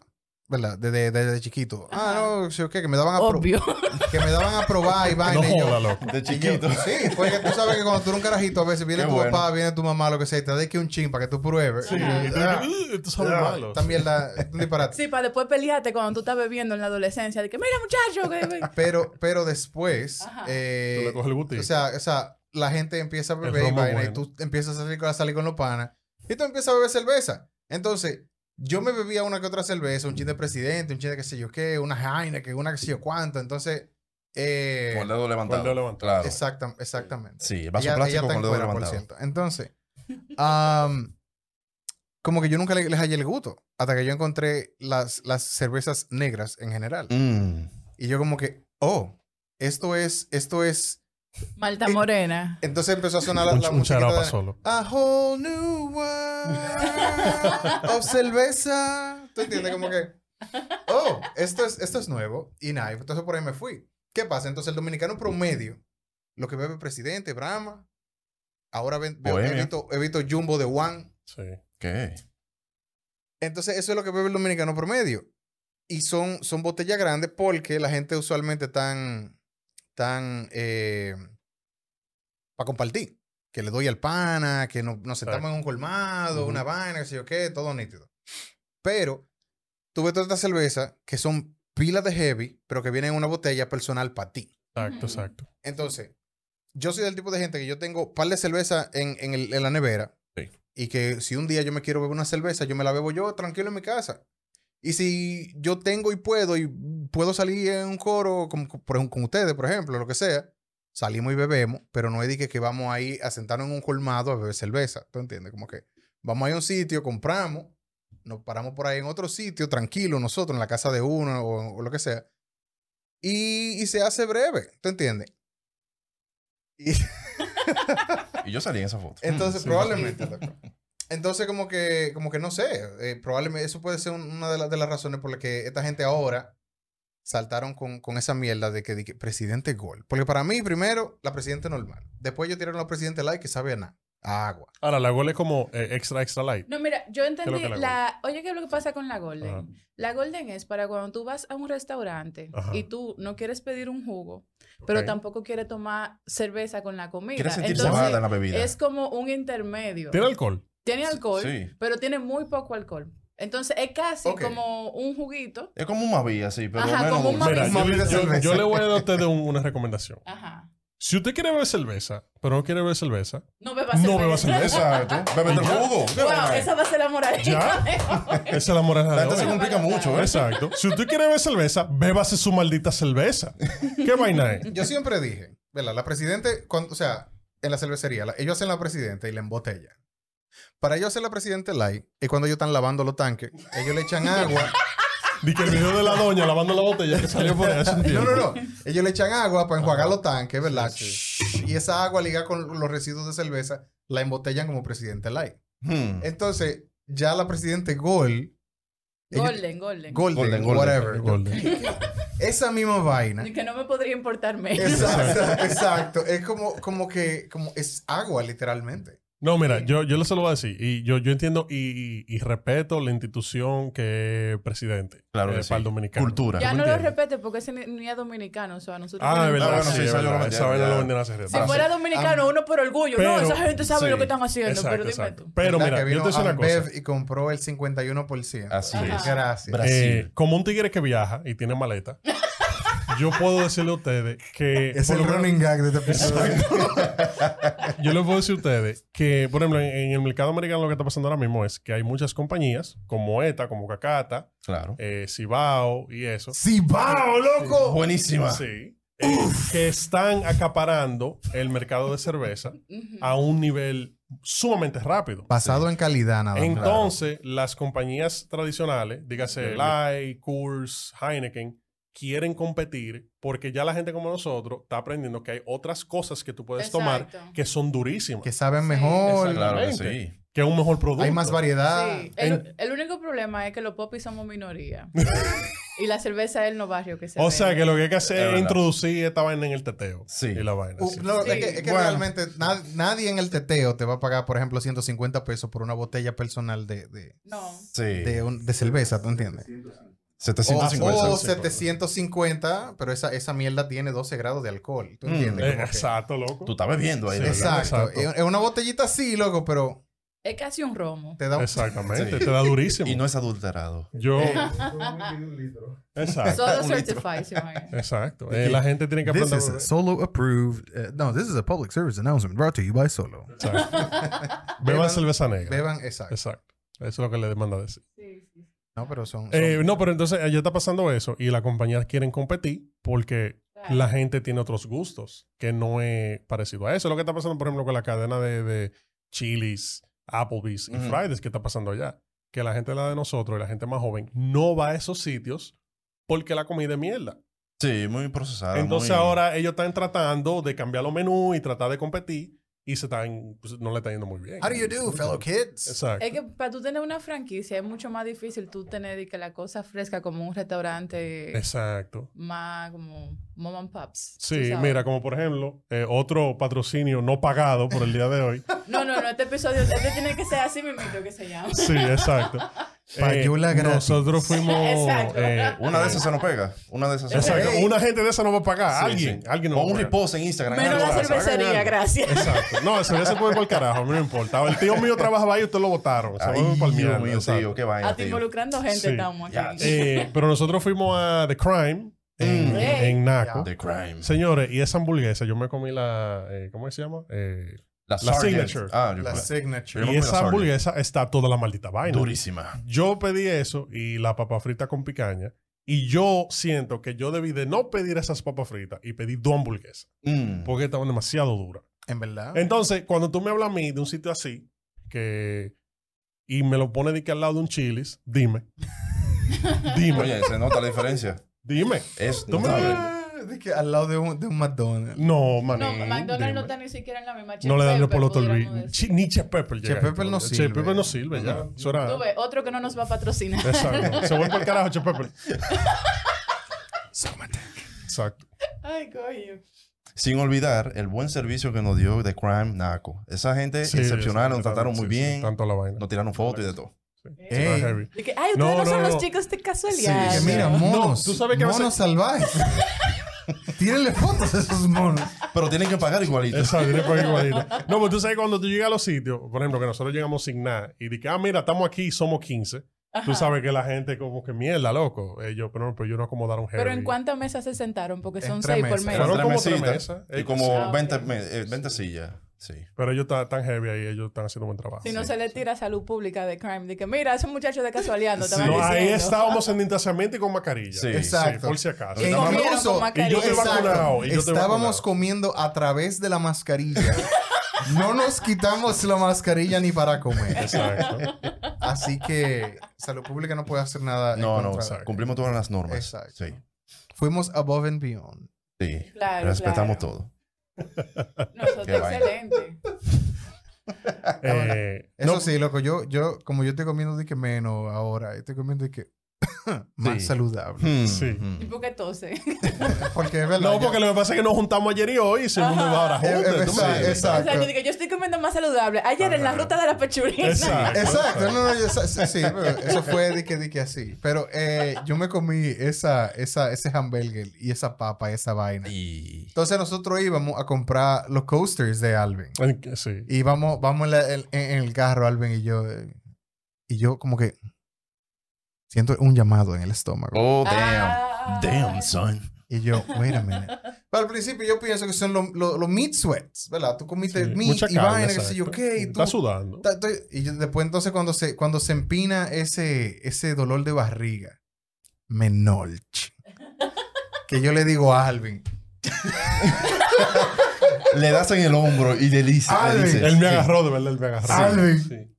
[SPEAKER 2] ¿Verdad? Desde, desde chiquito. Ah, no, sí, ok, que me daban a pro-
[SPEAKER 3] Obvio.
[SPEAKER 2] que me daban a probar y
[SPEAKER 1] No
[SPEAKER 2] vaina. y yo-
[SPEAKER 1] joda, loco.
[SPEAKER 6] De
[SPEAKER 2] y yo-
[SPEAKER 6] chiquito.
[SPEAKER 2] sí, porque tú sabes que cuando tú eres un carajito, a veces viene
[SPEAKER 6] Qué
[SPEAKER 2] tu
[SPEAKER 6] bueno.
[SPEAKER 2] papá, viene tu mamá, lo que sea, y te da de que un chin para que tú pruebes.
[SPEAKER 1] Sí, y tú-
[SPEAKER 2] Ah,
[SPEAKER 1] uh, tú sabes malo.
[SPEAKER 2] También la, un disparate.
[SPEAKER 3] Sí, para después pelearte cuando tú estás bebiendo en la adolescencia. De que, mira, muchacho. que-
[SPEAKER 2] Pero, pero después.
[SPEAKER 3] Ajá.
[SPEAKER 2] eh,
[SPEAKER 1] Tú le coges el gustico.
[SPEAKER 2] O sea, o sea, la gente empieza a beber y
[SPEAKER 1] romo
[SPEAKER 2] vaina,
[SPEAKER 1] bueno.
[SPEAKER 2] y tú empiezas a salir, con- a salir con los panas. Y tú empiezas a beber cerveza. Entonces, yo me bebía una que otra cerveza, un chin de presidente, un chin de qué sé yo qué, una Heineken, una qué sé yo cuánto. Entonces, eh,
[SPEAKER 6] Con el dedo levantado.
[SPEAKER 1] dedo levantado.
[SPEAKER 6] Claro.
[SPEAKER 2] exacta- exactamente.
[SPEAKER 6] Sí, el vaso
[SPEAKER 2] Ella-
[SPEAKER 6] plástico
[SPEAKER 2] ella
[SPEAKER 6] con el
[SPEAKER 2] está
[SPEAKER 6] dedo
[SPEAKER 2] en cuera, por
[SPEAKER 6] levantado.
[SPEAKER 2] cierto. Entonces, am, como que yo nunca le- les hallé el gusto hasta que yo encontré las, las cervezas negras en general.
[SPEAKER 6] Mm.
[SPEAKER 2] Y yo como que, oh, esto es, esto es...
[SPEAKER 3] Malta
[SPEAKER 2] Eh,
[SPEAKER 3] Morena.
[SPEAKER 2] Entonces empezó a sonar la,
[SPEAKER 1] Un,
[SPEAKER 2] la
[SPEAKER 1] un
[SPEAKER 2] musiquita
[SPEAKER 1] charapa
[SPEAKER 2] de-
[SPEAKER 1] solo.
[SPEAKER 2] A whole new world of cerveza. ¿Tú entiendes? Como que, oh, esto es, esto es nuevo y nada. Entonces por ahí me fui. ¿Qué pasa? Entonces el dominicano promedio, lo que bebe presidente, Brahma, ahora ven- veo- he,
[SPEAKER 6] Bohemia.
[SPEAKER 2] visto, he visto Jumbo de One.
[SPEAKER 1] Sí.
[SPEAKER 6] ¿Qué?
[SPEAKER 2] Entonces eso es lo que bebe el dominicano promedio. Y son, son botellas grandes porque la gente usualmente tan, tan, para compartir. Que le doy al pana, que no- nos sentamos en un colmado,
[SPEAKER 1] Ujú.
[SPEAKER 2] una vaina, qué sé yo qué, todo nítido. Pero tuve todas estas cervezas que son pilas de heavy, pero que vienen en una botella personal para ti.
[SPEAKER 1] Exacto,
[SPEAKER 3] Mm.
[SPEAKER 1] exacto.
[SPEAKER 2] Entonces, yo soy del tipo de gente que yo tengo par de cerveza en, en el- en la nevera.
[SPEAKER 1] Sí.
[SPEAKER 2] Y que si un día yo me quiero beber una cerveza, yo me la bebo yo tranquilo en mi casa. Y si yo tengo y puedo, y puedo salir en un coro con, con- por ejemplo, con ustedes, por ejemplo, lo que sea, salimos y bebemos, pero no es de que, que vamos ahí a sentarnos en un colmado a beber cerveza. ¿Tú entiendes? Como que vamos ahí a un sitio, compramos, nos paramos por ahí en otro sitio, tranquilo, nosotros, en la casa de uno o, o lo que sea. Y, y se hace breve, ¿tú entiendes?
[SPEAKER 6] Y yo salí en esa foto. Mm.
[SPEAKER 2] Entonces,
[SPEAKER 1] Sí.
[SPEAKER 2] probablemente. loco. Entonces, como que, como que no sé. eh, probablemente eso puede ser un- una de, las- de las razones por las que esta gente ahora saltaron con, con esa mierda de que, de que presidente gol. Porque para mí, primero, la presidente normal. Después yo tiraron a la presidente light que sabe a nada. A agua.
[SPEAKER 1] Ahora, la gol es como eh, extra, extra light.
[SPEAKER 3] No, mira, yo entendí
[SPEAKER 1] que la
[SPEAKER 3] la... Oye, ¿qué es lo que pasa con la Golden?
[SPEAKER 1] Ajá.
[SPEAKER 3] La Golden es para cuando tú vas a un restaurante
[SPEAKER 1] Ajá.
[SPEAKER 3] y tú no quieres pedir un jugo, pero
[SPEAKER 1] Ok.
[SPEAKER 3] tampoco quieres tomar cerveza con la comida.
[SPEAKER 6] Quiere sentirse
[SPEAKER 3] Entonces,
[SPEAKER 6] amada en la bebida.
[SPEAKER 3] es como un intermedio.
[SPEAKER 1] ¿Tiene alcohol?
[SPEAKER 3] Tiene alcohol,
[SPEAKER 6] Sí.
[SPEAKER 3] pero tiene muy poco alcohol. Entonces, es casi
[SPEAKER 2] Ok.
[SPEAKER 3] como un juguito.
[SPEAKER 6] Es como un maví así, pero
[SPEAKER 3] Ajá,
[SPEAKER 6] menos
[SPEAKER 3] Ah, como un
[SPEAKER 6] dulce.
[SPEAKER 1] Mira,
[SPEAKER 3] Un
[SPEAKER 1] yo,
[SPEAKER 2] mami de
[SPEAKER 1] yo- yo
[SPEAKER 2] cerveza.
[SPEAKER 1] le voy a dar a ustedes un- una recomendación.
[SPEAKER 3] Ajá.
[SPEAKER 1] Si usted quiere beber cerveza, pero no quiere beber cerveza,
[SPEAKER 3] No beba
[SPEAKER 1] No
[SPEAKER 3] cerveza.
[SPEAKER 1] beba cerveza.
[SPEAKER 6] Exacto. Bébete el
[SPEAKER 1] Ya.
[SPEAKER 6] jugo.
[SPEAKER 3] Wow, esa va a ser la moral.
[SPEAKER 1] Ya. esa es la moraleja
[SPEAKER 6] La
[SPEAKER 1] de
[SPEAKER 6] gente se
[SPEAKER 1] hoy.
[SPEAKER 6] complica mucho, ¿eh?
[SPEAKER 1] Exacto. Si usted quiere beber cerveza, bébase su maldita cerveza. ¿Qué vaina es?
[SPEAKER 2] Yo siempre dije, ¿verdad? La presidente, cuando- o sea, en la cervecería, la- ellos hacen la presidente y la embotellan. Para ellos hacer la presidente light es cuando ellos están lavando los tanques. Ellos le echan agua.
[SPEAKER 1] Di que el video de la doña lavando la botella que salió por ahí hace un
[SPEAKER 2] No,
[SPEAKER 1] tiempo.
[SPEAKER 2] no, no. Ellos le echan agua para enjuagar los tanques, ¿verdad? Shhh. Y esa agua ligada con los residuos de cerveza la embotellan como presidente light.
[SPEAKER 6] Hmm.
[SPEAKER 2] Entonces, ya la presidente Gol. ellos-
[SPEAKER 3] Golden, golden.
[SPEAKER 2] Golden,
[SPEAKER 6] Golden, Golden.
[SPEAKER 2] whatever.
[SPEAKER 1] Golden.
[SPEAKER 2] Esa misma vaina.
[SPEAKER 3] Y Que no me podría importar menos.
[SPEAKER 2] Exacto, exacto. Es como, como que como es agua, literalmente.
[SPEAKER 1] No, mira, yo, yo se lo voy a decir. Y yo, yo entiendo y, y- y respeto la institución que es presidente.
[SPEAKER 6] Claro que
[SPEAKER 1] eh,
[SPEAKER 6] sí.
[SPEAKER 1] Para el dominicano.
[SPEAKER 6] Cultura.
[SPEAKER 3] Ya
[SPEAKER 1] ¿Tú
[SPEAKER 3] no lo
[SPEAKER 1] entiendes?
[SPEAKER 3] repete porque ese ni, ni es dominicano. O sea, nosotros
[SPEAKER 1] Ah, es
[SPEAKER 3] tenemos-
[SPEAKER 1] verdad.
[SPEAKER 6] Ah, bueno,
[SPEAKER 1] sí,
[SPEAKER 6] sí,
[SPEAKER 1] es
[SPEAKER 6] esa yo la
[SPEAKER 1] verdad.
[SPEAKER 6] metí,
[SPEAKER 1] Esa vaina
[SPEAKER 6] ya.
[SPEAKER 1] lo vendieron hace
[SPEAKER 3] Si
[SPEAKER 1] rato.
[SPEAKER 6] Ah,
[SPEAKER 3] fuera
[SPEAKER 6] sí.
[SPEAKER 3] dominicano, uno por orgullo. no,
[SPEAKER 1] Pero-
[SPEAKER 3] esa gente sabe
[SPEAKER 1] sí.
[SPEAKER 3] lo que están haciendo. pero dime
[SPEAKER 1] exacto.
[SPEAKER 3] tú.
[SPEAKER 1] Pero
[SPEAKER 2] ¿Verdad?
[SPEAKER 1] mira,
[SPEAKER 2] que
[SPEAKER 1] yo
[SPEAKER 2] vino
[SPEAKER 1] te voy a decir una
[SPEAKER 2] Ambev
[SPEAKER 1] cosa.
[SPEAKER 2] y compró el 51%.
[SPEAKER 6] Así
[SPEAKER 3] Ajá.
[SPEAKER 6] es.
[SPEAKER 2] Gracias.
[SPEAKER 6] Bra-
[SPEAKER 1] Eh,
[SPEAKER 6] Brasil.
[SPEAKER 1] como un tigre que viaja y tiene maleta, yo puedo decirle a ustedes que.
[SPEAKER 2] Es
[SPEAKER 1] por
[SPEAKER 2] el
[SPEAKER 1] lo menos-
[SPEAKER 2] running gag de este episodio.
[SPEAKER 1] Yo les puedo decir a ustedes que, por ejemplo, en, en el mercado americano lo que está pasando ahora mismo es que hay muchas compañías como ETA, como Cacata,
[SPEAKER 6] Claro.
[SPEAKER 1] eh, Cibao y eso.
[SPEAKER 2] ¡Sí, vamos, loco!
[SPEAKER 6] Buenísima.
[SPEAKER 1] Sí. eh, que están acaparando el mercado de cerveza
[SPEAKER 3] Ujú.
[SPEAKER 1] a un nivel sumamente rápido.
[SPEAKER 2] Basado en calidad, nada más.
[SPEAKER 1] Entonces, las compañías tradicionales, dígase Lai, Coors, Heineken, quieren competir porque ya la gente como nosotros está aprendiendo que hay otras cosas que tú puedes tomar
[SPEAKER 3] Exacto.
[SPEAKER 1] que son durísimas,
[SPEAKER 2] que saben
[SPEAKER 3] Sí.
[SPEAKER 2] mejor,
[SPEAKER 1] Exacto.
[SPEAKER 6] Claro que
[SPEAKER 1] Exactamente.
[SPEAKER 6] sí.
[SPEAKER 1] que es un mejor producto.
[SPEAKER 2] hay más
[SPEAKER 1] Ah,
[SPEAKER 2] variedad.
[SPEAKER 3] Sí. El, el único problema es que los popis somos minoría. y la cerveza es el no barrio que se
[SPEAKER 1] O
[SPEAKER 3] vende.
[SPEAKER 1] sea, que lo que hay que
[SPEAKER 6] Es
[SPEAKER 1] hacer es
[SPEAKER 6] verdad.
[SPEAKER 1] introducir esta vaina en el teteo.
[SPEAKER 6] Sí.
[SPEAKER 1] Y la vaina.
[SPEAKER 2] Uh,
[SPEAKER 1] sí.
[SPEAKER 2] no,
[SPEAKER 3] Sí.
[SPEAKER 2] Es que, es que
[SPEAKER 6] Bueno.
[SPEAKER 2] realmente na- nadie en el teteo te va a pagar, por ejemplo, 150 pesos por una botella personal de, de,
[SPEAKER 3] No.
[SPEAKER 6] Sí.
[SPEAKER 2] de un- de cerveza, ¿tú entiendes? O,
[SPEAKER 6] 750.
[SPEAKER 1] Oh,
[SPEAKER 2] o 750, pero esa, esa mierda tiene 12 grados de alcohol, ¿tú
[SPEAKER 6] Mm,
[SPEAKER 2] entiendes?
[SPEAKER 1] Eh,
[SPEAKER 2] Como que-
[SPEAKER 1] exacto, loco.
[SPEAKER 6] Tú estás bebiendo ahí.
[SPEAKER 1] Sí,
[SPEAKER 6] de verdad.
[SPEAKER 2] Exacto.
[SPEAKER 1] Exacto.
[SPEAKER 2] Es- Es una botellita así, loco, pero
[SPEAKER 3] Es casi un romo.
[SPEAKER 2] te da un...
[SPEAKER 1] Exactamente,
[SPEAKER 6] Sí.
[SPEAKER 1] te da durísimo.
[SPEAKER 6] Y no Eh. es adulterado.
[SPEAKER 1] Yo. Exacto.
[SPEAKER 3] Solo
[SPEAKER 6] Un litro.
[SPEAKER 3] certified, se imagina.
[SPEAKER 1] Exacto. Eh, la gente tiene que
[SPEAKER 2] This
[SPEAKER 1] aprender.
[SPEAKER 2] is a solo approved. uh, no, this is a public service announcement brought to you by Solo.
[SPEAKER 1] Exacto. Beban
[SPEAKER 2] Beban-
[SPEAKER 1] cerveza negra.
[SPEAKER 2] Beban, exacto.
[SPEAKER 1] Exacto. Eso es lo que le demanda decir.
[SPEAKER 3] Sí, sí.
[SPEAKER 2] No, pero son. son-
[SPEAKER 1] Eh, no, pero entonces allá está pasando eso y las compañías quieren competir porque
[SPEAKER 3] Claro.
[SPEAKER 1] la gente tiene otros gustos que no es parecido a eso. Lo que está pasando, por ejemplo, con la cadena de, de Chili's, Applebee's y
[SPEAKER 6] Ujú.
[SPEAKER 1] Fridays que está pasando allá. Que la gente de la de nosotros y la gente más joven no va a esos sitios porque la comida es mierda.
[SPEAKER 6] Sí, muy procesada.
[SPEAKER 1] Entonces
[SPEAKER 6] muy-
[SPEAKER 1] ahora ellos están tratando de cambiar los menús y tratar de competir y se están, pues, no le está yendo muy bien.
[SPEAKER 2] How do you do, fellow kids?
[SPEAKER 1] Exacto.
[SPEAKER 3] Es que para tú tener una franquicia es mucho más difícil tú tener y que la cosa fresca como un restaurante
[SPEAKER 1] Exacto.
[SPEAKER 3] más como mom and pops. tú
[SPEAKER 1] Sí,
[SPEAKER 3] sabes.
[SPEAKER 1] mira, como por ejemplo, eh, otro patrocinio no pagado por el día de hoy.
[SPEAKER 3] No, no, no, este episodio este tiene que ser así mismo que se llama.
[SPEAKER 1] Sí, exacto. Eh,
[SPEAKER 2] Payola gratis.
[SPEAKER 1] Nosotros fuimos.
[SPEAKER 3] Exacto.
[SPEAKER 1] eh,
[SPEAKER 6] Una de esas se nos pega. Una de esas se nos
[SPEAKER 1] exacto.
[SPEAKER 6] pega.
[SPEAKER 1] Una gente de esa no va a pagar.
[SPEAKER 6] Sí,
[SPEAKER 1] alguien.
[SPEAKER 6] sí.
[SPEAKER 1] Alguien no va
[SPEAKER 6] o
[SPEAKER 1] a
[SPEAKER 6] un
[SPEAKER 1] pagar.
[SPEAKER 6] repost en Instagram. Ah,
[SPEAKER 3] Menos la
[SPEAKER 6] algo.
[SPEAKER 3] cervecería, gracias.
[SPEAKER 1] Exacto. No, eso ya se puede por el carajo. A mí no me importa. El tío mío trabajaba ahí y usted lo votaron. Se
[SPEAKER 6] Ay,
[SPEAKER 1] fue por
[SPEAKER 6] Dios
[SPEAKER 1] mierda,
[SPEAKER 6] mío,
[SPEAKER 1] exacto.
[SPEAKER 6] tío, qué
[SPEAKER 3] A
[SPEAKER 6] vaina,
[SPEAKER 3] ti
[SPEAKER 6] tío.
[SPEAKER 3] involucrando gente
[SPEAKER 1] Sí.
[SPEAKER 3] estamos aquí.
[SPEAKER 6] Ya.
[SPEAKER 1] Eh, pero nosotros fuimos a The Crime en,
[SPEAKER 6] Mm.
[SPEAKER 1] en Naco.
[SPEAKER 6] The crime.
[SPEAKER 1] Señores, y esa hamburguesa, yo me comí la. eh, ¿Cómo se llama? Eh,
[SPEAKER 6] La,
[SPEAKER 1] signature.
[SPEAKER 6] Sargent. Ah, yo
[SPEAKER 2] La signature.
[SPEAKER 6] Yo me
[SPEAKER 1] y
[SPEAKER 6] comí la
[SPEAKER 1] esa
[SPEAKER 6] Sargent.
[SPEAKER 1] hamburguesa está toda la maldita vaina.
[SPEAKER 6] Durísima.
[SPEAKER 1] Yo pedí eso y la papa frita con picaña. Y yo siento que yo debí de no pedir esas papas fritas y pedí dos hamburguesas
[SPEAKER 6] Mm.
[SPEAKER 1] porque estaban demasiado duras.
[SPEAKER 2] En verdad.
[SPEAKER 1] Entonces, cuando tú me hablas a mí de un sitio así que y me lo pones de que al lado de un chilis, dime. dime.
[SPEAKER 6] Oye, se nota la diferencia.
[SPEAKER 1] Dime.
[SPEAKER 6] Es
[SPEAKER 1] Tú me-
[SPEAKER 6] notable.
[SPEAKER 2] Ah, De que al lado de un, de un McDonald's.
[SPEAKER 1] No, maní,
[SPEAKER 3] No, McDonald's
[SPEAKER 1] dime.
[SPEAKER 3] no está ni siquiera en la misma
[SPEAKER 1] No le dan los
[SPEAKER 3] Pepper,
[SPEAKER 1] polotos al
[SPEAKER 3] pudiéramos
[SPEAKER 1] Luis.
[SPEAKER 3] decir.
[SPEAKER 1] Chi- Ni Che Pepper. llega
[SPEAKER 2] Che
[SPEAKER 1] ahí
[SPEAKER 2] Pepper no
[SPEAKER 1] todavía. Che
[SPEAKER 2] sirve.
[SPEAKER 1] Pepper no sirve ya.
[SPEAKER 2] Ajá.
[SPEAKER 1] Eso era-
[SPEAKER 3] Tú ves, otro que no nos va a patrocinar.
[SPEAKER 1] Exacto. Se vuelve el carajo Che Pepper. Exacto.
[SPEAKER 3] Ay, coño.
[SPEAKER 6] Sin olvidar el buen servicio que nos dio The Crime Naco. Esa gente
[SPEAKER 1] Sí,
[SPEAKER 6] excepcional,
[SPEAKER 1] sí,
[SPEAKER 6] nos trataron
[SPEAKER 1] sí,
[SPEAKER 6] muy
[SPEAKER 1] sí,
[SPEAKER 6] bien.
[SPEAKER 1] Tanto la vaina.
[SPEAKER 6] Nos tiraron fotos y de todo.
[SPEAKER 1] Sí, era
[SPEAKER 2] Ey.
[SPEAKER 1] heavy.
[SPEAKER 3] Y que, ay, ustedes
[SPEAKER 1] No,
[SPEAKER 3] no, son
[SPEAKER 1] no, no.
[SPEAKER 3] los chicos de
[SPEAKER 2] Sí,
[SPEAKER 3] casualidad.
[SPEAKER 2] que mira,
[SPEAKER 3] ¿eh? ¿no?
[SPEAKER 2] monos.
[SPEAKER 1] No, tú sabes que a veces-
[SPEAKER 2] monos salvajes. Tírenle fotos a esos monos.
[SPEAKER 6] Pero tienen que pagar igualito.
[SPEAKER 1] Exacto, tiene que ver igualito. No, pero tú sabes cuando tú llegas a los sitios, por ejemplo, que nosotros llegamos sin nada y di que, ah, mira, estamos aquí y somos 15. Tú sabes que la gente como que mierda, loco. Ellos, pero, no, pero ellos no acomodaron heavy.
[SPEAKER 3] Pero en cuántas mesas se sentaron, porque son
[SPEAKER 2] En tres
[SPEAKER 3] seis por
[SPEAKER 2] mesas.
[SPEAKER 3] mes.
[SPEAKER 1] Fueron
[SPEAKER 6] Tres
[SPEAKER 1] como tres
[SPEAKER 6] mesitas
[SPEAKER 1] mesas.
[SPEAKER 6] Y
[SPEAKER 3] Ah,
[SPEAKER 6] como
[SPEAKER 3] ok.
[SPEAKER 6] 20, me- eh, 20 sillas. Sí.
[SPEAKER 1] Pero ellos están tan heavy ahí, ellos están haciendo buen trabajo.
[SPEAKER 3] Si no
[SPEAKER 1] Sí.
[SPEAKER 3] se le tira salud pública de crime, de que mira, esos muchachos de casualidad no estaban
[SPEAKER 1] No, ahí
[SPEAKER 3] diciendo.
[SPEAKER 1] estábamos en distanciamiento y con mascarilla.
[SPEAKER 6] Sí.
[SPEAKER 2] Exacto.
[SPEAKER 1] por si acaso.
[SPEAKER 2] Que
[SPEAKER 6] Y
[SPEAKER 2] incluso-
[SPEAKER 3] comieron con mascarilla.
[SPEAKER 1] Y yo te he
[SPEAKER 2] Exacto.
[SPEAKER 1] vacunado, y yo te he
[SPEAKER 2] Estábamos
[SPEAKER 1] vacunado.
[SPEAKER 2] comiendo a través de la mascarilla. No nos quitamos la mascarilla ni para comer.
[SPEAKER 1] Exacto.
[SPEAKER 2] Así que salud pública no puede hacer nada. en
[SPEAKER 6] No, no,
[SPEAKER 2] contra.
[SPEAKER 1] exacto.
[SPEAKER 6] cumplimos todas las normas.
[SPEAKER 2] Exacto.
[SPEAKER 6] Sí.
[SPEAKER 2] Fuimos above and beyond.
[SPEAKER 6] Sí.
[SPEAKER 3] Claro,
[SPEAKER 6] Respetamos
[SPEAKER 3] claro.
[SPEAKER 6] todo.
[SPEAKER 3] Nosotros,
[SPEAKER 6] Qué vaina.
[SPEAKER 3] excelente.
[SPEAKER 1] Eh,
[SPEAKER 2] Eso
[SPEAKER 1] no,
[SPEAKER 2] sí, loco, yo, yo, como yo estoy comiendo de que menos ahora, estoy comiendo de que más
[SPEAKER 6] Sí.
[SPEAKER 2] saludable.
[SPEAKER 6] Hmm,
[SPEAKER 1] Sí.
[SPEAKER 3] ¿Y
[SPEAKER 6] hmm.
[SPEAKER 3] por qué tose?
[SPEAKER 2] Porque es verdad.
[SPEAKER 1] no, porque
[SPEAKER 2] yo-
[SPEAKER 1] lo que pasa es que nos juntamos ayer y hoy y se uno va
[SPEAKER 2] Eh,
[SPEAKER 1] ahora
[SPEAKER 2] eh,
[SPEAKER 1] juntos. ¿tú
[SPEAKER 2] exacto,
[SPEAKER 1] me entiendes?
[SPEAKER 3] O sea,
[SPEAKER 2] exacto.
[SPEAKER 3] yo digo, yo estoy comiendo más saludable. Ayer en la ruta de la pechurina.
[SPEAKER 1] Exacto.
[SPEAKER 2] Exacto, no, no, yo- sí, sí, pero eso fue de que, de que así. Pero eh, yo me comí esa, esa, ese hamburger y esa papa, esa vaina.
[SPEAKER 6] Y
[SPEAKER 2] Entonces nosotros íbamos a comprar los coasters de Alvin.
[SPEAKER 1] En- Sí.
[SPEAKER 2] Y vamos, vamos en, la- en- en el carro, Alvin y yo. eh, Y yo como que siento un llamado en el estómago.
[SPEAKER 6] Oh, damn.
[SPEAKER 3] Ah.
[SPEAKER 6] Damn, son.
[SPEAKER 2] Y yo, wait a minute. Pero al principio yo pienso que son los los- los meat sweats, ¿verdad? Tú comiste
[SPEAKER 1] Sí,
[SPEAKER 2] meat
[SPEAKER 1] mucha
[SPEAKER 2] y
[SPEAKER 1] carne,
[SPEAKER 2] vaina, qué sé yo,
[SPEAKER 1] exacto.
[SPEAKER 2] qué, y tú-
[SPEAKER 1] Está sudando.
[SPEAKER 2] Ta- ta- Y yo- después entonces cuando se, cuando se empina ese, ese dolor de barriga, menolch. Que yo le digo a Alvin,
[SPEAKER 6] Le das en el hombro y le dices.
[SPEAKER 2] Ay,
[SPEAKER 6] le dices,
[SPEAKER 1] Él me
[SPEAKER 6] sí.
[SPEAKER 1] agarró, de verdad, él me agarró.
[SPEAKER 3] Ah,
[SPEAKER 2] Alvin.
[SPEAKER 1] Sí.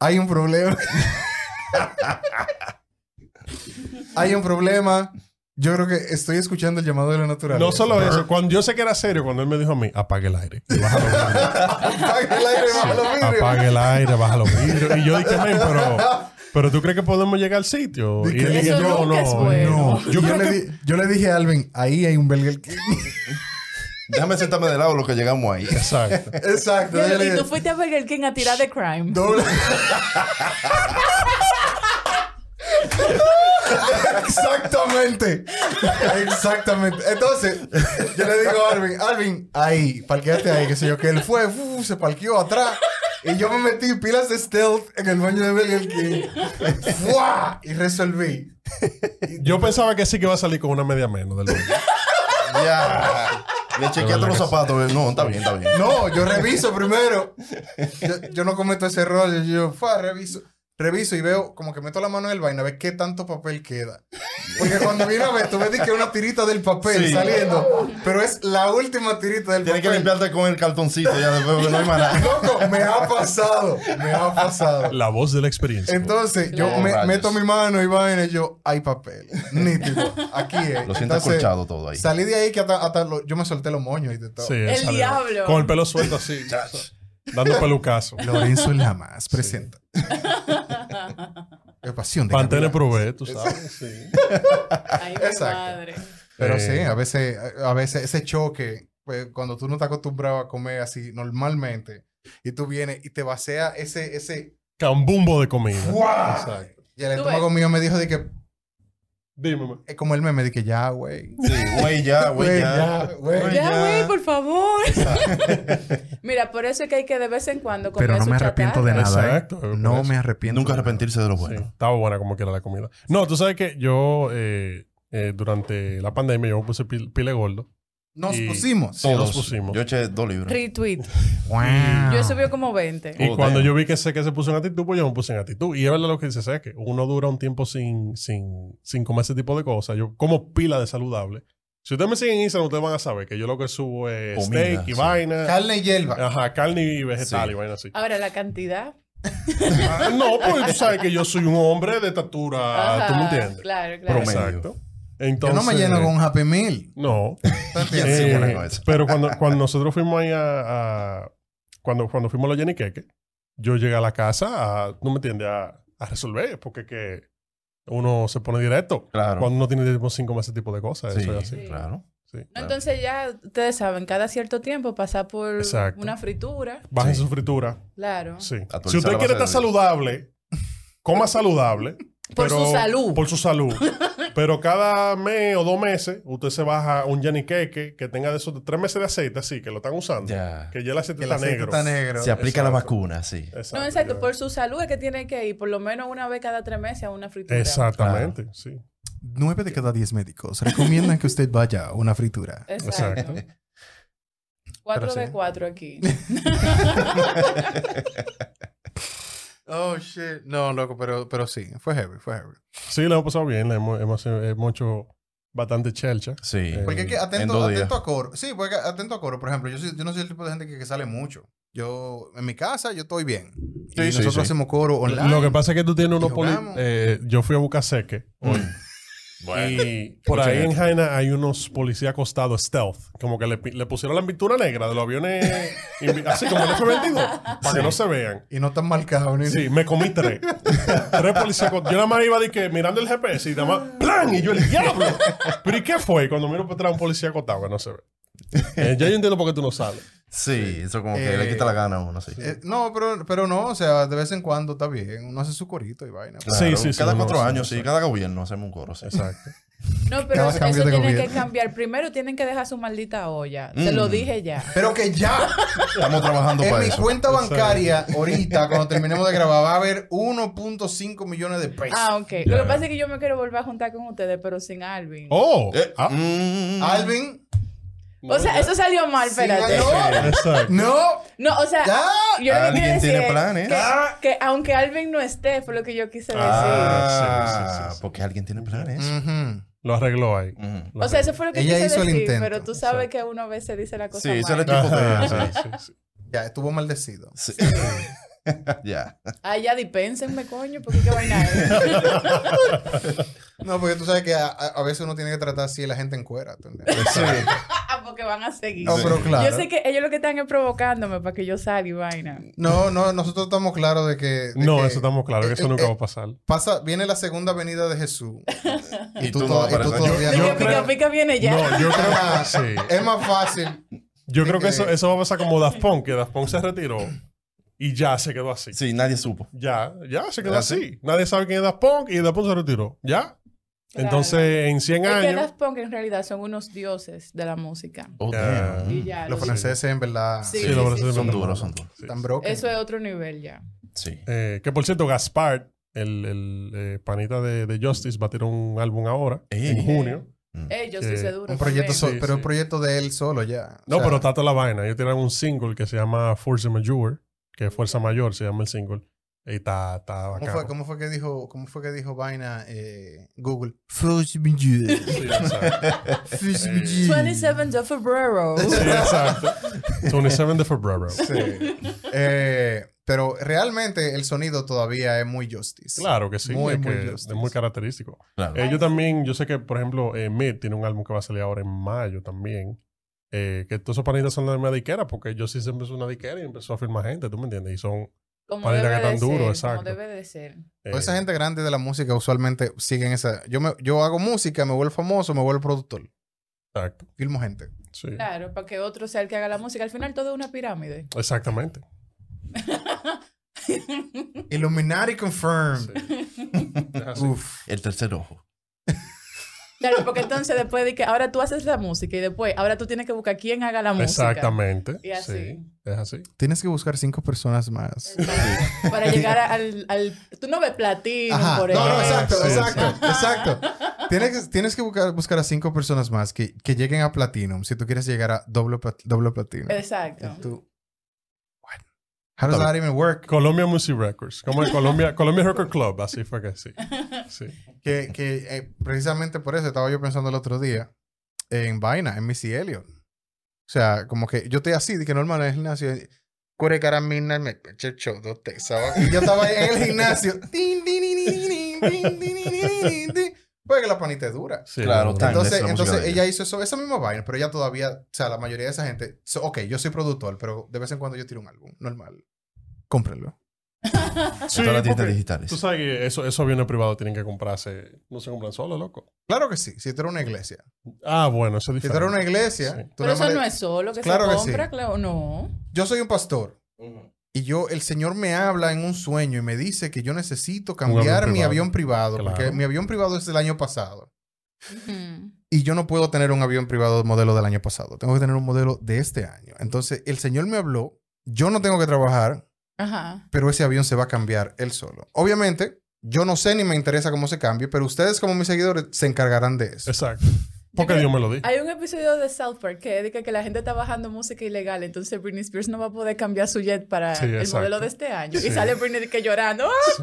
[SPEAKER 2] hay un problema. hay un problema. Yo creo que estoy escuchando el llamado de la naturaleza.
[SPEAKER 1] No solo eso, cuando yo sé que era serio, cuando él me dijo a mí, apague el aire. Y baja los vidrios.
[SPEAKER 2] Apaga el aire, baja los vidrios.
[SPEAKER 1] apague el aire, baja los vidrios. Y yo dije, "Men, pero, pero tú crees que podemos llegar al sitio.
[SPEAKER 2] Dije,
[SPEAKER 1] Y él
[SPEAKER 3] Eso
[SPEAKER 1] dije, no,
[SPEAKER 3] nunca es
[SPEAKER 1] no.
[SPEAKER 3] bueno.
[SPEAKER 2] No,
[SPEAKER 1] Yo
[SPEAKER 2] yo,
[SPEAKER 1] creo
[SPEAKER 2] le
[SPEAKER 1] que-
[SPEAKER 2] di- yo le dije a Alvin, ahí hay un Burger King.
[SPEAKER 6] Déjame sentarme de lado lo que llegamos ahí.
[SPEAKER 1] Exacto.
[SPEAKER 2] Exacto.
[SPEAKER 3] Yo
[SPEAKER 2] yo
[SPEAKER 3] le
[SPEAKER 2] le
[SPEAKER 3] dije, tú
[SPEAKER 2] dije,
[SPEAKER 3] fuiste a Burger King a tirar de crime.
[SPEAKER 2] doble. Exactamente. Exactamente. Entonces, yo le digo a Alvin, Alvin, ahí, parqueate ahí, qué sé yo, que él fue, fu, se parqueó atrás. Y yo me metí pilas de stealth en el baño de Burger King. ¡Fua! Y resolví.
[SPEAKER 1] Yo pensaba que sí que iba a salir con una media menos del mundo.
[SPEAKER 6] Ya. Le chequeaste
[SPEAKER 1] verdad
[SPEAKER 6] los
[SPEAKER 1] que sí.
[SPEAKER 6] zapatos. No, está bien, está bien.
[SPEAKER 2] No, yo reviso primero. Yo, yo no cometo ese error. Yo, yo, fa, reviso. reviso y veo, como que meto la mano en el vaina, a ver qué tanto papel queda. Porque cuando vino a ver, tú ves di que una tirita del papel
[SPEAKER 6] Sí.
[SPEAKER 2] saliendo, pero es la última tirita del
[SPEAKER 6] Tienes que
[SPEAKER 2] papel.
[SPEAKER 6] limpiarte con el cartoncito ya después porque no hay más nada.
[SPEAKER 2] Loco, me ha pasado, me ha pasado.
[SPEAKER 1] La voz de la experiencia.
[SPEAKER 2] Entonces, yo
[SPEAKER 3] Claro.
[SPEAKER 2] me-
[SPEAKER 6] Rayos.
[SPEAKER 2] meto mi mano y vaina y yo, hay papel. Nítido. Aquí es.
[SPEAKER 6] Lo siento
[SPEAKER 2] Entonces,
[SPEAKER 6] escuchado todo ahí.
[SPEAKER 2] Salí de ahí que hasta, hasta lo- yo me solté los moños y de todo.
[SPEAKER 1] Sí,
[SPEAKER 3] El
[SPEAKER 1] sale-
[SPEAKER 3] diablo.
[SPEAKER 1] Con el pelo suelto así. dando pelucazo.
[SPEAKER 2] Lorenzo en la más presenta. Es pasión de
[SPEAKER 1] Pantene
[SPEAKER 2] Gabriel.
[SPEAKER 1] probé, tú sabes. Sí.
[SPEAKER 3] Ay, mi
[SPEAKER 2] Exacto.
[SPEAKER 3] madre.
[SPEAKER 2] Pero
[SPEAKER 1] Eh,
[SPEAKER 2] sí, a veces, a veces ese choque, pues, cuando tú no estás acostumbrado a comer así normalmente y tú vienes y te vacea ese, ese,
[SPEAKER 1] Cambumbo de comida.
[SPEAKER 2] ¡guau!
[SPEAKER 1] Exacto.
[SPEAKER 2] Y el
[SPEAKER 3] Tú
[SPEAKER 2] estómago mío me dijo de que,
[SPEAKER 1] Dime, ma.
[SPEAKER 2] es como el meme, de que ya, güey.
[SPEAKER 6] Sí, güey, ya, güey,
[SPEAKER 2] Güey,
[SPEAKER 6] ya.
[SPEAKER 2] ya, güey,
[SPEAKER 6] Güey,
[SPEAKER 3] Ya, güey, por favor. Mira, por eso es que hay que de vez en cuando comer
[SPEAKER 2] Pero no
[SPEAKER 3] su
[SPEAKER 2] me arrepiento
[SPEAKER 3] chatarra.
[SPEAKER 2] de nada. ¿eh?
[SPEAKER 1] Exacto.
[SPEAKER 2] No me arrepiento.
[SPEAKER 6] Nunca
[SPEAKER 2] de nada.
[SPEAKER 6] arrepentirse de lo
[SPEAKER 1] Sí,
[SPEAKER 6] bueno.
[SPEAKER 1] estaba buena como que era la comida. No, tú sabes que yo eh, eh, durante la pandemia yo me puse pil- pile gordo.
[SPEAKER 2] Nos
[SPEAKER 1] Y-
[SPEAKER 2] pusimos.
[SPEAKER 1] Sí, nos
[SPEAKER 6] Todos.
[SPEAKER 1] pusimos.
[SPEAKER 6] Yo eché dos libras.
[SPEAKER 3] Retweet.
[SPEAKER 2] Wow.
[SPEAKER 3] Yo he subido como 20.
[SPEAKER 1] Y
[SPEAKER 6] Joder.
[SPEAKER 1] cuando yo vi que Seque se puso en actitud, pues yo me puse en actitud. Y es verdad lo que dice Seque. Uno dura un tiempo sin, sin, sin comer ese tipo de cosas. Yo como pila de saludable. Si ustedes me siguen en Instagram, ustedes van a saber que yo lo que subo es
[SPEAKER 6] Comida,
[SPEAKER 1] steak y
[SPEAKER 6] sí.
[SPEAKER 1] vaina.
[SPEAKER 2] Carne y hierba.
[SPEAKER 1] Ajá, carne y vegetal
[SPEAKER 6] Sí.
[SPEAKER 1] y vaina así.
[SPEAKER 3] Ahora, la cantidad.
[SPEAKER 1] Ah, no, pues tú sabes que yo soy un hombre de estatura,
[SPEAKER 3] Ajá,
[SPEAKER 1] Ah, ¿tú me entiendes?
[SPEAKER 3] Claro, claro.
[SPEAKER 6] Promedio.
[SPEAKER 1] Exacto.
[SPEAKER 2] Yo
[SPEAKER 1] Entonces,
[SPEAKER 2] no me lleno con un Happy Meal.
[SPEAKER 1] No.
[SPEAKER 2] ¿Tú entiendes?
[SPEAKER 6] sí,
[SPEAKER 1] Eh,
[SPEAKER 6] buena con eso.
[SPEAKER 1] pero cuando, cuando nosotros fuimos ahí a, a- cuando, cuando fuimos a los Yeniqueque, yo llegué a la casa a, no me entiendes, a, a resolver, porque que uno se pone directo.
[SPEAKER 6] Claro.
[SPEAKER 1] Cuando uno tiene tiempo sin comer ese tipo de cosas,
[SPEAKER 6] Sí,
[SPEAKER 1] eso es así.
[SPEAKER 6] claro.
[SPEAKER 3] No, entonces ya ustedes saben, cada cierto tiempo pasar por
[SPEAKER 1] Exacto.
[SPEAKER 3] una fritura.
[SPEAKER 1] Bajen
[SPEAKER 6] Sí.
[SPEAKER 1] su fritura.
[SPEAKER 3] Claro.
[SPEAKER 1] Sí.
[SPEAKER 6] Actualizar
[SPEAKER 1] Si
[SPEAKER 6] la
[SPEAKER 1] usted quiere
[SPEAKER 6] base
[SPEAKER 1] estar
[SPEAKER 6] de-
[SPEAKER 1] saludable, coma saludable.
[SPEAKER 3] Por
[SPEAKER 1] pero-
[SPEAKER 3] su salud.
[SPEAKER 1] Por su salud. pero cada mes o dos meses, usted se baja un yaniqueque que tenga de esos de tres meses de aceite, así, que lo están usando.
[SPEAKER 6] Ya.
[SPEAKER 1] Que ya el aceite
[SPEAKER 2] Que el
[SPEAKER 1] está
[SPEAKER 2] aceite
[SPEAKER 1] negro.
[SPEAKER 2] está negro.
[SPEAKER 6] Se aplica la
[SPEAKER 1] Exacto.
[SPEAKER 6] vacuna, sí.
[SPEAKER 1] Exacto.
[SPEAKER 3] No, exacto.
[SPEAKER 1] ya.
[SPEAKER 3] Por su salud es que tiene que ir por lo menos una vez cada tres meses a una fritura.
[SPEAKER 1] Exactamente, sí.
[SPEAKER 2] Nueve de cada diez médicos recomiendan que usted vaya a una fritura.
[SPEAKER 3] Eh. Exacto. Cuatro
[SPEAKER 2] Pero
[SPEAKER 3] de
[SPEAKER 2] sí.
[SPEAKER 3] cuatro aquí.
[SPEAKER 2] Oh, shit. No, loco, pero, pero sí. Fue heavy, fue heavy.
[SPEAKER 1] Sí, lo hemos pasado bien. le hemos, hemos- hemos hecho bastante chelcha.
[SPEAKER 6] Sí.
[SPEAKER 1] Eh,
[SPEAKER 2] Porque es que
[SPEAKER 6] en
[SPEAKER 2] atento,
[SPEAKER 6] dos días.
[SPEAKER 2] atento a coro. Sí, porque atento a coro. Por ejemplo, yo, soy- yo no soy el tipo de gente que, que sale mucho. Yo, en mi casa, yo estoy bien. Y
[SPEAKER 6] Sí, sí,
[SPEAKER 2] nosotros
[SPEAKER 6] sí.
[SPEAKER 2] hacemos coro online.
[SPEAKER 1] Lo que pasa es que tú tienes unos
[SPEAKER 2] Pues Y
[SPEAKER 1] poli-
[SPEAKER 2] jugamos. Mm.
[SPEAKER 1] eh, yo fui a buscar seque hoy. Y por ahí en Jaina hay unos policías acostados stealth, como que le, pi- le pusieron la pintura negra de los aviones, invi- así como el F-22, para que no se vean.
[SPEAKER 2] Y no están marcados ni
[SPEAKER 1] Sí, me comí tres. tres policías acostados. Yo nada más iba de que, mirando el GPS y nada más ¡plan! Y yo, el diablo. Pero ¿y qué fue? Cuando miro para atrás un policía acostado que no se ve. Eh, ya yo entiendo por qué tú no sales.
[SPEAKER 6] Sí, eso como que
[SPEAKER 2] Eh,
[SPEAKER 6] le quita la gana a uno, sí.
[SPEAKER 2] Eh, no, pero, pero no, o sea, de vez en cuando está bien. Uno hace su corito y vaina.
[SPEAKER 6] Claro,
[SPEAKER 1] sí, sí, sí,
[SPEAKER 6] Cada
[SPEAKER 1] no,
[SPEAKER 6] cuatro
[SPEAKER 1] sí,
[SPEAKER 6] años, sí.
[SPEAKER 1] exacto.
[SPEAKER 6] Cada gobierno hacemos un coro, sí.
[SPEAKER 1] Exacto.
[SPEAKER 3] No, pero
[SPEAKER 2] Cada
[SPEAKER 3] eso,
[SPEAKER 2] cambio
[SPEAKER 3] eso
[SPEAKER 2] de
[SPEAKER 3] tienen que
[SPEAKER 2] gobierno.
[SPEAKER 3] cambiar. Primero tienen que dejar su maldita olla. Se lo
[SPEAKER 6] Mm.
[SPEAKER 3] dije ya.
[SPEAKER 2] Pero que ya,
[SPEAKER 6] Estamos trabajando
[SPEAKER 2] en
[SPEAKER 6] para
[SPEAKER 2] mi
[SPEAKER 6] eso.
[SPEAKER 2] cuenta bancaria, ahorita, cuando terminemos de grabar, va a haber 1.5 millones de pesos.
[SPEAKER 3] Ah, ok. Lo que pasa es que yo me quiero volver a juntar con ustedes, pero sin Alvin.
[SPEAKER 1] ¡Oh!
[SPEAKER 6] Eh,
[SPEAKER 1] ah,
[SPEAKER 6] mm,
[SPEAKER 2] Alvin,
[SPEAKER 3] o sea, eso salió mal,
[SPEAKER 2] Sí,
[SPEAKER 3] espérate.
[SPEAKER 2] ganó.
[SPEAKER 1] Exacto.
[SPEAKER 2] no,
[SPEAKER 3] No, o sea,
[SPEAKER 2] ya.
[SPEAKER 3] yo lo que
[SPEAKER 6] Alguien
[SPEAKER 3] quiero decir
[SPEAKER 6] tiene
[SPEAKER 3] es
[SPEAKER 6] planes.
[SPEAKER 3] Que, que aunque Alvin no esté, fue lo que yo quise decir.
[SPEAKER 6] Ah,
[SPEAKER 1] Sí, sí, sí, sí.
[SPEAKER 6] porque alguien tiene planes.
[SPEAKER 2] Ujú.
[SPEAKER 1] Lo arregló ahí.
[SPEAKER 6] Mm.
[SPEAKER 1] Lo
[SPEAKER 3] o sea, eso fue lo que
[SPEAKER 2] Ella
[SPEAKER 3] quise
[SPEAKER 2] hizo el
[SPEAKER 3] decir,
[SPEAKER 2] intento.
[SPEAKER 3] pero tú sabes que una vez se dice la cosa
[SPEAKER 6] Sí,
[SPEAKER 3] mal.
[SPEAKER 6] eso era tipo
[SPEAKER 1] arregló.
[SPEAKER 6] de...
[SPEAKER 1] Sí, sí, sí.
[SPEAKER 2] Ya, estuvo maldecido.
[SPEAKER 6] Sí. Ya.
[SPEAKER 3] Ay, Ah, ya dipénsenme, coño, porque qué vaina es.
[SPEAKER 2] No, porque tú sabes que a, a- a veces uno tiene que tratar así a la gente en cuera. ¿tú entiendes?
[SPEAKER 3] Ah, porque van a seguir.
[SPEAKER 2] No,
[SPEAKER 6] Sí.
[SPEAKER 2] pero claro.
[SPEAKER 3] Yo sé que ellos lo que están es provocándome para que yo salga y vaina.
[SPEAKER 2] No, no, nosotros estamos claros de que. de
[SPEAKER 1] No,
[SPEAKER 2] que
[SPEAKER 1] eso estamos claros, que
[SPEAKER 2] eh,
[SPEAKER 1] eso nunca
[SPEAKER 2] eh,
[SPEAKER 1] va a pasar.
[SPEAKER 2] Pasa, viene la segunda venida de Jesús. y, tú,
[SPEAKER 6] tú no
[SPEAKER 2] to- y tú
[SPEAKER 6] apareces.
[SPEAKER 2] todavía
[SPEAKER 3] De
[SPEAKER 1] Yo
[SPEAKER 3] que
[SPEAKER 2] no.
[SPEAKER 3] pica,
[SPEAKER 1] creo-
[SPEAKER 3] pica viene ya.
[SPEAKER 1] No, yo creo
[SPEAKER 2] Ah,
[SPEAKER 1] que sí.
[SPEAKER 2] Es más fácil.
[SPEAKER 1] Yo creo que
[SPEAKER 2] que-
[SPEAKER 1] eso, eso va a pasar como Daft Punk, que Daft Punk se retiró y ya se quedó así.
[SPEAKER 6] Sí, nadie supo.
[SPEAKER 1] Ya, ya se quedó
[SPEAKER 6] ¿Ah,
[SPEAKER 1] así. Nadie sabe quién es Daft Punk y Daft Punk se retiró. ¿Ya?
[SPEAKER 3] Claro.
[SPEAKER 1] Entonces, en 100
[SPEAKER 3] Es que
[SPEAKER 1] años...
[SPEAKER 3] Daft Punk en realidad son unos dioses de la música.
[SPEAKER 6] Oh,
[SPEAKER 1] Ya.
[SPEAKER 6] damn.
[SPEAKER 3] Y ya.
[SPEAKER 2] Los
[SPEAKER 3] lo-
[SPEAKER 2] franceses, en verdad,
[SPEAKER 3] Sí.
[SPEAKER 1] los
[SPEAKER 3] sí,
[SPEAKER 1] brasileños
[SPEAKER 6] Son
[SPEAKER 1] también.
[SPEAKER 6] duros, son duros.
[SPEAKER 1] Sí.
[SPEAKER 2] están broken.
[SPEAKER 3] Eso es otro nivel ya.
[SPEAKER 6] Sí.
[SPEAKER 1] Eh, que por cierto, Gaspar, el, el, eh, panita de, de Justice, va a tirar un álbum ahora,
[SPEAKER 6] Ey.
[SPEAKER 1] en junio.
[SPEAKER 3] Ellos
[SPEAKER 1] Que-
[SPEAKER 3] sí se duro.
[SPEAKER 2] Un proyecto
[SPEAKER 3] también.
[SPEAKER 2] solo,
[SPEAKER 1] Sí,
[SPEAKER 2] pero
[SPEAKER 1] sí.
[SPEAKER 2] un proyecto de él solo ya.
[SPEAKER 1] No,
[SPEAKER 2] O sea,
[SPEAKER 1] pero está toda la vaina. Ellos tiran un single que se llama Force Majeure, que es Fuerza Mayor, se llama el single. Y está, está
[SPEAKER 2] ¿Cómo
[SPEAKER 1] bacano.
[SPEAKER 2] fue, cómo fue que dijo, cómo fue que dijo vaina eh, Google? First budget.
[SPEAKER 1] Sí, exacto.
[SPEAKER 2] First
[SPEAKER 1] Eh,
[SPEAKER 2] budget.
[SPEAKER 7] 27 de febrero.
[SPEAKER 1] Sí, exacto. 27 de febrero.
[SPEAKER 2] Sí. Eh, pero realmente el sonido todavía es muy Justice.
[SPEAKER 1] Claro que sí.
[SPEAKER 2] Muy,
[SPEAKER 1] es,
[SPEAKER 2] muy
[SPEAKER 1] que es
[SPEAKER 2] justice.
[SPEAKER 1] muy característico.
[SPEAKER 6] Claro.
[SPEAKER 1] Eh, yo también, yo sé que, por ejemplo, eh, Mid tiene un álbum que va a salir ahora en mayo también. eh, que todos esos panitas son de la misma diquera, porque yo sí se empezó una diquera y empezó a firmar gente, ¿tú me entiendes? Y son.
[SPEAKER 3] Como
[SPEAKER 1] Para ir a
[SPEAKER 3] debe,
[SPEAKER 1] que tan
[SPEAKER 3] de
[SPEAKER 1] duro,
[SPEAKER 3] ser,
[SPEAKER 1] exacto.
[SPEAKER 3] como debe de ser.
[SPEAKER 1] eh,
[SPEAKER 2] Toda Pues esa gente grande de la música usualmente siguen esa. Yo, me, yo hago música, me vuelvo famoso, me vuelvo productor.
[SPEAKER 1] Exacto.
[SPEAKER 2] Filmo gente.
[SPEAKER 1] Sí.
[SPEAKER 3] Claro, para que otro sea el que haga la música. Al final todo es una pirámide.
[SPEAKER 1] Exactamente.
[SPEAKER 2] Illuminati confirmed.
[SPEAKER 1] Es así.
[SPEAKER 2] Mm. Uf.
[SPEAKER 6] El tercer ojo.
[SPEAKER 3] Claro, porque entonces después de que ahora tú haces la música y después ahora tú tienes que buscar quién haga la música.
[SPEAKER 1] Exactamente.
[SPEAKER 3] Y así.
[SPEAKER 1] Sí. Es así.
[SPEAKER 2] Tienes que buscar cinco personas más.
[SPEAKER 3] Exacto. Para llegar a- al, al... Tú no ves platino,
[SPEAKER 2] Ajá.
[SPEAKER 3] por
[SPEAKER 2] No,
[SPEAKER 3] ejemplo.
[SPEAKER 2] no, exacto,
[SPEAKER 1] Sí,
[SPEAKER 2] exacto, exacto. Tienes que, tienes que buscar, buscar a cinco personas más que, que lleguen a Platinum si tú quieres llegar a doble, plat- doble Platinum.
[SPEAKER 3] Exacto.
[SPEAKER 2] Tú- What? How does that even work?
[SPEAKER 1] Colombia Music Records. Como en Colombia, Colombia Record Club. Así fue que sí. Sí.
[SPEAKER 2] Que, que eh, precisamente por eso estaba yo pensando el otro día en vaina, en Missy Elliott. O sea, como que yo estoy así, de que normal en el gimnasio. Core caramina, me eché show, dos texas. Y yo estaba ahí en el gimnasio. Tin, tin, tin, tin, tin, tin, tin, tin, tin, tin. Porque la panita es dura.
[SPEAKER 1] Sí,
[SPEAKER 6] Claro,
[SPEAKER 1] no,
[SPEAKER 6] tal.
[SPEAKER 1] no.
[SPEAKER 6] esa
[SPEAKER 2] Entonces,
[SPEAKER 6] es la música
[SPEAKER 2] entonces
[SPEAKER 6] de
[SPEAKER 2] ella hizo eso, esa misma vaina, pero ella todavía, o sea, la mayoría de esa gente, so- ok, yo soy productor, pero de vez en cuando yo tiro un álbum, normal. Cómprenlo. Ah,
[SPEAKER 1] Sí,
[SPEAKER 6] Todas las tiendas
[SPEAKER 1] porque
[SPEAKER 6] digitales.
[SPEAKER 1] Tú sabes que eso- esos aviones privados tienen que comprarse. No se compran solo, loco.
[SPEAKER 2] Claro que sí, si tú eres una iglesia.
[SPEAKER 1] Ah, bueno, eso es
[SPEAKER 2] Si
[SPEAKER 1] diferente.
[SPEAKER 2] tú eres una iglesia,
[SPEAKER 1] Sí.
[SPEAKER 2] tú nada
[SPEAKER 3] Pero
[SPEAKER 2] más
[SPEAKER 3] eso
[SPEAKER 2] le-
[SPEAKER 3] no es solo que
[SPEAKER 2] Claro que
[SPEAKER 3] se
[SPEAKER 2] sí.
[SPEAKER 3] compra, claro. No.
[SPEAKER 2] yo soy un pastor y yo, el Señor me habla en un sueño y me dice que yo necesito
[SPEAKER 1] avión
[SPEAKER 2] cambiar mi
[SPEAKER 1] privado.
[SPEAKER 2] avión privado, porque
[SPEAKER 1] Claro.
[SPEAKER 2] mi avión privado es del año pasado.
[SPEAKER 3] Ujú.
[SPEAKER 2] y yo no puedo tener un avión privado modelo del año pasado. Tengo que tener un modelo de este año. Entonces, el señor me habló, yo no tengo que trabajar,
[SPEAKER 3] Ajá.
[SPEAKER 2] pero ese avión se va a cambiar él solo. Obviamente, yo no sé ni me interesa cómo se cambie, pero ustedes como mis seguidores se encargarán de eso.
[SPEAKER 1] Exacto. Porque
[SPEAKER 3] creo-
[SPEAKER 1] Dios me lo dijo.
[SPEAKER 3] Hay un episodio de South Park que dice que la gente está bajando música ilegal, entonces Britney Spears no va a poder cambiar su jet para
[SPEAKER 1] Sí,
[SPEAKER 3] el
[SPEAKER 1] exacto.
[SPEAKER 3] modelo de este año.
[SPEAKER 1] Sí.
[SPEAKER 3] Y sale Britney de que llorando. ¡Ah!
[SPEAKER 1] Sí.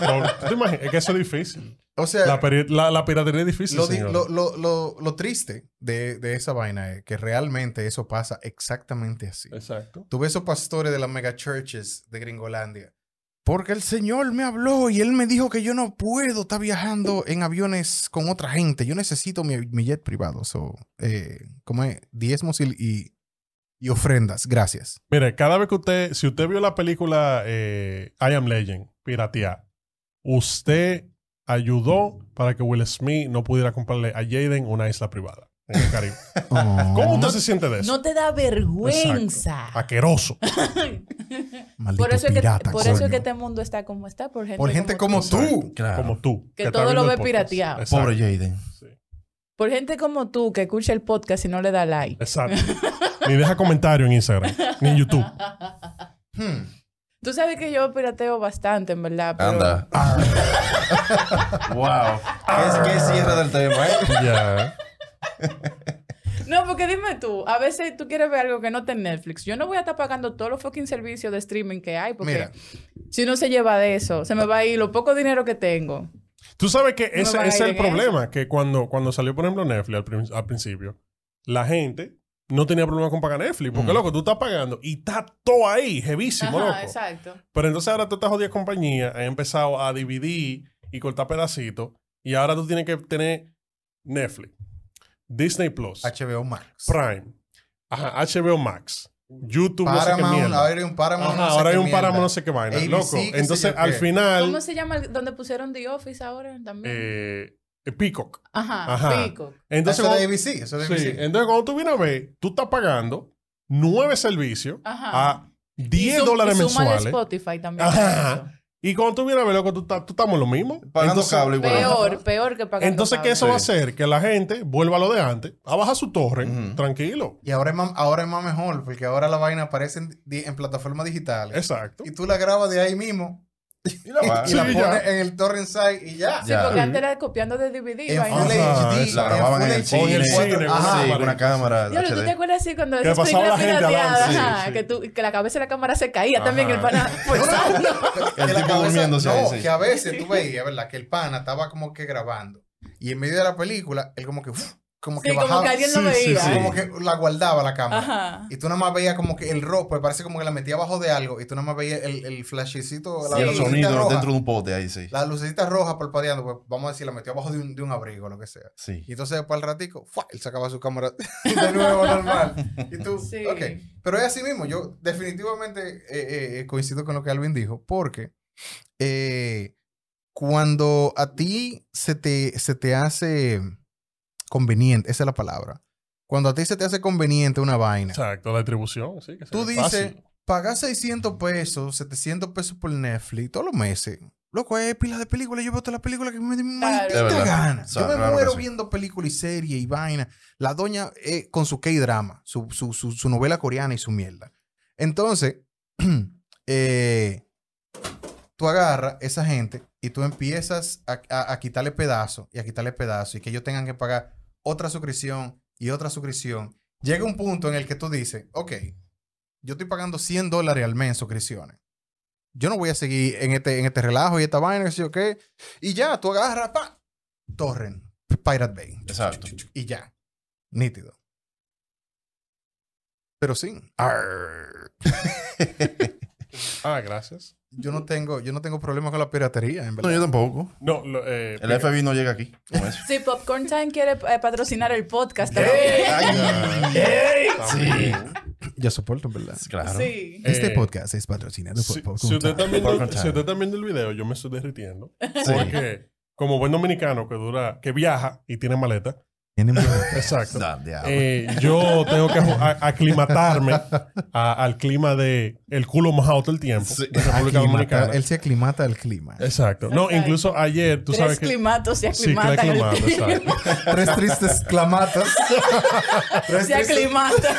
[SPEAKER 1] No, ¿tú te imaginas? Es que eso es difícil.
[SPEAKER 2] O sea,
[SPEAKER 1] La, peri- la- la piratería es difícil.
[SPEAKER 2] lo, di-
[SPEAKER 1] señor.
[SPEAKER 2] lo- lo- lo- lo triste de, de esa vaina es que realmente eso pasa exactamente así.
[SPEAKER 1] Exacto.
[SPEAKER 2] Tú ves esos pastores de las megachurches de Gringolandia. Porque el Señor me habló y Él me dijo que yo no puedo estar viajando en aviones con otra gente. Yo necesito mi, mi jet privado. So, eh, ¿Cómo es? Diezmos y, y- y ofrendas. Gracias.
[SPEAKER 1] Mire, cada vez que usted, si usted vio la película eh, I Am Legend, Piratear, usted ayudó para que Will Smith no pudiera comprarle a Jaden una isla privada en el Caribe.
[SPEAKER 2] Oh,
[SPEAKER 1] ¿Cómo usted se siente de eso?
[SPEAKER 7] No te da vergüenza.
[SPEAKER 1] Aqueroso.
[SPEAKER 2] Maldito
[SPEAKER 3] Por eso, es que,
[SPEAKER 2] pirata,
[SPEAKER 3] por eso es
[SPEAKER 2] coño.
[SPEAKER 3] que este mundo está como está, por gente,
[SPEAKER 2] Por gente como
[SPEAKER 3] tú.
[SPEAKER 2] tú.
[SPEAKER 6] Claro.
[SPEAKER 1] Como tú.
[SPEAKER 3] Que
[SPEAKER 1] está
[SPEAKER 3] todo
[SPEAKER 1] viendo
[SPEAKER 3] lo
[SPEAKER 1] el
[SPEAKER 3] ve
[SPEAKER 1] podcast.
[SPEAKER 3] pirateado.
[SPEAKER 1] Exacto.
[SPEAKER 6] Ah. Pobre Jaden.
[SPEAKER 1] Sí.
[SPEAKER 3] Por gente como tú que escucha el podcast y no le da like.
[SPEAKER 1] Exacto. Ni deja comentario en Instagram, ni en YouTube.
[SPEAKER 2] Hmm.
[SPEAKER 3] Tú sabes que yo pirateo bastante, en verdad. Pero
[SPEAKER 6] Anda. wow. ¿Qué, qué cierre del tema, eh?
[SPEAKER 1] Ya.
[SPEAKER 3] No, porque dime tú, a veces tú quieres ver algo que no está en Netflix. Yo no voy a estar pagando todos los fucking servicios de streaming que hay, porque
[SPEAKER 2] Mira.
[SPEAKER 3] si no se lleva de eso, se me va a ir lo poco dinero que tengo.
[SPEAKER 1] Tú sabes que
[SPEAKER 3] No
[SPEAKER 1] ese,
[SPEAKER 3] va a
[SPEAKER 1] ese es
[SPEAKER 3] ir
[SPEAKER 1] el
[SPEAKER 3] en
[SPEAKER 1] problema, que cuando, cuando salió, por ejemplo, Netflix al, prin- al principio, la gente no tenía problema con pagar Netflix, porque,
[SPEAKER 6] Mm.
[SPEAKER 1] loco, tú estás pagando y está todo ahí, jevísimo, loco.
[SPEAKER 3] exacto.
[SPEAKER 1] Pero entonces ahora todas estas jodidas compañías han empezado a dividir y cortar pedacitos, y ahora tú tienes que tener Netflix, Disney Plus,
[SPEAKER 2] HBO Max.
[SPEAKER 1] Prime, ajá, HBO Max, YouTube, no sé qué
[SPEAKER 2] Paramount.
[SPEAKER 1] mierda.
[SPEAKER 2] Ahora hay un Paramount.
[SPEAKER 1] Ajá,
[SPEAKER 2] no sé
[SPEAKER 1] ahora
[SPEAKER 2] qué
[SPEAKER 1] hay un
[SPEAKER 2] mierda.
[SPEAKER 1] páramo no sé qué vaina,
[SPEAKER 2] ABC,
[SPEAKER 1] loco.
[SPEAKER 2] qué sé yo
[SPEAKER 1] Entonces, al
[SPEAKER 2] qué.
[SPEAKER 3] ¿Cómo
[SPEAKER 1] final,
[SPEAKER 3] se llama el- donde pusieron The Office ahora también?
[SPEAKER 1] eh, Peacock.
[SPEAKER 3] ajá,
[SPEAKER 1] ajá.
[SPEAKER 3] Pico.
[SPEAKER 1] Entonces,
[SPEAKER 2] eso
[SPEAKER 1] cuando-
[SPEAKER 2] de ABC. Eso de
[SPEAKER 1] Sí,
[SPEAKER 2] ABC.
[SPEAKER 1] entonces cuando tú vienes a ver, tú estás pagando nueve servicios
[SPEAKER 3] Ajá.
[SPEAKER 1] a 10
[SPEAKER 3] Ah. Y su-
[SPEAKER 1] dólares
[SPEAKER 3] y súmale
[SPEAKER 1] mensuales.
[SPEAKER 3] Spotify también.
[SPEAKER 1] Ajá. Y cuando tú vienes a ver, loco, tú, estás- tú estamos en lo mismo.
[SPEAKER 6] Pagando
[SPEAKER 1] entonces,
[SPEAKER 6] cable igual.
[SPEAKER 3] Peor, peor que pagar.
[SPEAKER 1] Entonces, ¿qué eso va a hacer? Que la gente vuelva a lo de antes, a bajar su torre,
[SPEAKER 6] Ujú.
[SPEAKER 1] tranquilo.
[SPEAKER 2] Y ahora es, más, ahora es más mejor, porque ahora la vaina aparece en, di- en plataformas digitales.
[SPEAKER 1] Exacto.
[SPEAKER 2] Y tú la grabas de ahí mismo.
[SPEAKER 4] Y la va.
[SPEAKER 2] Y la pone
[SPEAKER 1] Sí, ya.
[SPEAKER 2] en el torrent site y ya.
[SPEAKER 3] Sí, porque antes era copiando de DVD.
[SPEAKER 2] En
[SPEAKER 3] vaina.
[SPEAKER 2] Full
[SPEAKER 1] Ajá,
[SPEAKER 2] HD.
[SPEAKER 6] La grababan en el
[SPEAKER 2] Full
[SPEAKER 6] cine.
[SPEAKER 1] en el cine,
[SPEAKER 6] Sí,
[SPEAKER 1] con
[SPEAKER 2] Ajá.
[SPEAKER 1] una
[SPEAKER 6] con una cámara.
[SPEAKER 3] Diablo, ¿tú te
[SPEAKER 6] HD.
[SPEAKER 3] acuerdas así cuando
[SPEAKER 1] Que
[SPEAKER 3] esas
[SPEAKER 1] pasaba
[SPEAKER 3] películas
[SPEAKER 1] la gente
[SPEAKER 3] pirateadas?
[SPEAKER 1] adelante,
[SPEAKER 3] ajá,
[SPEAKER 1] sí, sí.
[SPEAKER 3] Que, tú, que la cabeza de la cámara se caía
[SPEAKER 1] Ajá.
[SPEAKER 3] también, el pana. Pues,
[SPEAKER 2] Que la
[SPEAKER 6] El tipo
[SPEAKER 2] cabeza-
[SPEAKER 6] durmiéndose ahí,
[SPEAKER 2] No,
[SPEAKER 6] sí.
[SPEAKER 2] que a veces tú veías, ¿verdad? Que el pana estaba como que grabando. Y en medio de la película, él como que... uf, como que
[SPEAKER 3] sí, como
[SPEAKER 2] bajaba.
[SPEAKER 3] que alguien lo
[SPEAKER 1] Sí, sí,
[SPEAKER 3] veía.
[SPEAKER 1] sí.
[SPEAKER 2] Como que la guardaba la cámara.
[SPEAKER 3] Ajá.
[SPEAKER 2] Y tú nada más veías como que el rojo, pues parece como que la metía abajo de algo. Y tú nada más veías el, el flashecito, la
[SPEAKER 3] Sí.
[SPEAKER 6] El
[SPEAKER 2] lucecita
[SPEAKER 6] sonido
[SPEAKER 2] roja.
[SPEAKER 6] dentro de un pote ahí, sí.
[SPEAKER 2] La lucecita roja palpadeando, pues vamos a decir, la metió abajo de un, de un abrigo, lo que sea.
[SPEAKER 6] Sí.
[SPEAKER 2] Y entonces después al ratico, ¡fua! él sacaba su cámara de nuevo normal. Y tú,
[SPEAKER 3] Sí.
[SPEAKER 2] ok. Pero es así mismo, yo definitivamente eh, eh, coincido con lo que Alvin dijo, porque eh, cuando a ti se te, se te hace conveniente, esa es la palabra, cuando a ti se te hace conveniente una vaina,
[SPEAKER 1] Exacto, la distribución, sí. Que se
[SPEAKER 2] Tú
[SPEAKER 1] ve
[SPEAKER 2] dices,
[SPEAKER 1] fácil.
[SPEAKER 2] pagar 600 pesos, 700 pesos por Netflix todos los meses. Loco, hay pilas de películas. Yo voto las películas que me den
[SPEAKER 3] Claro.
[SPEAKER 2] maldita
[SPEAKER 6] Es verdad.
[SPEAKER 2] gana.
[SPEAKER 6] O sea,
[SPEAKER 2] yo me
[SPEAKER 6] claro que
[SPEAKER 2] muero
[SPEAKER 6] sí.
[SPEAKER 2] viendo películas y series y vaina. La doña eh, con su K-drama, su, su, su, su novela coreana y su mierda. Entonces, eh, tú agarras esa gente y tú empiezas a, a- a quitarle pedazos y a quitarle pedazos y que ellos tengan que pagar otra suscripción y otra suscripción. Llega un punto en el que tú dices, ok, yo estoy pagando 100 dólares al mes en suscripciones. Yo no voy a seguir en este, en este relajo y esta vaina, qué sé yo qué. Y ya, tú agarras, pa, Torrent, Pirate Bay.
[SPEAKER 6] Exacto.
[SPEAKER 2] Y ya. Nítido. Pero sí. Arr.
[SPEAKER 1] Ah, gracias.
[SPEAKER 2] Yo no tengo, yo no tengo problemas con la piratería, en
[SPEAKER 6] No,
[SPEAKER 2] verdad.
[SPEAKER 6] yo tampoco.
[SPEAKER 1] No, lo, eh,
[SPEAKER 6] El FBI no llega aquí con eso.
[SPEAKER 3] Sí, Popcorn Time quiere eh, patrocinar el podcast también.
[SPEAKER 6] Ay. Sí.
[SPEAKER 2] Yo soporto, en verdad.
[SPEAKER 6] Claro.
[SPEAKER 3] Sí.
[SPEAKER 2] Ah, Este
[SPEAKER 1] Eh,
[SPEAKER 2] podcast es patrocinado por
[SPEAKER 1] Si,
[SPEAKER 2] Popcorn
[SPEAKER 1] si usted
[SPEAKER 2] Time.
[SPEAKER 1] está viendo,
[SPEAKER 6] Popcorn
[SPEAKER 1] si
[SPEAKER 6] Time.
[SPEAKER 1] usted está viendo el video, yo me estoy derritiendo.
[SPEAKER 6] Sí.
[SPEAKER 1] Porque como buen dominicano que dura, que viaja y tiene maleta,
[SPEAKER 2] Tienen-
[SPEAKER 1] exacto.
[SPEAKER 6] Da- de agua.
[SPEAKER 1] eh, yo tengo que a- aclimatarme a- al clima de el culo mojado todo el tiempo
[SPEAKER 6] Sí.
[SPEAKER 1] de República
[SPEAKER 2] aclimata-
[SPEAKER 1] Dominicana.
[SPEAKER 2] él se aclimata al clima.
[SPEAKER 1] Exacto. No,
[SPEAKER 3] Exacto.
[SPEAKER 1] incluso ayer, tú
[SPEAKER 3] Tres
[SPEAKER 1] sabes que
[SPEAKER 3] climatos se
[SPEAKER 1] Sí, que
[SPEAKER 3] aclimatan.
[SPEAKER 1] la
[SPEAKER 3] el
[SPEAKER 1] aclimata,
[SPEAKER 3] clima.
[SPEAKER 1] exacto.
[SPEAKER 2] Tres tristes clamatas. Tres
[SPEAKER 3] Se
[SPEAKER 2] tristes-
[SPEAKER 3] aclimata.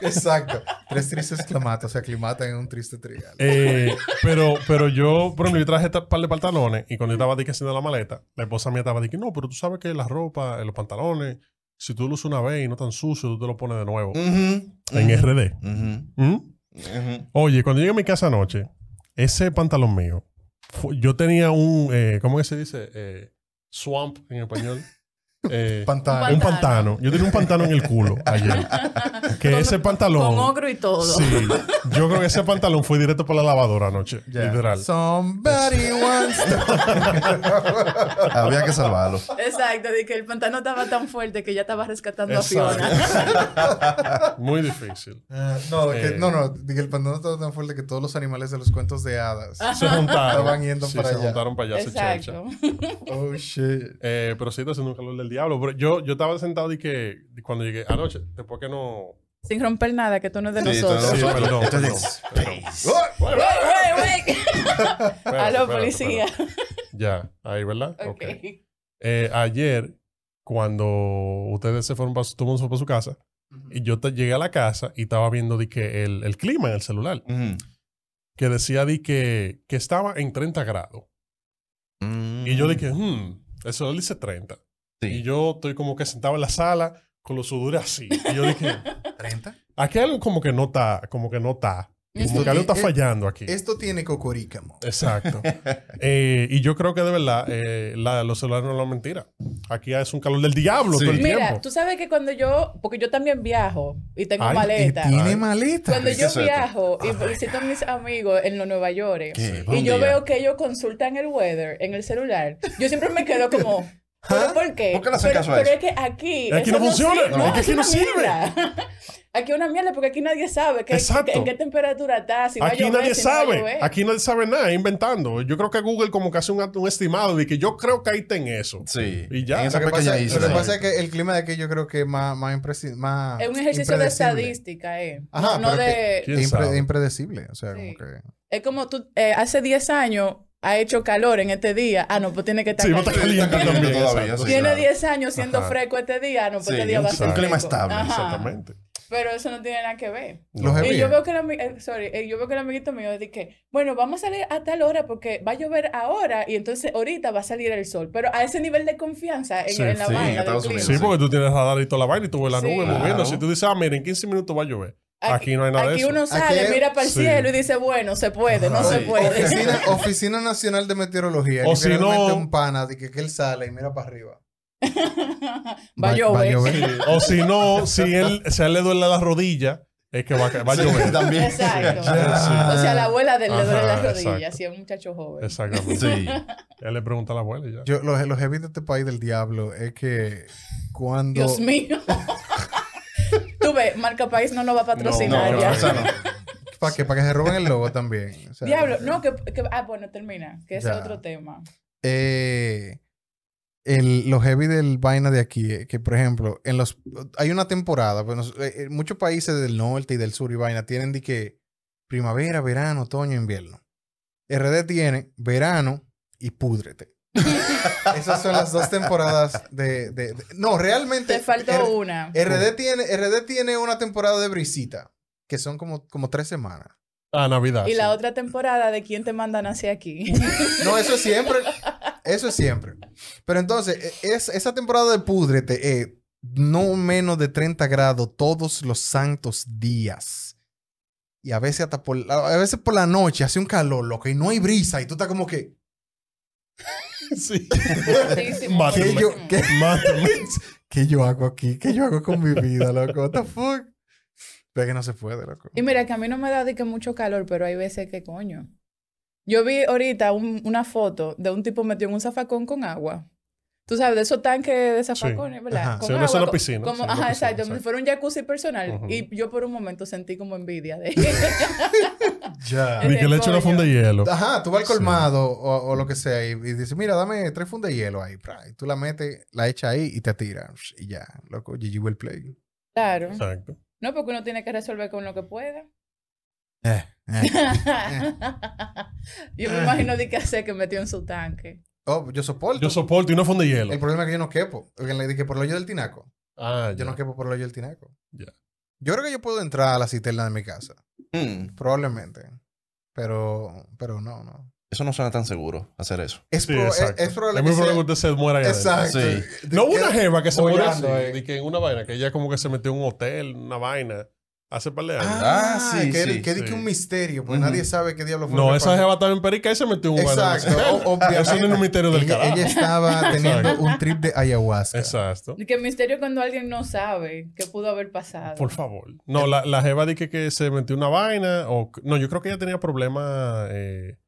[SPEAKER 2] Exacto. Tres tristes clamatas se aclimatan en un triste trigal.
[SPEAKER 1] Eh, pero, pero yo, por ejemplo, yo traje este par de pantalones y cuando yo estaba de que haciendo la maleta, la esposa mía estaba de que no, pero tú sabes que la ropa, eh, los pantalones, si tú lo usas una vez y no tan sucio, tú te lo pones de nuevo
[SPEAKER 6] Ujú,
[SPEAKER 1] en
[SPEAKER 6] ujú,
[SPEAKER 1] RD.
[SPEAKER 6] ujú,
[SPEAKER 1] ¿Mm?
[SPEAKER 6] ujú.
[SPEAKER 1] Oye, cuando llegué a mi casa anoche, ese pantalón mío, fu- yo tenía un, eh, ¿cómo que se dice? Eh, swamp en español. Eh,
[SPEAKER 2] Pantano.
[SPEAKER 1] un pantano. Yo tenía un pantano en el culo ayer. Que
[SPEAKER 3] Con-
[SPEAKER 1] ese pantalón.
[SPEAKER 3] Con ogro y todo.
[SPEAKER 1] Sí, yo creo que ese pantalón fue directo por la lavadora anoche,
[SPEAKER 2] Ya.
[SPEAKER 1] literal.
[SPEAKER 2] Somebody wants to-
[SPEAKER 6] Había que salvarlo.
[SPEAKER 3] Exacto, de que el pantano estaba tan fuerte que ya estaba rescatando a
[SPEAKER 1] Exacto.
[SPEAKER 3] Fiona.
[SPEAKER 1] Muy difícil.
[SPEAKER 2] Eh, no, que-
[SPEAKER 1] Eh.
[SPEAKER 2] no, no. dije, el pantano estaba tan fuerte que todos los animales de los cuentos de hadas.
[SPEAKER 1] Se juntaron.
[SPEAKER 2] Estaban yendo
[SPEAKER 1] Sí,
[SPEAKER 2] para
[SPEAKER 1] se
[SPEAKER 2] allá.
[SPEAKER 1] juntaron para allá, se
[SPEAKER 3] Exacto.
[SPEAKER 1] chelcha.
[SPEAKER 2] Oh, shit.
[SPEAKER 1] Eh, pero sí está haciendo un calor del diablo. Pero yo, yo estaba sentado y que cuando llegué anoche, después que no.
[SPEAKER 3] Sin romper nada, que tú no es de
[SPEAKER 6] Sí,
[SPEAKER 3] nosotros.
[SPEAKER 1] Sí,
[SPEAKER 6] Nosotros.
[SPEAKER 1] perdón, perdón,
[SPEAKER 6] Entonces,
[SPEAKER 1] perdón.
[SPEAKER 3] Wait, wait, wait.
[SPEAKER 1] Espérate,
[SPEAKER 3] A los
[SPEAKER 1] espérate,
[SPEAKER 3] policías.
[SPEAKER 1] espérate. Ya, ahí, ¿verdad?
[SPEAKER 3] Ok.
[SPEAKER 1] Eh, ayer, cuando ustedes se fueron para su, todo el mundo se fue para su casa, y yo te- llegué a la casa y estaba viendo di que el, el clima en el celular,
[SPEAKER 6] Ujú.
[SPEAKER 1] que decía di que, que estaba en 30 grados. Y yo dije, hmm, el sol dice 30.
[SPEAKER 6] Sí.
[SPEAKER 1] Y yo estoy como que sentado en la sala con los sudores así. Y yo dije,
[SPEAKER 2] ¿30?
[SPEAKER 1] aquí hay algo como que no está, como que no está. Como
[SPEAKER 2] Esto
[SPEAKER 1] que algo está
[SPEAKER 2] ti-
[SPEAKER 1] fallando aquí.
[SPEAKER 2] Esto tiene cocorícamo.
[SPEAKER 1] Exacto. Eh, y yo creo que de verdad eh, la- los celulares no es la mentira. Aquí es un calor del diablo
[SPEAKER 6] Sí.
[SPEAKER 1] todo el
[SPEAKER 3] Mira,
[SPEAKER 1] tiempo.
[SPEAKER 3] tú sabes que cuando yo, porque yo también viajo y tengo
[SPEAKER 1] Ay,
[SPEAKER 2] Que
[SPEAKER 3] maleta.
[SPEAKER 2] tiene maleta.
[SPEAKER 3] Cuando
[SPEAKER 6] ¿Qué
[SPEAKER 3] yo
[SPEAKER 6] es eso?
[SPEAKER 3] viajo y visito a mis amigos en los Nueva York
[SPEAKER 6] ¿Qué?
[SPEAKER 3] y
[SPEAKER 6] Buen
[SPEAKER 3] yo
[SPEAKER 6] día.
[SPEAKER 3] veo que ellos consultan el weather en el celular, yo siempre me quedo como,
[SPEAKER 1] ¿Ah?
[SPEAKER 3] ¿pero por qué?
[SPEAKER 6] ¿Por qué le hacen
[SPEAKER 3] pero,
[SPEAKER 6] caso a
[SPEAKER 3] pero
[SPEAKER 6] eso?
[SPEAKER 3] es que aquí.
[SPEAKER 1] Aquí
[SPEAKER 3] eso
[SPEAKER 1] no funciona,
[SPEAKER 3] sirve,
[SPEAKER 1] no, es que aquí
[SPEAKER 3] es
[SPEAKER 1] no
[SPEAKER 3] una
[SPEAKER 1] sirve.
[SPEAKER 3] mierda. Aquí es una mierda porque aquí nadie sabe que,
[SPEAKER 1] Exacto.
[SPEAKER 3] en qué temperatura está, si va
[SPEAKER 1] Aquí
[SPEAKER 3] a llover,
[SPEAKER 1] nadie
[SPEAKER 3] si no va a
[SPEAKER 1] sabe,
[SPEAKER 3] llover.
[SPEAKER 1] aquí nadie sabe nada, inventando. Yo creo que Google como que hace un, un estimado de que yo creo que ahí está en eso.
[SPEAKER 6] Sí.
[SPEAKER 1] Y ya.
[SPEAKER 6] En esa
[SPEAKER 2] Lo que,
[SPEAKER 6] pequeña
[SPEAKER 2] pasa,
[SPEAKER 6] isla.
[SPEAKER 2] lo que pasa es que el clima de aquí yo creo que es más, más, impresi- más
[SPEAKER 3] Es un ejercicio de
[SPEAKER 2] impredecible.
[SPEAKER 3] estadística, ¿eh?
[SPEAKER 2] Ajá,
[SPEAKER 3] no no
[SPEAKER 2] pero
[SPEAKER 3] de...
[SPEAKER 1] ¿Quién
[SPEAKER 2] Es impre-
[SPEAKER 1] sabe?
[SPEAKER 2] impredecible. O sea,
[SPEAKER 3] Sí.
[SPEAKER 2] como que.
[SPEAKER 3] Es como tú, eh, hace 10 años ha hecho calor en este día. Ah, no, pues tiene que estar
[SPEAKER 1] Sí, no
[SPEAKER 3] caliente.
[SPEAKER 1] está caliente
[SPEAKER 6] caliente
[SPEAKER 1] también.
[SPEAKER 6] todavía,
[SPEAKER 1] exacto.
[SPEAKER 6] sí.
[SPEAKER 3] Tiene
[SPEAKER 6] claro.
[SPEAKER 3] 10 años siendo
[SPEAKER 1] Ajá.
[SPEAKER 3] fresco este día, no, pues
[SPEAKER 6] Sí,
[SPEAKER 3] este día
[SPEAKER 6] un-
[SPEAKER 3] va a ser
[SPEAKER 1] un
[SPEAKER 6] clima
[SPEAKER 3] fresco.
[SPEAKER 6] estable,
[SPEAKER 3] Ajá.
[SPEAKER 1] Exactamente.
[SPEAKER 3] Pero eso no tiene nada que ver.
[SPEAKER 2] Los
[SPEAKER 3] Y yo
[SPEAKER 2] envían.
[SPEAKER 3] veo que el, ami- eh, sorry, eh, yo veo que el amiguito mío dice que, bueno, vamos a salir a tal hora porque va a llover ahora y entonces ahorita va a salir el sol. Pero a ese nivel de confianza en,
[SPEAKER 1] Sí,
[SPEAKER 3] en la
[SPEAKER 6] sí, en
[SPEAKER 3] vaina. del
[SPEAKER 6] Estados
[SPEAKER 3] clima.
[SPEAKER 6] Unidos,
[SPEAKER 1] Sí, porque tú tienes radar y toda la vaina y tú ves la
[SPEAKER 3] Sí.
[SPEAKER 1] nube
[SPEAKER 3] Claro.
[SPEAKER 1] moviéndose. Y tú dices, ah, mira, en 15 minutos va a llover. Aquí, no hay nada de
[SPEAKER 3] Aquí
[SPEAKER 1] eso.
[SPEAKER 3] uno sale,
[SPEAKER 2] Aquí-
[SPEAKER 3] mira para el
[SPEAKER 1] sí.
[SPEAKER 3] cielo y dice, bueno, se puede, no
[SPEAKER 6] Ajá.
[SPEAKER 3] se
[SPEAKER 6] Sí.
[SPEAKER 3] puede.
[SPEAKER 2] Oficina, Oficina Nacional de Meteorología.
[SPEAKER 1] O
[SPEAKER 2] O
[SPEAKER 1] si no-
[SPEAKER 2] un pana de que, que él sale y mira para arriba.
[SPEAKER 3] va a llover.
[SPEAKER 1] O si no, si él, si a él le duele la rodilla, es que va a, ca- va a llover.
[SPEAKER 6] También.
[SPEAKER 3] Exacto.
[SPEAKER 1] Ya,
[SPEAKER 3] O sea, la abuela de, le duele
[SPEAKER 1] Ajá,
[SPEAKER 3] las rodillas,
[SPEAKER 1] exacto.
[SPEAKER 3] si es un muchacho joven.
[SPEAKER 1] Exactamente.
[SPEAKER 6] Sí.
[SPEAKER 1] Él le pregunta a la abuela y ya.
[SPEAKER 2] Yo, los, los heavy de este país del diablo es que cuando...
[SPEAKER 3] Dios mío. Tú ves, Marca País no nos va a patrocinar
[SPEAKER 6] No, no,
[SPEAKER 3] ya.
[SPEAKER 6] esa no.
[SPEAKER 2] ¿Para que Para que se roben el logo también. O sea,
[SPEAKER 3] Diablo, no, que, que- Ah, bueno, termina, que ese es
[SPEAKER 2] Ya.
[SPEAKER 3] otro tema.
[SPEAKER 2] eh, el- lo heavy del vaina de aquí, eh, que por ejemplo, en los hay una temporada, pues, nos- eh, eh, muchos países del norte y del sur y vaina tienen de que primavera, verano, otoño, invierno. RD tiene verano y púdrete. Esas son las dos temporadas de... de- de- no, realmente...
[SPEAKER 3] Te er,
[SPEAKER 2] R-
[SPEAKER 3] faltó una.
[SPEAKER 2] RD tiene, RD tiene una temporada de brisita, que son como, como tres semanas.
[SPEAKER 1] Ah, Navidad.
[SPEAKER 3] Y
[SPEAKER 1] sí.
[SPEAKER 3] la otra temporada de quién te mandan hacia aquí.
[SPEAKER 2] No, eso es siempre. Eso es siempre. Pero entonces, e- es, esa temporada de púdrete es no menos de 30 grados todos los santos días. Y a veces hasta por, la- a veces por la noche hace un calor, loco, y no hay brisa. Y tú estás como que,
[SPEAKER 1] Sí.
[SPEAKER 3] Fuertísimo,
[SPEAKER 1] Mátame.
[SPEAKER 2] ¿qué yo,
[SPEAKER 3] fuertísimo.
[SPEAKER 2] qué,
[SPEAKER 1] Mátame.
[SPEAKER 2] qué yo hago aquí? ¿Qué yo hago con mi vida, loco? What the fuck? Pero es que no se puede, loco.
[SPEAKER 3] Y mira, que a mí no me da de que mucho calor, pero hay veces que coño. Yo vi ahorita un- una foto de un tipo metido en un zafacón con agua. Tú sabes, de esos tanques de zafacones, ¿verdad?
[SPEAKER 2] Ajá.
[SPEAKER 3] Con
[SPEAKER 1] Sí, no es una
[SPEAKER 3] co-
[SPEAKER 1] piscina,
[SPEAKER 3] Como,
[SPEAKER 1] sí, una
[SPEAKER 3] ajá,
[SPEAKER 1] piscina,
[SPEAKER 3] exacto.
[SPEAKER 1] exacto.
[SPEAKER 3] Fue un jacuzzi personal.
[SPEAKER 1] Ujú.
[SPEAKER 3] Y yo por un momento sentí como envidia de
[SPEAKER 2] Ya.
[SPEAKER 1] Ni que le eche una funda de hielo.
[SPEAKER 2] Ajá, tú vas al
[SPEAKER 1] Sí.
[SPEAKER 2] colmado o, o lo que sea y, y dices, mira, dame tres fundas de hielo ahí. pra, Y tú la metes, la echas ahí y te tiras. Y ya, loco, GG will play.
[SPEAKER 3] Claro.
[SPEAKER 1] Exacto.
[SPEAKER 3] No, porque uno tiene que resolver con lo que pueda.
[SPEAKER 2] Eh, eh.
[SPEAKER 3] yo me imagino de qué hacer que metió en su tanque.
[SPEAKER 2] Oh, yo soporto.
[SPEAKER 1] Yo soporto y una funda de hielo.
[SPEAKER 2] El problema es que yo no quepo. Porque le dije por el hoyo del tinaco.
[SPEAKER 1] Ah, ya.
[SPEAKER 2] Yo no quepo por el hoyo del tinaco.
[SPEAKER 1] Ya.
[SPEAKER 2] Yo creo que yo puedo entrar a la cisterna de mi casa.
[SPEAKER 6] Mm,
[SPEAKER 2] Probablemente. Pero, pero no, no.
[SPEAKER 6] Eso no suena tan seguro, hacer eso.
[SPEAKER 2] Es,
[SPEAKER 1] Sí,
[SPEAKER 2] pro- es-
[SPEAKER 1] exacto.
[SPEAKER 2] es probable
[SPEAKER 1] Es muy
[SPEAKER 2] que sea-
[SPEAKER 1] probable que usted se muera allá
[SPEAKER 2] Exacto.
[SPEAKER 1] adentro.
[SPEAKER 6] Sí.
[SPEAKER 1] No hubo una jeva que se murió así,
[SPEAKER 2] Follando, eh.
[SPEAKER 1] de que en una vaina, que ella como que se metió en un hotel, una vaina, hace par de años.
[SPEAKER 2] Ah,
[SPEAKER 6] Ah,
[SPEAKER 2] sí,
[SPEAKER 6] sí,
[SPEAKER 2] que,
[SPEAKER 6] sí,
[SPEAKER 2] que di que
[SPEAKER 1] sí.
[SPEAKER 2] un misterio, porque
[SPEAKER 6] Ujú.
[SPEAKER 2] nadie sabe qué diablo fue. lo
[SPEAKER 1] no,
[SPEAKER 2] que
[SPEAKER 1] esa
[SPEAKER 2] pasó.
[SPEAKER 1] jeva estaba en Perica y se metió en un
[SPEAKER 2] Exacto,
[SPEAKER 1] vaina.
[SPEAKER 2] o- obviamente.
[SPEAKER 1] Eso no es un misterio del
[SPEAKER 2] ella,
[SPEAKER 1] carajo.
[SPEAKER 2] ella estaba teniendo
[SPEAKER 1] Exacto.
[SPEAKER 2] un trip de ayahuasca.
[SPEAKER 1] Exacto.
[SPEAKER 3] De que misterio cuando alguien no sabe qué pudo haber pasado.
[SPEAKER 1] Por favor. No, la, la jeva dije que se metió una vaina. O, no, yo creo que ella tenía problemas. eh,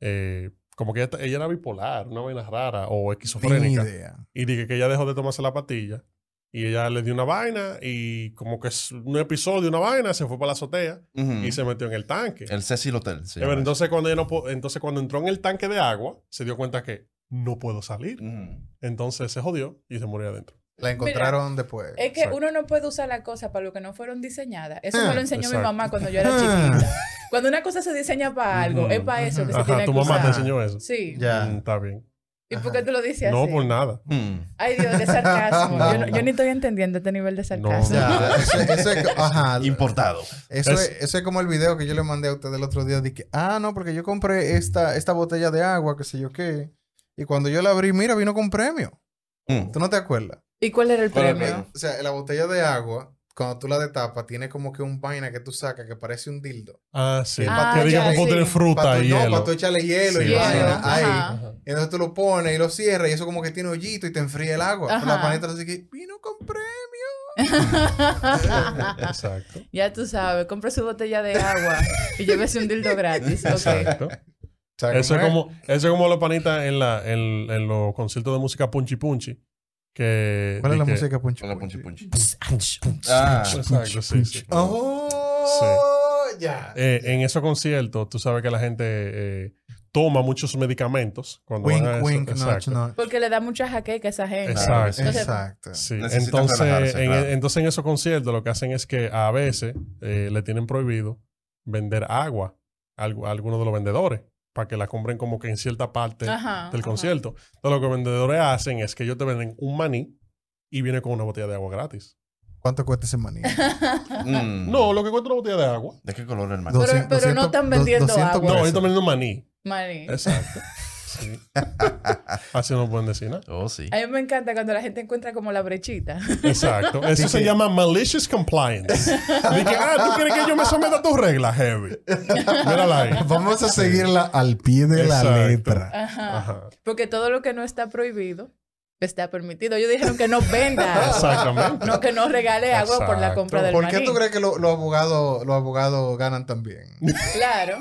[SPEAKER 1] eh, como que ella, ella era bipolar, una vaina rara o
[SPEAKER 2] Ni
[SPEAKER 1] esquizofrénica.
[SPEAKER 2] idea.
[SPEAKER 1] Y dije que ella dejó de tomarse la pastilla. Y ella le dio una vaina y como que es un episodio, una vaina, se fue para la azotea
[SPEAKER 6] Ujú.
[SPEAKER 1] y se metió en el tanque.
[SPEAKER 6] Mm. El Cecil Hotel. se
[SPEAKER 1] Eh, pero
[SPEAKER 6] llama eso.
[SPEAKER 1] entonces, cuando ella no po- entonces cuando entró en el tanque de agua, se dio cuenta que no puedo salir.
[SPEAKER 6] Ujú.
[SPEAKER 1] Entonces se jodió y se murió adentro.
[SPEAKER 2] La encontraron después.
[SPEAKER 3] Es que
[SPEAKER 1] Exacto.
[SPEAKER 3] uno no puede usar las cosas para lo que no fueron diseñadas. Eso
[SPEAKER 2] Ah,
[SPEAKER 3] me lo enseñó mi
[SPEAKER 1] exacto.
[SPEAKER 3] mamá cuando yo era
[SPEAKER 2] Ah.
[SPEAKER 3] chiquita. Cuando una cosa se diseña para algo,
[SPEAKER 1] Ujú,
[SPEAKER 3] es para eso que se
[SPEAKER 1] Ajá,
[SPEAKER 3] tiene
[SPEAKER 1] tu
[SPEAKER 3] que
[SPEAKER 1] mamá
[SPEAKER 3] usar.
[SPEAKER 1] te enseñó eso.
[SPEAKER 3] Sí.
[SPEAKER 1] Mm,
[SPEAKER 2] Ya.
[SPEAKER 1] está bien.
[SPEAKER 3] ¿Y por qué tú lo dices
[SPEAKER 1] No,
[SPEAKER 3] así?
[SPEAKER 1] por nada.
[SPEAKER 6] Mm.
[SPEAKER 3] Ay, Dios, qué sarcasmo. yo, no- yo ni estoy entendiendo este nivel de sarcasmo.
[SPEAKER 2] Ya, eso, eso es, ajá,
[SPEAKER 6] Importado.
[SPEAKER 2] eso, es,
[SPEAKER 1] Es-
[SPEAKER 2] eso es como el video que yo le mandé a usted el otro día. de que ah, no, porque yo compré esta, esta botella de agua, qué sé yo qué. Y cuando yo la abrí, mira, vino con premio.
[SPEAKER 6] Mm.
[SPEAKER 2] ¿Tú no te acuerdas?
[SPEAKER 3] ¿Y cuál era el
[SPEAKER 6] ¿Cuál era el
[SPEAKER 3] premio?
[SPEAKER 2] O sea, la botella de agua, cuando tú la destapas, tiene como que un vaina que tú sacas que parece un dildo.
[SPEAKER 1] Ah, sí.
[SPEAKER 2] Ah,
[SPEAKER 1] que diga
[SPEAKER 3] ya,
[SPEAKER 1] que puedo
[SPEAKER 3] sí.
[SPEAKER 1] tener fruta
[SPEAKER 2] Para tú-
[SPEAKER 1] y
[SPEAKER 2] no,
[SPEAKER 1] hielo.
[SPEAKER 2] para tú echarle hielo y
[SPEAKER 1] Sí,
[SPEAKER 2] vaina.
[SPEAKER 3] ajá.
[SPEAKER 2] Ahí.
[SPEAKER 3] Ajá.
[SPEAKER 1] Ajá.
[SPEAKER 2] Y Entonces tú lo pones y lo cierras y eso como que tiene hoyito y te enfría el agua. Pero la
[SPEAKER 3] Ajá.
[SPEAKER 2] panita así que vino con premio.
[SPEAKER 1] Exacto.
[SPEAKER 3] ya tú sabes, compra su botella de agua y llévese un dildo gratis. ok.
[SPEAKER 1] Exacto. Eso es como, eso es como los panitas en, la, en, en los conciertos de música punchi punchi. Que,
[SPEAKER 2] ¿Cuál es la
[SPEAKER 1] que-
[SPEAKER 2] música Punchi?
[SPEAKER 6] Hola, punchi,
[SPEAKER 2] Punchi?
[SPEAKER 6] punchi.
[SPEAKER 7] Ach.
[SPEAKER 6] Ah,
[SPEAKER 1] Exacto, sí, sí.
[SPEAKER 2] Oh, ya.
[SPEAKER 1] Eh, en esos conciertos, tú sabes que la gente eh, toma muchos medicamentos cuando van a
[SPEAKER 2] Wink,
[SPEAKER 1] eso.
[SPEAKER 2] wink, notch,
[SPEAKER 1] Exacto.
[SPEAKER 2] notch.
[SPEAKER 3] Porque le da mucha jaqueca a esa gente.
[SPEAKER 1] Exacto.
[SPEAKER 3] Entonces-
[SPEAKER 2] Exacto.
[SPEAKER 1] Sí,
[SPEAKER 6] Necesitan
[SPEAKER 1] entonces
[SPEAKER 6] relajarse,
[SPEAKER 1] en, e,
[SPEAKER 6] claro.
[SPEAKER 1] entonces en esos conciertos lo que hacen es que a veces eh, le tienen prohibido vender agua a, algu- a algunos de los vendedores para que la compren como que en cierta parte
[SPEAKER 3] Ajá,
[SPEAKER 1] del
[SPEAKER 3] ajá.
[SPEAKER 1] concierto. Entonces lo que los vendedores hacen es que ellos te venden un maní y viene con una botella de agua gratis.
[SPEAKER 2] ¿Cuánto cuesta ese maní?
[SPEAKER 6] Mm.
[SPEAKER 1] No, lo que cuesta una botella de agua.
[SPEAKER 6] ¿De qué color, hermano?
[SPEAKER 3] Pero- pero no están vendiendo agua.
[SPEAKER 1] No,
[SPEAKER 2] pesos.
[SPEAKER 1] ellos están vendiendo maní.
[SPEAKER 3] Mari.
[SPEAKER 1] Exacto. Sí. Así no pueden decir nada.
[SPEAKER 6] Oh, sí.
[SPEAKER 3] A mí me encanta cuando la gente encuentra como la brechita.
[SPEAKER 1] Exacto. Eso se llama malicious compliance. Dije, ah, ¿tú quieres que yo me someta a tus reglas, Heavy? Mírala ahí.
[SPEAKER 2] Vamos a seguirla al pie de la
[SPEAKER 1] Exacto.
[SPEAKER 2] letra.
[SPEAKER 3] Ajá.
[SPEAKER 1] Ajá.
[SPEAKER 3] Porque todo lo que no está prohibido está permitido. Ellos dijeron que no
[SPEAKER 1] Ah,
[SPEAKER 3] venda,
[SPEAKER 1] Exactamente.
[SPEAKER 3] no que no regale agua por la
[SPEAKER 1] Exacto.
[SPEAKER 3] compra del
[SPEAKER 2] ¿Por qué
[SPEAKER 3] maní.
[SPEAKER 2] tú crees que lo- los abogados los abogados ganan también?
[SPEAKER 3] Claro,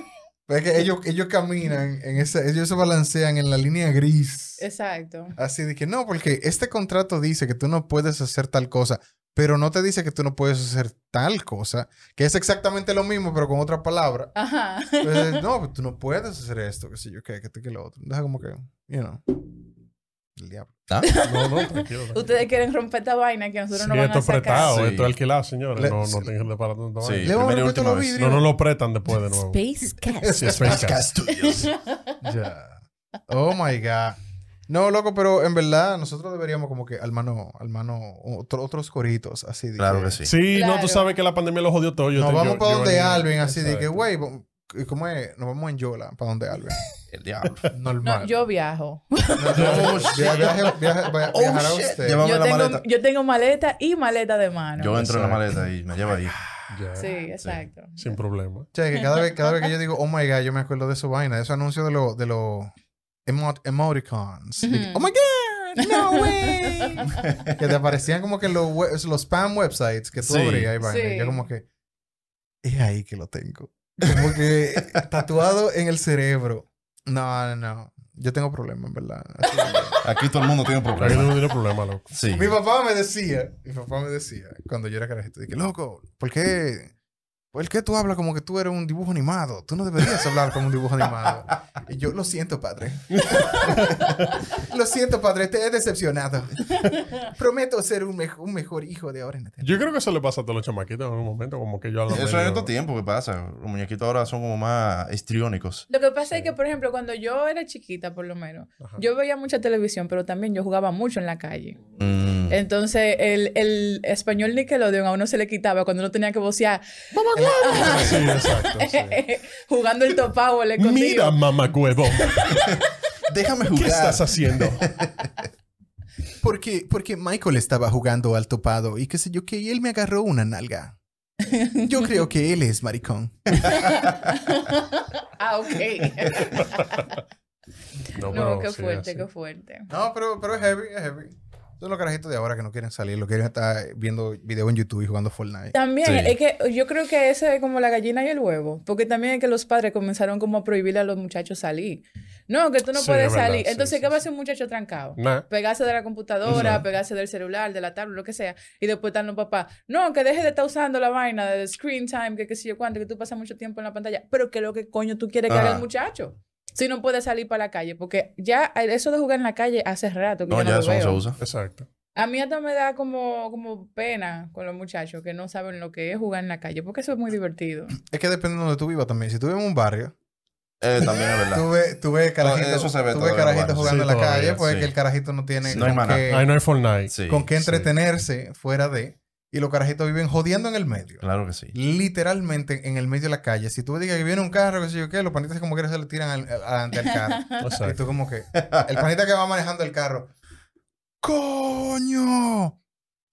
[SPEAKER 2] Es que ellos, ellos caminan, en esa, ellos se balancean en la línea gris.
[SPEAKER 3] exacto.
[SPEAKER 2] Así de que no, porque este contrato dice que tú no puedes hacer tal cosa, pero no te dice que tú no puedes hacer tal cosa, que es exactamente lo mismo, pero con otra palabra.
[SPEAKER 3] Ajá.
[SPEAKER 2] Pues, no, pues, tú no puedes hacer esto, qué sé yo, qué, que tú, que lo otro. Deja como que, you know. El diablo.
[SPEAKER 1] No, no, tranquilo. tranquilo.
[SPEAKER 3] Ustedes quieren romper esta vaina que nosotros
[SPEAKER 1] Sí,
[SPEAKER 3] no van
[SPEAKER 1] esto
[SPEAKER 3] a
[SPEAKER 1] es
[SPEAKER 3] sacar.
[SPEAKER 1] prestado,
[SPEAKER 6] Sí.
[SPEAKER 1] esto es alquilado, señores.
[SPEAKER 2] Le-
[SPEAKER 1] no,
[SPEAKER 2] sí.
[SPEAKER 1] no tengan que reparar tanto
[SPEAKER 6] Sí,
[SPEAKER 1] vaina.
[SPEAKER 2] Le vamos a
[SPEAKER 6] primera
[SPEAKER 2] romper
[SPEAKER 6] y última
[SPEAKER 2] los
[SPEAKER 6] vez.
[SPEAKER 2] vidrios.
[SPEAKER 1] No, no lo prestan después de nuevo.
[SPEAKER 7] Space Cat.
[SPEAKER 1] Sí, es pesca.
[SPEAKER 2] Ya. Oh my God. No, loco, pero en verdad nosotros deberíamos como que al mano, al mano, otro- otros coritos, así de
[SPEAKER 6] Claro que sí.
[SPEAKER 1] Sí, no,
[SPEAKER 3] Claro.
[SPEAKER 1] tú sabes que la pandemia lo jodió todo. Yo
[SPEAKER 2] Nos
[SPEAKER 1] te-
[SPEAKER 2] vamos
[SPEAKER 1] yo-
[SPEAKER 2] para
[SPEAKER 1] yo
[SPEAKER 2] donde
[SPEAKER 1] ni-
[SPEAKER 2] Alvin, así de que,
[SPEAKER 1] Exacto.
[SPEAKER 2] güey, bo- ¿cómo es? Nos vamos en Yola, para donde Alvin.
[SPEAKER 6] El diablo.
[SPEAKER 2] Normal.
[SPEAKER 3] No, yo viajo.
[SPEAKER 6] Oh,
[SPEAKER 2] Via- viaje- viaje- via-
[SPEAKER 6] Oh,
[SPEAKER 2] viajará
[SPEAKER 6] shit.
[SPEAKER 2] usted.
[SPEAKER 6] Llevamos
[SPEAKER 3] Yo
[SPEAKER 6] la
[SPEAKER 3] tengo,
[SPEAKER 6] maleta.
[SPEAKER 3] yo tengo maleta y maleta de mano.
[SPEAKER 6] Yo entro en la
[SPEAKER 1] Exacto.
[SPEAKER 6] maleta y me lleva ahí.
[SPEAKER 1] Ya,
[SPEAKER 3] sí, exacto.
[SPEAKER 1] Sin problema.
[SPEAKER 2] Che, que cada vez, cada vez que yo digo, oh my god, yo me acuerdo de su vaina, de esos anuncios de los de los emo- emoticons. De que,
[SPEAKER 3] Ujú.
[SPEAKER 2] oh my god, no way. que te aparecían como que los, we- los spam websites que tú
[SPEAKER 6] Sí.
[SPEAKER 2] abrías y vaina.
[SPEAKER 3] Sí.
[SPEAKER 2] Y Yo como que, es ahí que lo tengo. Como que tatuado en el cerebro. No, no, no. Yo tengo problemas, en verdad. Así que-
[SPEAKER 6] Aquí todo el mundo tiene
[SPEAKER 1] Aquí
[SPEAKER 6] problemas.
[SPEAKER 1] no tiene problema, loco.
[SPEAKER 6] Sí.
[SPEAKER 2] Mi papá me decía, mi papá me decía, cuando yo era carajito, dije, loco, ¿por qué, ¿por qué tú hablas como que tú eres un dibujo animado? Tú no deberías hablar como un dibujo animado. Y yo, lo siento, padre. lo siento, padre, te he decepcionado. Prometo ser un, mej- un mejor hijo de ahora en adelante.
[SPEAKER 1] Yo creo que eso le pasa a todos los chamaquitos en un momento, como que yo hablo.
[SPEAKER 6] Eso
[SPEAKER 1] medio-
[SPEAKER 6] es otro tiempo que pasa. Los muñequitos ahora son como más histriónicos.
[SPEAKER 3] Lo que pasa es que, por ejemplo, cuando yo era chiquita, por lo menos,
[SPEAKER 1] Ajá.
[SPEAKER 3] yo veía mucha televisión, pero también yo jugaba mucho en la calle.
[SPEAKER 6] Mm.
[SPEAKER 3] Entonces, el, el español Nickelodeon a uno se le quitaba cuando uno tenía que vocear
[SPEAKER 1] Sí, exacto. sí.
[SPEAKER 3] jugando el topado, el escondido.
[SPEAKER 1] Mira, mamacuevo,
[SPEAKER 6] Déjame
[SPEAKER 1] ¿qué
[SPEAKER 6] jugar.
[SPEAKER 1] estás haciendo?
[SPEAKER 2] Porque, porque Michael estaba jugando al topado y qué sé yo qué, y él me agarró una nalga. Yo creo que él es maricón.
[SPEAKER 3] Ah, ok.
[SPEAKER 1] No,
[SPEAKER 3] no,
[SPEAKER 1] pero
[SPEAKER 3] qué
[SPEAKER 1] sí,
[SPEAKER 3] fuerte,
[SPEAKER 1] así.
[SPEAKER 3] qué fuerte.
[SPEAKER 2] No, pero, pero es heavy, es heavy. Son los carajitos de ahora que no quieren salir, lo quieren estar viendo video en YouTube y jugando Fortnite.
[SPEAKER 3] También,
[SPEAKER 6] Sí.
[SPEAKER 3] es que yo creo que eso es como la gallina y el huevo, porque también es que los padres comenzaron como a prohibirle a los muchachos salir. No, que tú no
[SPEAKER 1] Sí,
[SPEAKER 3] puedes
[SPEAKER 1] es verdad,
[SPEAKER 3] salir.
[SPEAKER 1] sí,
[SPEAKER 3] Entonces,
[SPEAKER 1] sí,
[SPEAKER 3] ¿qué va a
[SPEAKER 1] sí.
[SPEAKER 3] hacer un muchacho trancado?
[SPEAKER 1] Nah.
[SPEAKER 3] Pegarse de la computadora, pegarse del celular, de la tablet, lo que sea. Y después están los papás. No, que deje de estar usando la vaina del screen time, que qué sé yo cuánto, que tú pasas mucho tiempo en la pantalla. Pero que lo que coño tú quieres que haga el
[SPEAKER 6] Ajá.
[SPEAKER 3] muchacho. Si no puede salir para la calle, porque ya eso de jugar en la calle hace rato que
[SPEAKER 6] No,
[SPEAKER 3] yo no
[SPEAKER 6] ya
[SPEAKER 3] lo
[SPEAKER 6] eso no se
[SPEAKER 3] veo.
[SPEAKER 6] usa.
[SPEAKER 1] Exacto.
[SPEAKER 3] A mí hasta me da como, como pena con los muchachos que no saben lo que es jugar en la calle, porque eso es muy divertido.
[SPEAKER 2] Es que depende de donde tú vivas también. Si tú vives en un barrio,
[SPEAKER 6] Eh, también es verdad.
[SPEAKER 2] tú ves, tú ves carajitos,
[SPEAKER 6] eso se ve
[SPEAKER 2] tú ves
[SPEAKER 6] todavía en los
[SPEAKER 2] carajitos
[SPEAKER 6] barrios.
[SPEAKER 2] jugando
[SPEAKER 1] Sí,
[SPEAKER 2] en la
[SPEAKER 1] todavía,
[SPEAKER 2] calle, pues es
[SPEAKER 6] sí.
[SPEAKER 2] que el carajito no tiene
[SPEAKER 6] Sí. No hay
[SPEAKER 2] con,
[SPEAKER 6] maná.
[SPEAKER 2] qué,
[SPEAKER 1] Ahí no hay Fortnite.
[SPEAKER 6] Sí.
[SPEAKER 2] con qué
[SPEAKER 1] sí.
[SPEAKER 2] entretenerse fuera de. Y los carajitos viven jodiendo en el medio.
[SPEAKER 6] Claro que sí.
[SPEAKER 2] Literalmente en el medio de la calle. Si tú digas que viene un carro, qué sé yo qué, los panitas como quieres se le tiran al- al- adelante al carro. Y
[SPEAKER 1] Exacto.
[SPEAKER 2] tú como que... El panita que va manejando el carro. ¡Coño!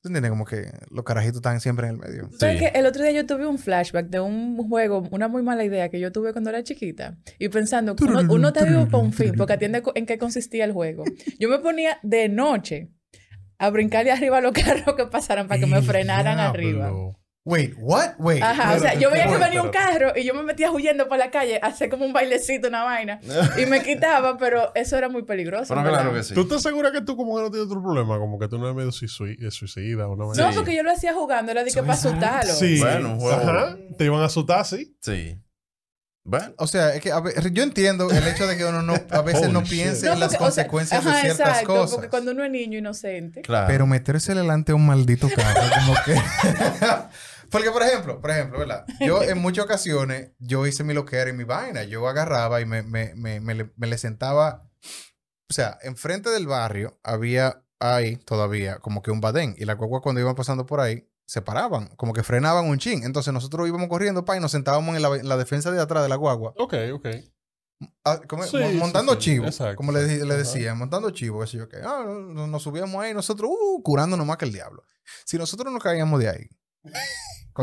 [SPEAKER 2] ¿Tú entiendes? Como que los carajitos están siempre en el medio.
[SPEAKER 3] ¿Tú sabes
[SPEAKER 6] Sí.
[SPEAKER 3] que el otro día yo tuve un flashback de un juego, una muy mala idea que yo tuve cuando era chiquita. Y pensando, uno, uno está vivo para un fin, porque atiende co- en qué consistía el juego. Yo me ponía de noche a brincar de arriba a los carros que pasaran para que me
[SPEAKER 1] El
[SPEAKER 3] frenaran arriba.
[SPEAKER 1] diablo.
[SPEAKER 2] Wait, what? Wait.
[SPEAKER 3] Ajá, o sea,
[SPEAKER 1] Espérate,
[SPEAKER 3] yo veía que
[SPEAKER 1] espérate,
[SPEAKER 3] venía un carro y yo me metía huyendo por la calle, a hacer como un bailecito, una vaina, y me quitaba, pero eso era muy peligroso.
[SPEAKER 6] Pero
[SPEAKER 3] ¿verdad?
[SPEAKER 6] claro que sí.
[SPEAKER 1] ¿Tú estás segura que tú como que no tienes otro problema? Como que tú no eres medio sui- suicida o no?
[SPEAKER 3] No,
[SPEAKER 6] Sí.
[SPEAKER 3] porque yo lo hacía jugando, era de que para asustarlo.
[SPEAKER 1] Sí.
[SPEAKER 6] Bueno, un juego.
[SPEAKER 1] Ajá. Te iban a azotar, sí.
[SPEAKER 6] Sí. Bueno.
[SPEAKER 2] O sea, es que a ve- yo entiendo el hecho de que uno no, a veces no
[SPEAKER 1] Holy
[SPEAKER 2] piensa
[SPEAKER 1] shit.
[SPEAKER 2] en las
[SPEAKER 3] porque, o sea,
[SPEAKER 2] consecuencias
[SPEAKER 3] ajá,
[SPEAKER 2] de ciertas
[SPEAKER 3] exacto,
[SPEAKER 2] cosas.
[SPEAKER 3] Porque cuando uno es niño inocente.
[SPEAKER 6] Claro.
[SPEAKER 2] Pero meterse delante a un maldito carro, como que... Porque, por ejemplo, por ejemplo, ¿verdad? Yo en muchas ocasiones, yo hice mi loquera y mi vaina. Yo agarraba y me, me, me, me le, me le sentaba... O sea, enfrente del barrio había ahí todavía como que un badén. Y la guagua cuando iban pasando por ahí, se paraban, como que frenaban un chin. Entonces nosotros íbamos corriendo pa, y nos sentábamos en la, en la defensa de atrás de la guagua,
[SPEAKER 1] Ok, ok.
[SPEAKER 2] Ah, como-
[SPEAKER 1] Sí,
[SPEAKER 2] mo-
[SPEAKER 1] sí,
[SPEAKER 2] montando
[SPEAKER 1] sí,
[SPEAKER 2] chivo,
[SPEAKER 1] exacto,
[SPEAKER 2] como le, de-
[SPEAKER 1] exacto,
[SPEAKER 2] le
[SPEAKER 1] ajá.
[SPEAKER 2] decía, montando chivo, qué sé yo qué. Ah, no- no- nos, subíamos ahí nosotros, uh, curándonos más que el diablo. Si nosotros nos caíamos de ahí,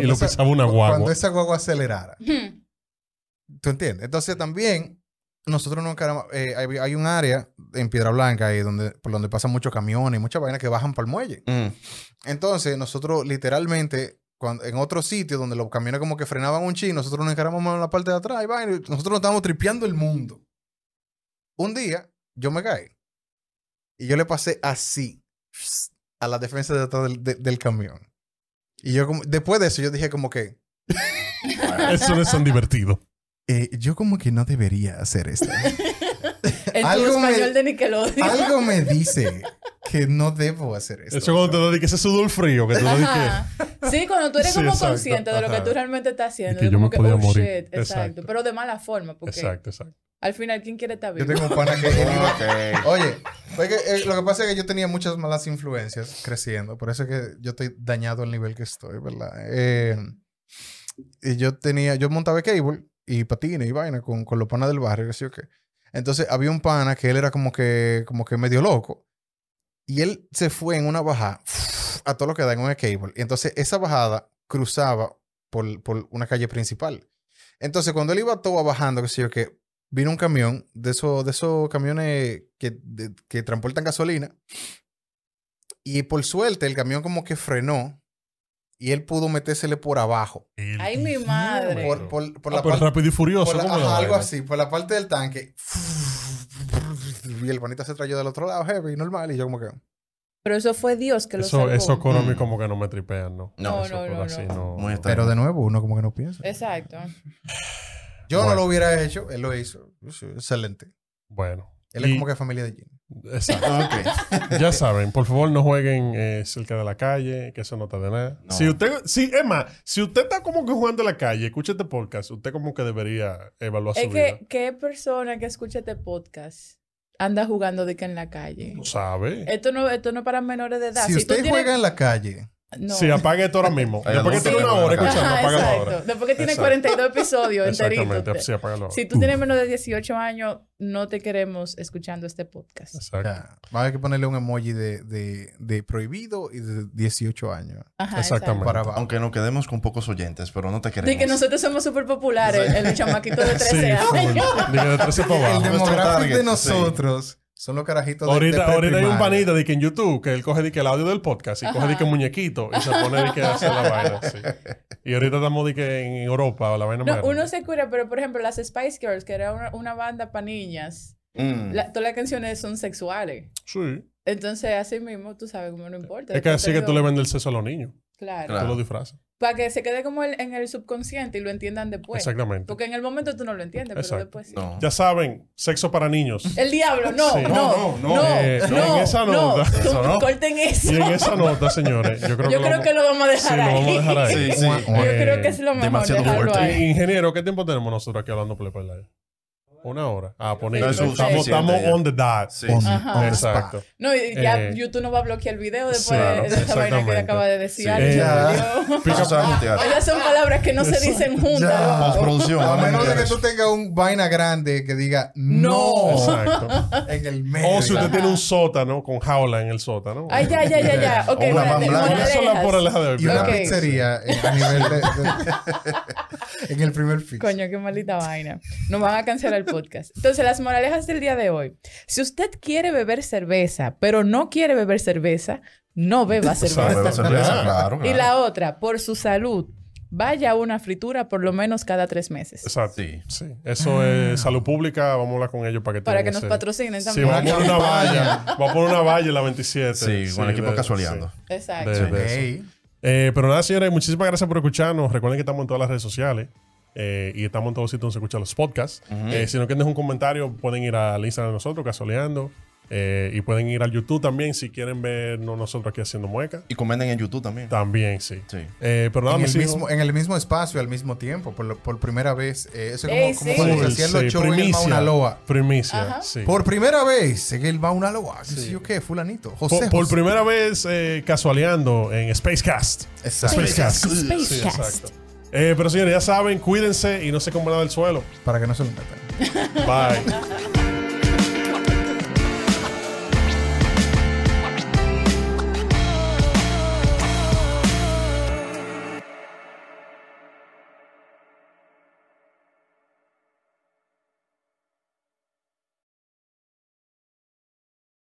[SPEAKER 1] Y lo
[SPEAKER 2] esa-
[SPEAKER 1] pisaba una
[SPEAKER 2] cu-
[SPEAKER 1] guagua.
[SPEAKER 2] cuando esa guagua acelerara,
[SPEAKER 3] Hmm.
[SPEAKER 2] ¿Tú entiendes? Entonces también nosotros no encaramos- eh, hay, hay un área en Piedra Blanca ahí donde, por donde pasan muchos camiones y muchas vainas que bajan para el muelle. Entonces nosotros literalmente, cuando, en otro sitio donde los camiones como que frenaban un chin, nosotros nos encaramos más en la parte de atrás y vaina, y nosotros nos estábamos tripeando el mundo. Un día yo me caí y yo le pasé así a la defensa de atrás del, de- del camión. Y yo como, después de eso yo dije como que...
[SPEAKER 1] Eso no es tan divertido.
[SPEAKER 2] eh, yo como que no debería hacer esto.
[SPEAKER 3] El tour
[SPEAKER 2] Algo me-
[SPEAKER 3] español de Nickelodeon.
[SPEAKER 2] Algo me dice que no debo hacer esto.
[SPEAKER 1] Eso cuando te da de que ese sudor frío, que te da de que...
[SPEAKER 3] Ajá. Sí, cuando tú eres
[SPEAKER 1] Sí,
[SPEAKER 3] como
[SPEAKER 1] exacto,
[SPEAKER 3] consciente de lo que
[SPEAKER 1] ajá.
[SPEAKER 3] tú realmente estás haciendo.
[SPEAKER 1] que
[SPEAKER 3] de
[SPEAKER 1] yo
[SPEAKER 3] como
[SPEAKER 1] me podía
[SPEAKER 3] oh,
[SPEAKER 1] morir.
[SPEAKER 3] shit, exacto.
[SPEAKER 1] Exacto.
[SPEAKER 3] Pero de mala forma, porque
[SPEAKER 1] Exacto, exacto.
[SPEAKER 3] al final, ¿quién quiere estar
[SPEAKER 2] Yo
[SPEAKER 3] vivo?
[SPEAKER 2] tengo un pana que él iba-
[SPEAKER 6] Ok.
[SPEAKER 2] Oye, fue que, eh, lo que pasa es que yo tenía muchas malas influencias creciendo. Por eso es que yo estoy dañado al nivel que estoy, ¿verdad? Eh, y yo tenía... Yo montaba cable y patines y vaina con, con los panas del barrio, qué sé yo qué. Entonces había un pana que él era como que, como que medio loco. Y él se fue en una bajada a todo lo que da en un cable. Y entonces esa bajada cruzaba por, por una calle principal. Entonces cuando él iba todo bajando, qué sé yo qué, vino un camión de esos, de esos camiones que, de- que transportan gasolina. Y por suerte el camión como que frenó y él pudo metérsele por abajo.
[SPEAKER 3] Ay, mi madre.
[SPEAKER 2] Por, por, por
[SPEAKER 1] Ah,
[SPEAKER 2] la
[SPEAKER 1] pero
[SPEAKER 2] parte-
[SPEAKER 1] rápido y furioso.
[SPEAKER 2] por la-
[SPEAKER 1] ¿cómo es la
[SPEAKER 2] ajá, algo
[SPEAKER 1] vaina?
[SPEAKER 2] así, por la parte del tanque. Y el panita se trayó del otro lado, heavy, normal. Y yo como que...
[SPEAKER 3] Pero eso fue Dios que lo
[SPEAKER 1] Eso,
[SPEAKER 3] salvó.
[SPEAKER 1] eso coro a mí
[SPEAKER 6] Mm.
[SPEAKER 1] como que no me tripean, ¿no?
[SPEAKER 3] No,
[SPEAKER 1] Eso
[SPEAKER 3] no,
[SPEAKER 1] coro
[SPEAKER 3] no,
[SPEAKER 1] así,
[SPEAKER 3] no.
[SPEAKER 1] no.
[SPEAKER 6] Muy extraño.
[SPEAKER 2] Pero de nuevo, uno como que no piensa.
[SPEAKER 3] Exacto.
[SPEAKER 2] Yo no
[SPEAKER 1] Bueno.
[SPEAKER 2] lo hubiera hecho, él lo hizo. Eso, Excelente.
[SPEAKER 1] Bueno.
[SPEAKER 2] Él es
[SPEAKER 1] Y-
[SPEAKER 2] como que familia de Jimmy.
[SPEAKER 1] Exacto.
[SPEAKER 6] Ok.
[SPEAKER 1] Ya saben, por favor no jueguen eh, cerca de la calle, que eso no te da nada.
[SPEAKER 6] No.
[SPEAKER 1] Si usted, si, Emma, si usted está como que jugando en la calle, escuche este podcast, usted como que debería evaluar su
[SPEAKER 3] Es
[SPEAKER 1] vida.
[SPEAKER 3] que, ¿qué persona que escucha este podcast anda jugando de que en la calle?
[SPEAKER 1] No sabe.
[SPEAKER 3] Esto no, esto no es para menores de edad.
[SPEAKER 2] Si
[SPEAKER 3] tú
[SPEAKER 2] usted
[SPEAKER 3] tienes-
[SPEAKER 2] juega en la calle,
[SPEAKER 3] No.
[SPEAKER 1] Sí, apague esto ahora mismo.
[SPEAKER 6] Ay,
[SPEAKER 1] Después que
[SPEAKER 6] no,
[SPEAKER 1] tiene
[SPEAKER 6] no,
[SPEAKER 1] una
[SPEAKER 6] no,
[SPEAKER 1] hora
[SPEAKER 6] no, no.
[SPEAKER 1] escuchando,
[SPEAKER 3] Ajá,
[SPEAKER 1] apágalo
[SPEAKER 3] exacto.
[SPEAKER 1] ahora.
[SPEAKER 3] Después que tiene
[SPEAKER 1] Exacto.
[SPEAKER 3] 42 episodios
[SPEAKER 1] Exactamente,
[SPEAKER 3] enteritos.
[SPEAKER 1] sí, apágalo ahora.
[SPEAKER 3] Si tú tienes menos de 18 años, no te queremos escuchando este podcast.
[SPEAKER 1] Exacto.
[SPEAKER 2] ya, va a haber que ponerle un emoji de, de- de prohibido y de 18 años.
[SPEAKER 3] Ajá,
[SPEAKER 1] Exactamente.
[SPEAKER 2] Para abajo.
[SPEAKER 6] Aunque nos quedemos con pocos oyentes, pero no te queremos.
[SPEAKER 3] De que nosotros somos súper populares, el chamaquito de 13
[SPEAKER 1] Sí,
[SPEAKER 3] años.
[SPEAKER 1] full. Diga, de 13 para
[SPEAKER 2] El
[SPEAKER 1] abajo.
[SPEAKER 6] Nuestro
[SPEAKER 2] demográfico
[SPEAKER 6] target,
[SPEAKER 2] de
[SPEAKER 6] sí.
[SPEAKER 2] nosotros son los carajitos de- de
[SPEAKER 1] Ahorita, ahorita hay un
[SPEAKER 2] preprimaria.
[SPEAKER 1] panita de que en YouTube que él coge de que el audio del podcast y coge de que muñequito y se pone de que hace la vaina. sí. Y ahorita estamos de que en Europa o la vaina
[SPEAKER 3] No,
[SPEAKER 1] moderna.
[SPEAKER 3] uno se cura, pero por ejemplo, las Spice Girls, que era una, una banda para niñas,
[SPEAKER 6] Mm.
[SPEAKER 3] la- todas las canciones son sexuales.
[SPEAKER 1] Sí.
[SPEAKER 3] Entonces, así mismo, tú sabes cómo no importa.
[SPEAKER 1] Es que así que tú le vendes el sexo a los niños.
[SPEAKER 3] Claro.
[SPEAKER 6] Claro.
[SPEAKER 1] Tú lo disfrazas.
[SPEAKER 3] Para que se quede como el- en el subconsciente y lo entiendan después.
[SPEAKER 1] Exactamente.
[SPEAKER 3] Porque en el momento tú no lo entiendes,
[SPEAKER 1] Exacto.
[SPEAKER 3] pero después sí.
[SPEAKER 6] No.
[SPEAKER 1] Ya saben, sexo para niños.
[SPEAKER 3] El diablo, no,
[SPEAKER 1] Sí.
[SPEAKER 3] no, no, no, no,
[SPEAKER 1] Eh, en esa nota.
[SPEAKER 3] Tú-
[SPEAKER 1] Eso no.
[SPEAKER 3] Corten eso.
[SPEAKER 1] Y en esa nota, señores, yo creo
[SPEAKER 3] Yo
[SPEAKER 1] que,
[SPEAKER 3] creo que lo vamos
[SPEAKER 1] sí,
[SPEAKER 3] a dejar
[SPEAKER 1] lo
[SPEAKER 3] ahí.
[SPEAKER 1] vamos a dejar ahí.
[SPEAKER 6] Sí, sí.
[SPEAKER 2] Guau, guau.
[SPEAKER 3] Yo
[SPEAKER 1] Eh,
[SPEAKER 3] creo que es lo mejor
[SPEAKER 6] demasiado
[SPEAKER 3] dejarlo
[SPEAKER 6] fuerte.
[SPEAKER 3] ahí.
[SPEAKER 1] Ingeniero, ¿qué tiempo tenemos nosotros aquí hablando por el Una hora. Ah, ponete.
[SPEAKER 6] No, eso es
[SPEAKER 1] estamos,
[SPEAKER 6] suficiente
[SPEAKER 1] estamos
[SPEAKER 6] ya.
[SPEAKER 1] on the dot.
[SPEAKER 6] Sí.
[SPEAKER 2] On-
[SPEAKER 3] Ajá.
[SPEAKER 2] on the spot.
[SPEAKER 1] Exacto.
[SPEAKER 3] No, y ya
[SPEAKER 1] Eh,
[SPEAKER 3] YouTube no va a bloquear el video después
[SPEAKER 1] sí, claro,
[SPEAKER 3] de esa vaina que
[SPEAKER 1] exactamente.
[SPEAKER 3] le acaba de decir.
[SPEAKER 6] Sí.
[SPEAKER 3] Ay,
[SPEAKER 2] Ya.
[SPEAKER 3] Dios.
[SPEAKER 6] Eso se va a mutear.
[SPEAKER 3] Ellas son palabras que no se dicen juntas.
[SPEAKER 6] Postproducción.
[SPEAKER 2] A
[SPEAKER 6] vamos a
[SPEAKER 2] menos de
[SPEAKER 6] mutear
[SPEAKER 2] que
[SPEAKER 6] eso.
[SPEAKER 2] tú tengas un vaina grande que diga no,
[SPEAKER 1] Exacto.
[SPEAKER 2] en el medio.
[SPEAKER 1] O si usted tiene un sótano con jaula en el sótano.
[SPEAKER 3] Ay, ya, ya, ya, ya. Ok,
[SPEAKER 1] O una
[SPEAKER 3] morale-
[SPEAKER 6] van blanca.
[SPEAKER 1] Una sola
[SPEAKER 3] moralejas.
[SPEAKER 1] por de hoy.
[SPEAKER 2] y una
[SPEAKER 3] Ok.
[SPEAKER 2] pizzería eh, a nivel de, de- en el primer piso.
[SPEAKER 3] Coño, qué maldita vaina. Nos van a cancelar el podcast. Entonces, las moralejas del día de hoy. Si usted quiere beber cerveza, pero no quiere beber cerveza, no beba
[SPEAKER 6] Sabe,
[SPEAKER 3] cerveza.
[SPEAKER 6] la cerveza,
[SPEAKER 1] Ya.
[SPEAKER 6] claro,
[SPEAKER 3] Y
[SPEAKER 6] claro.
[SPEAKER 3] la otra, por su salud, vaya a una fritura por lo menos cada tres meses.
[SPEAKER 1] Exacto. Sí.
[SPEAKER 6] Sí.
[SPEAKER 1] Eso es salud pública. Vamos a hablar con ellos para que
[SPEAKER 3] Para que
[SPEAKER 1] tengan
[SPEAKER 3] nos
[SPEAKER 1] ese-
[SPEAKER 3] patrocinen
[SPEAKER 1] Sí,
[SPEAKER 3] también.
[SPEAKER 1] vamos a poner una
[SPEAKER 2] campaña.
[SPEAKER 1] valla. Vamos a poner una valla en la 27.
[SPEAKER 6] Sí, con el equipo
[SPEAKER 1] de-
[SPEAKER 6] casualeando.
[SPEAKER 1] sí.
[SPEAKER 3] Exacto.
[SPEAKER 1] De- de eso.
[SPEAKER 2] Ey,
[SPEAKER 1] Eh, pero nada, señores, muchísimas gracias por escucharnos. Recuerden que estamos en todas las redes sociales eh, y estamos en todos sitios donde se escuchan los podcasts. Eh, si no quieren dejar un comentario, pueden ir al Instagram de nosotros, Casoleando. Eh, y pueden ir al YouTube también si quieren vernos nosotros aquí haciendo muecas.
[SPEAKER 6] Y comenten en YouTube también.
[SPEAKER 1] También, sí.
[SPEAKER 6] Sí.
[SPEAKER 1] Eh, pero nada,
[SPEAKER 2] En
[SPEAKER 1] mis
[SPEAKER 2] el,
[SPEAKER 1] hijos-
[SPEAKER 2] mismo, en el mismo espacio, al mismo tiempo, por, lo- por primera vez. Eh, eso es como,
[SPEAKER 3] Ey,
[SPEAKER 2] como
[SPEAKER 3] sí.
[SPEAKER 2] cuando se
[SPEAKER 1] Sí,
[SPEAKER 2] hacían los
[SPEAKER 1] sí,
[SPEAKER 2] shows en el Mauna Loa.
[SPEAKER 1] Primicia,
[SPEAKER 3] Ajá.
[SPEAKER 1] sí.
[SPEAKER 2] Por primera vez en el Mauna Loa. ¿Qué sé yo qué? Fulanito. José.
[SPEAKER 1] Por- por
[SPEAKER 2] José.
[SPEAKER 1] primera vez eh, casualeando en Spacecast.
[SPEAKER 2] Exacto.
[SPEAKER 1] Spacecast. Sí,
[SPEAKER 7] Spacecast.
[SPEAKER 1] exacto. Eh, pero señores, ya saben, cuídense y no se coman nada del suelo.
[SPEAKER 2] Para que no se lo metan.
[SPEAKER 1] Bye.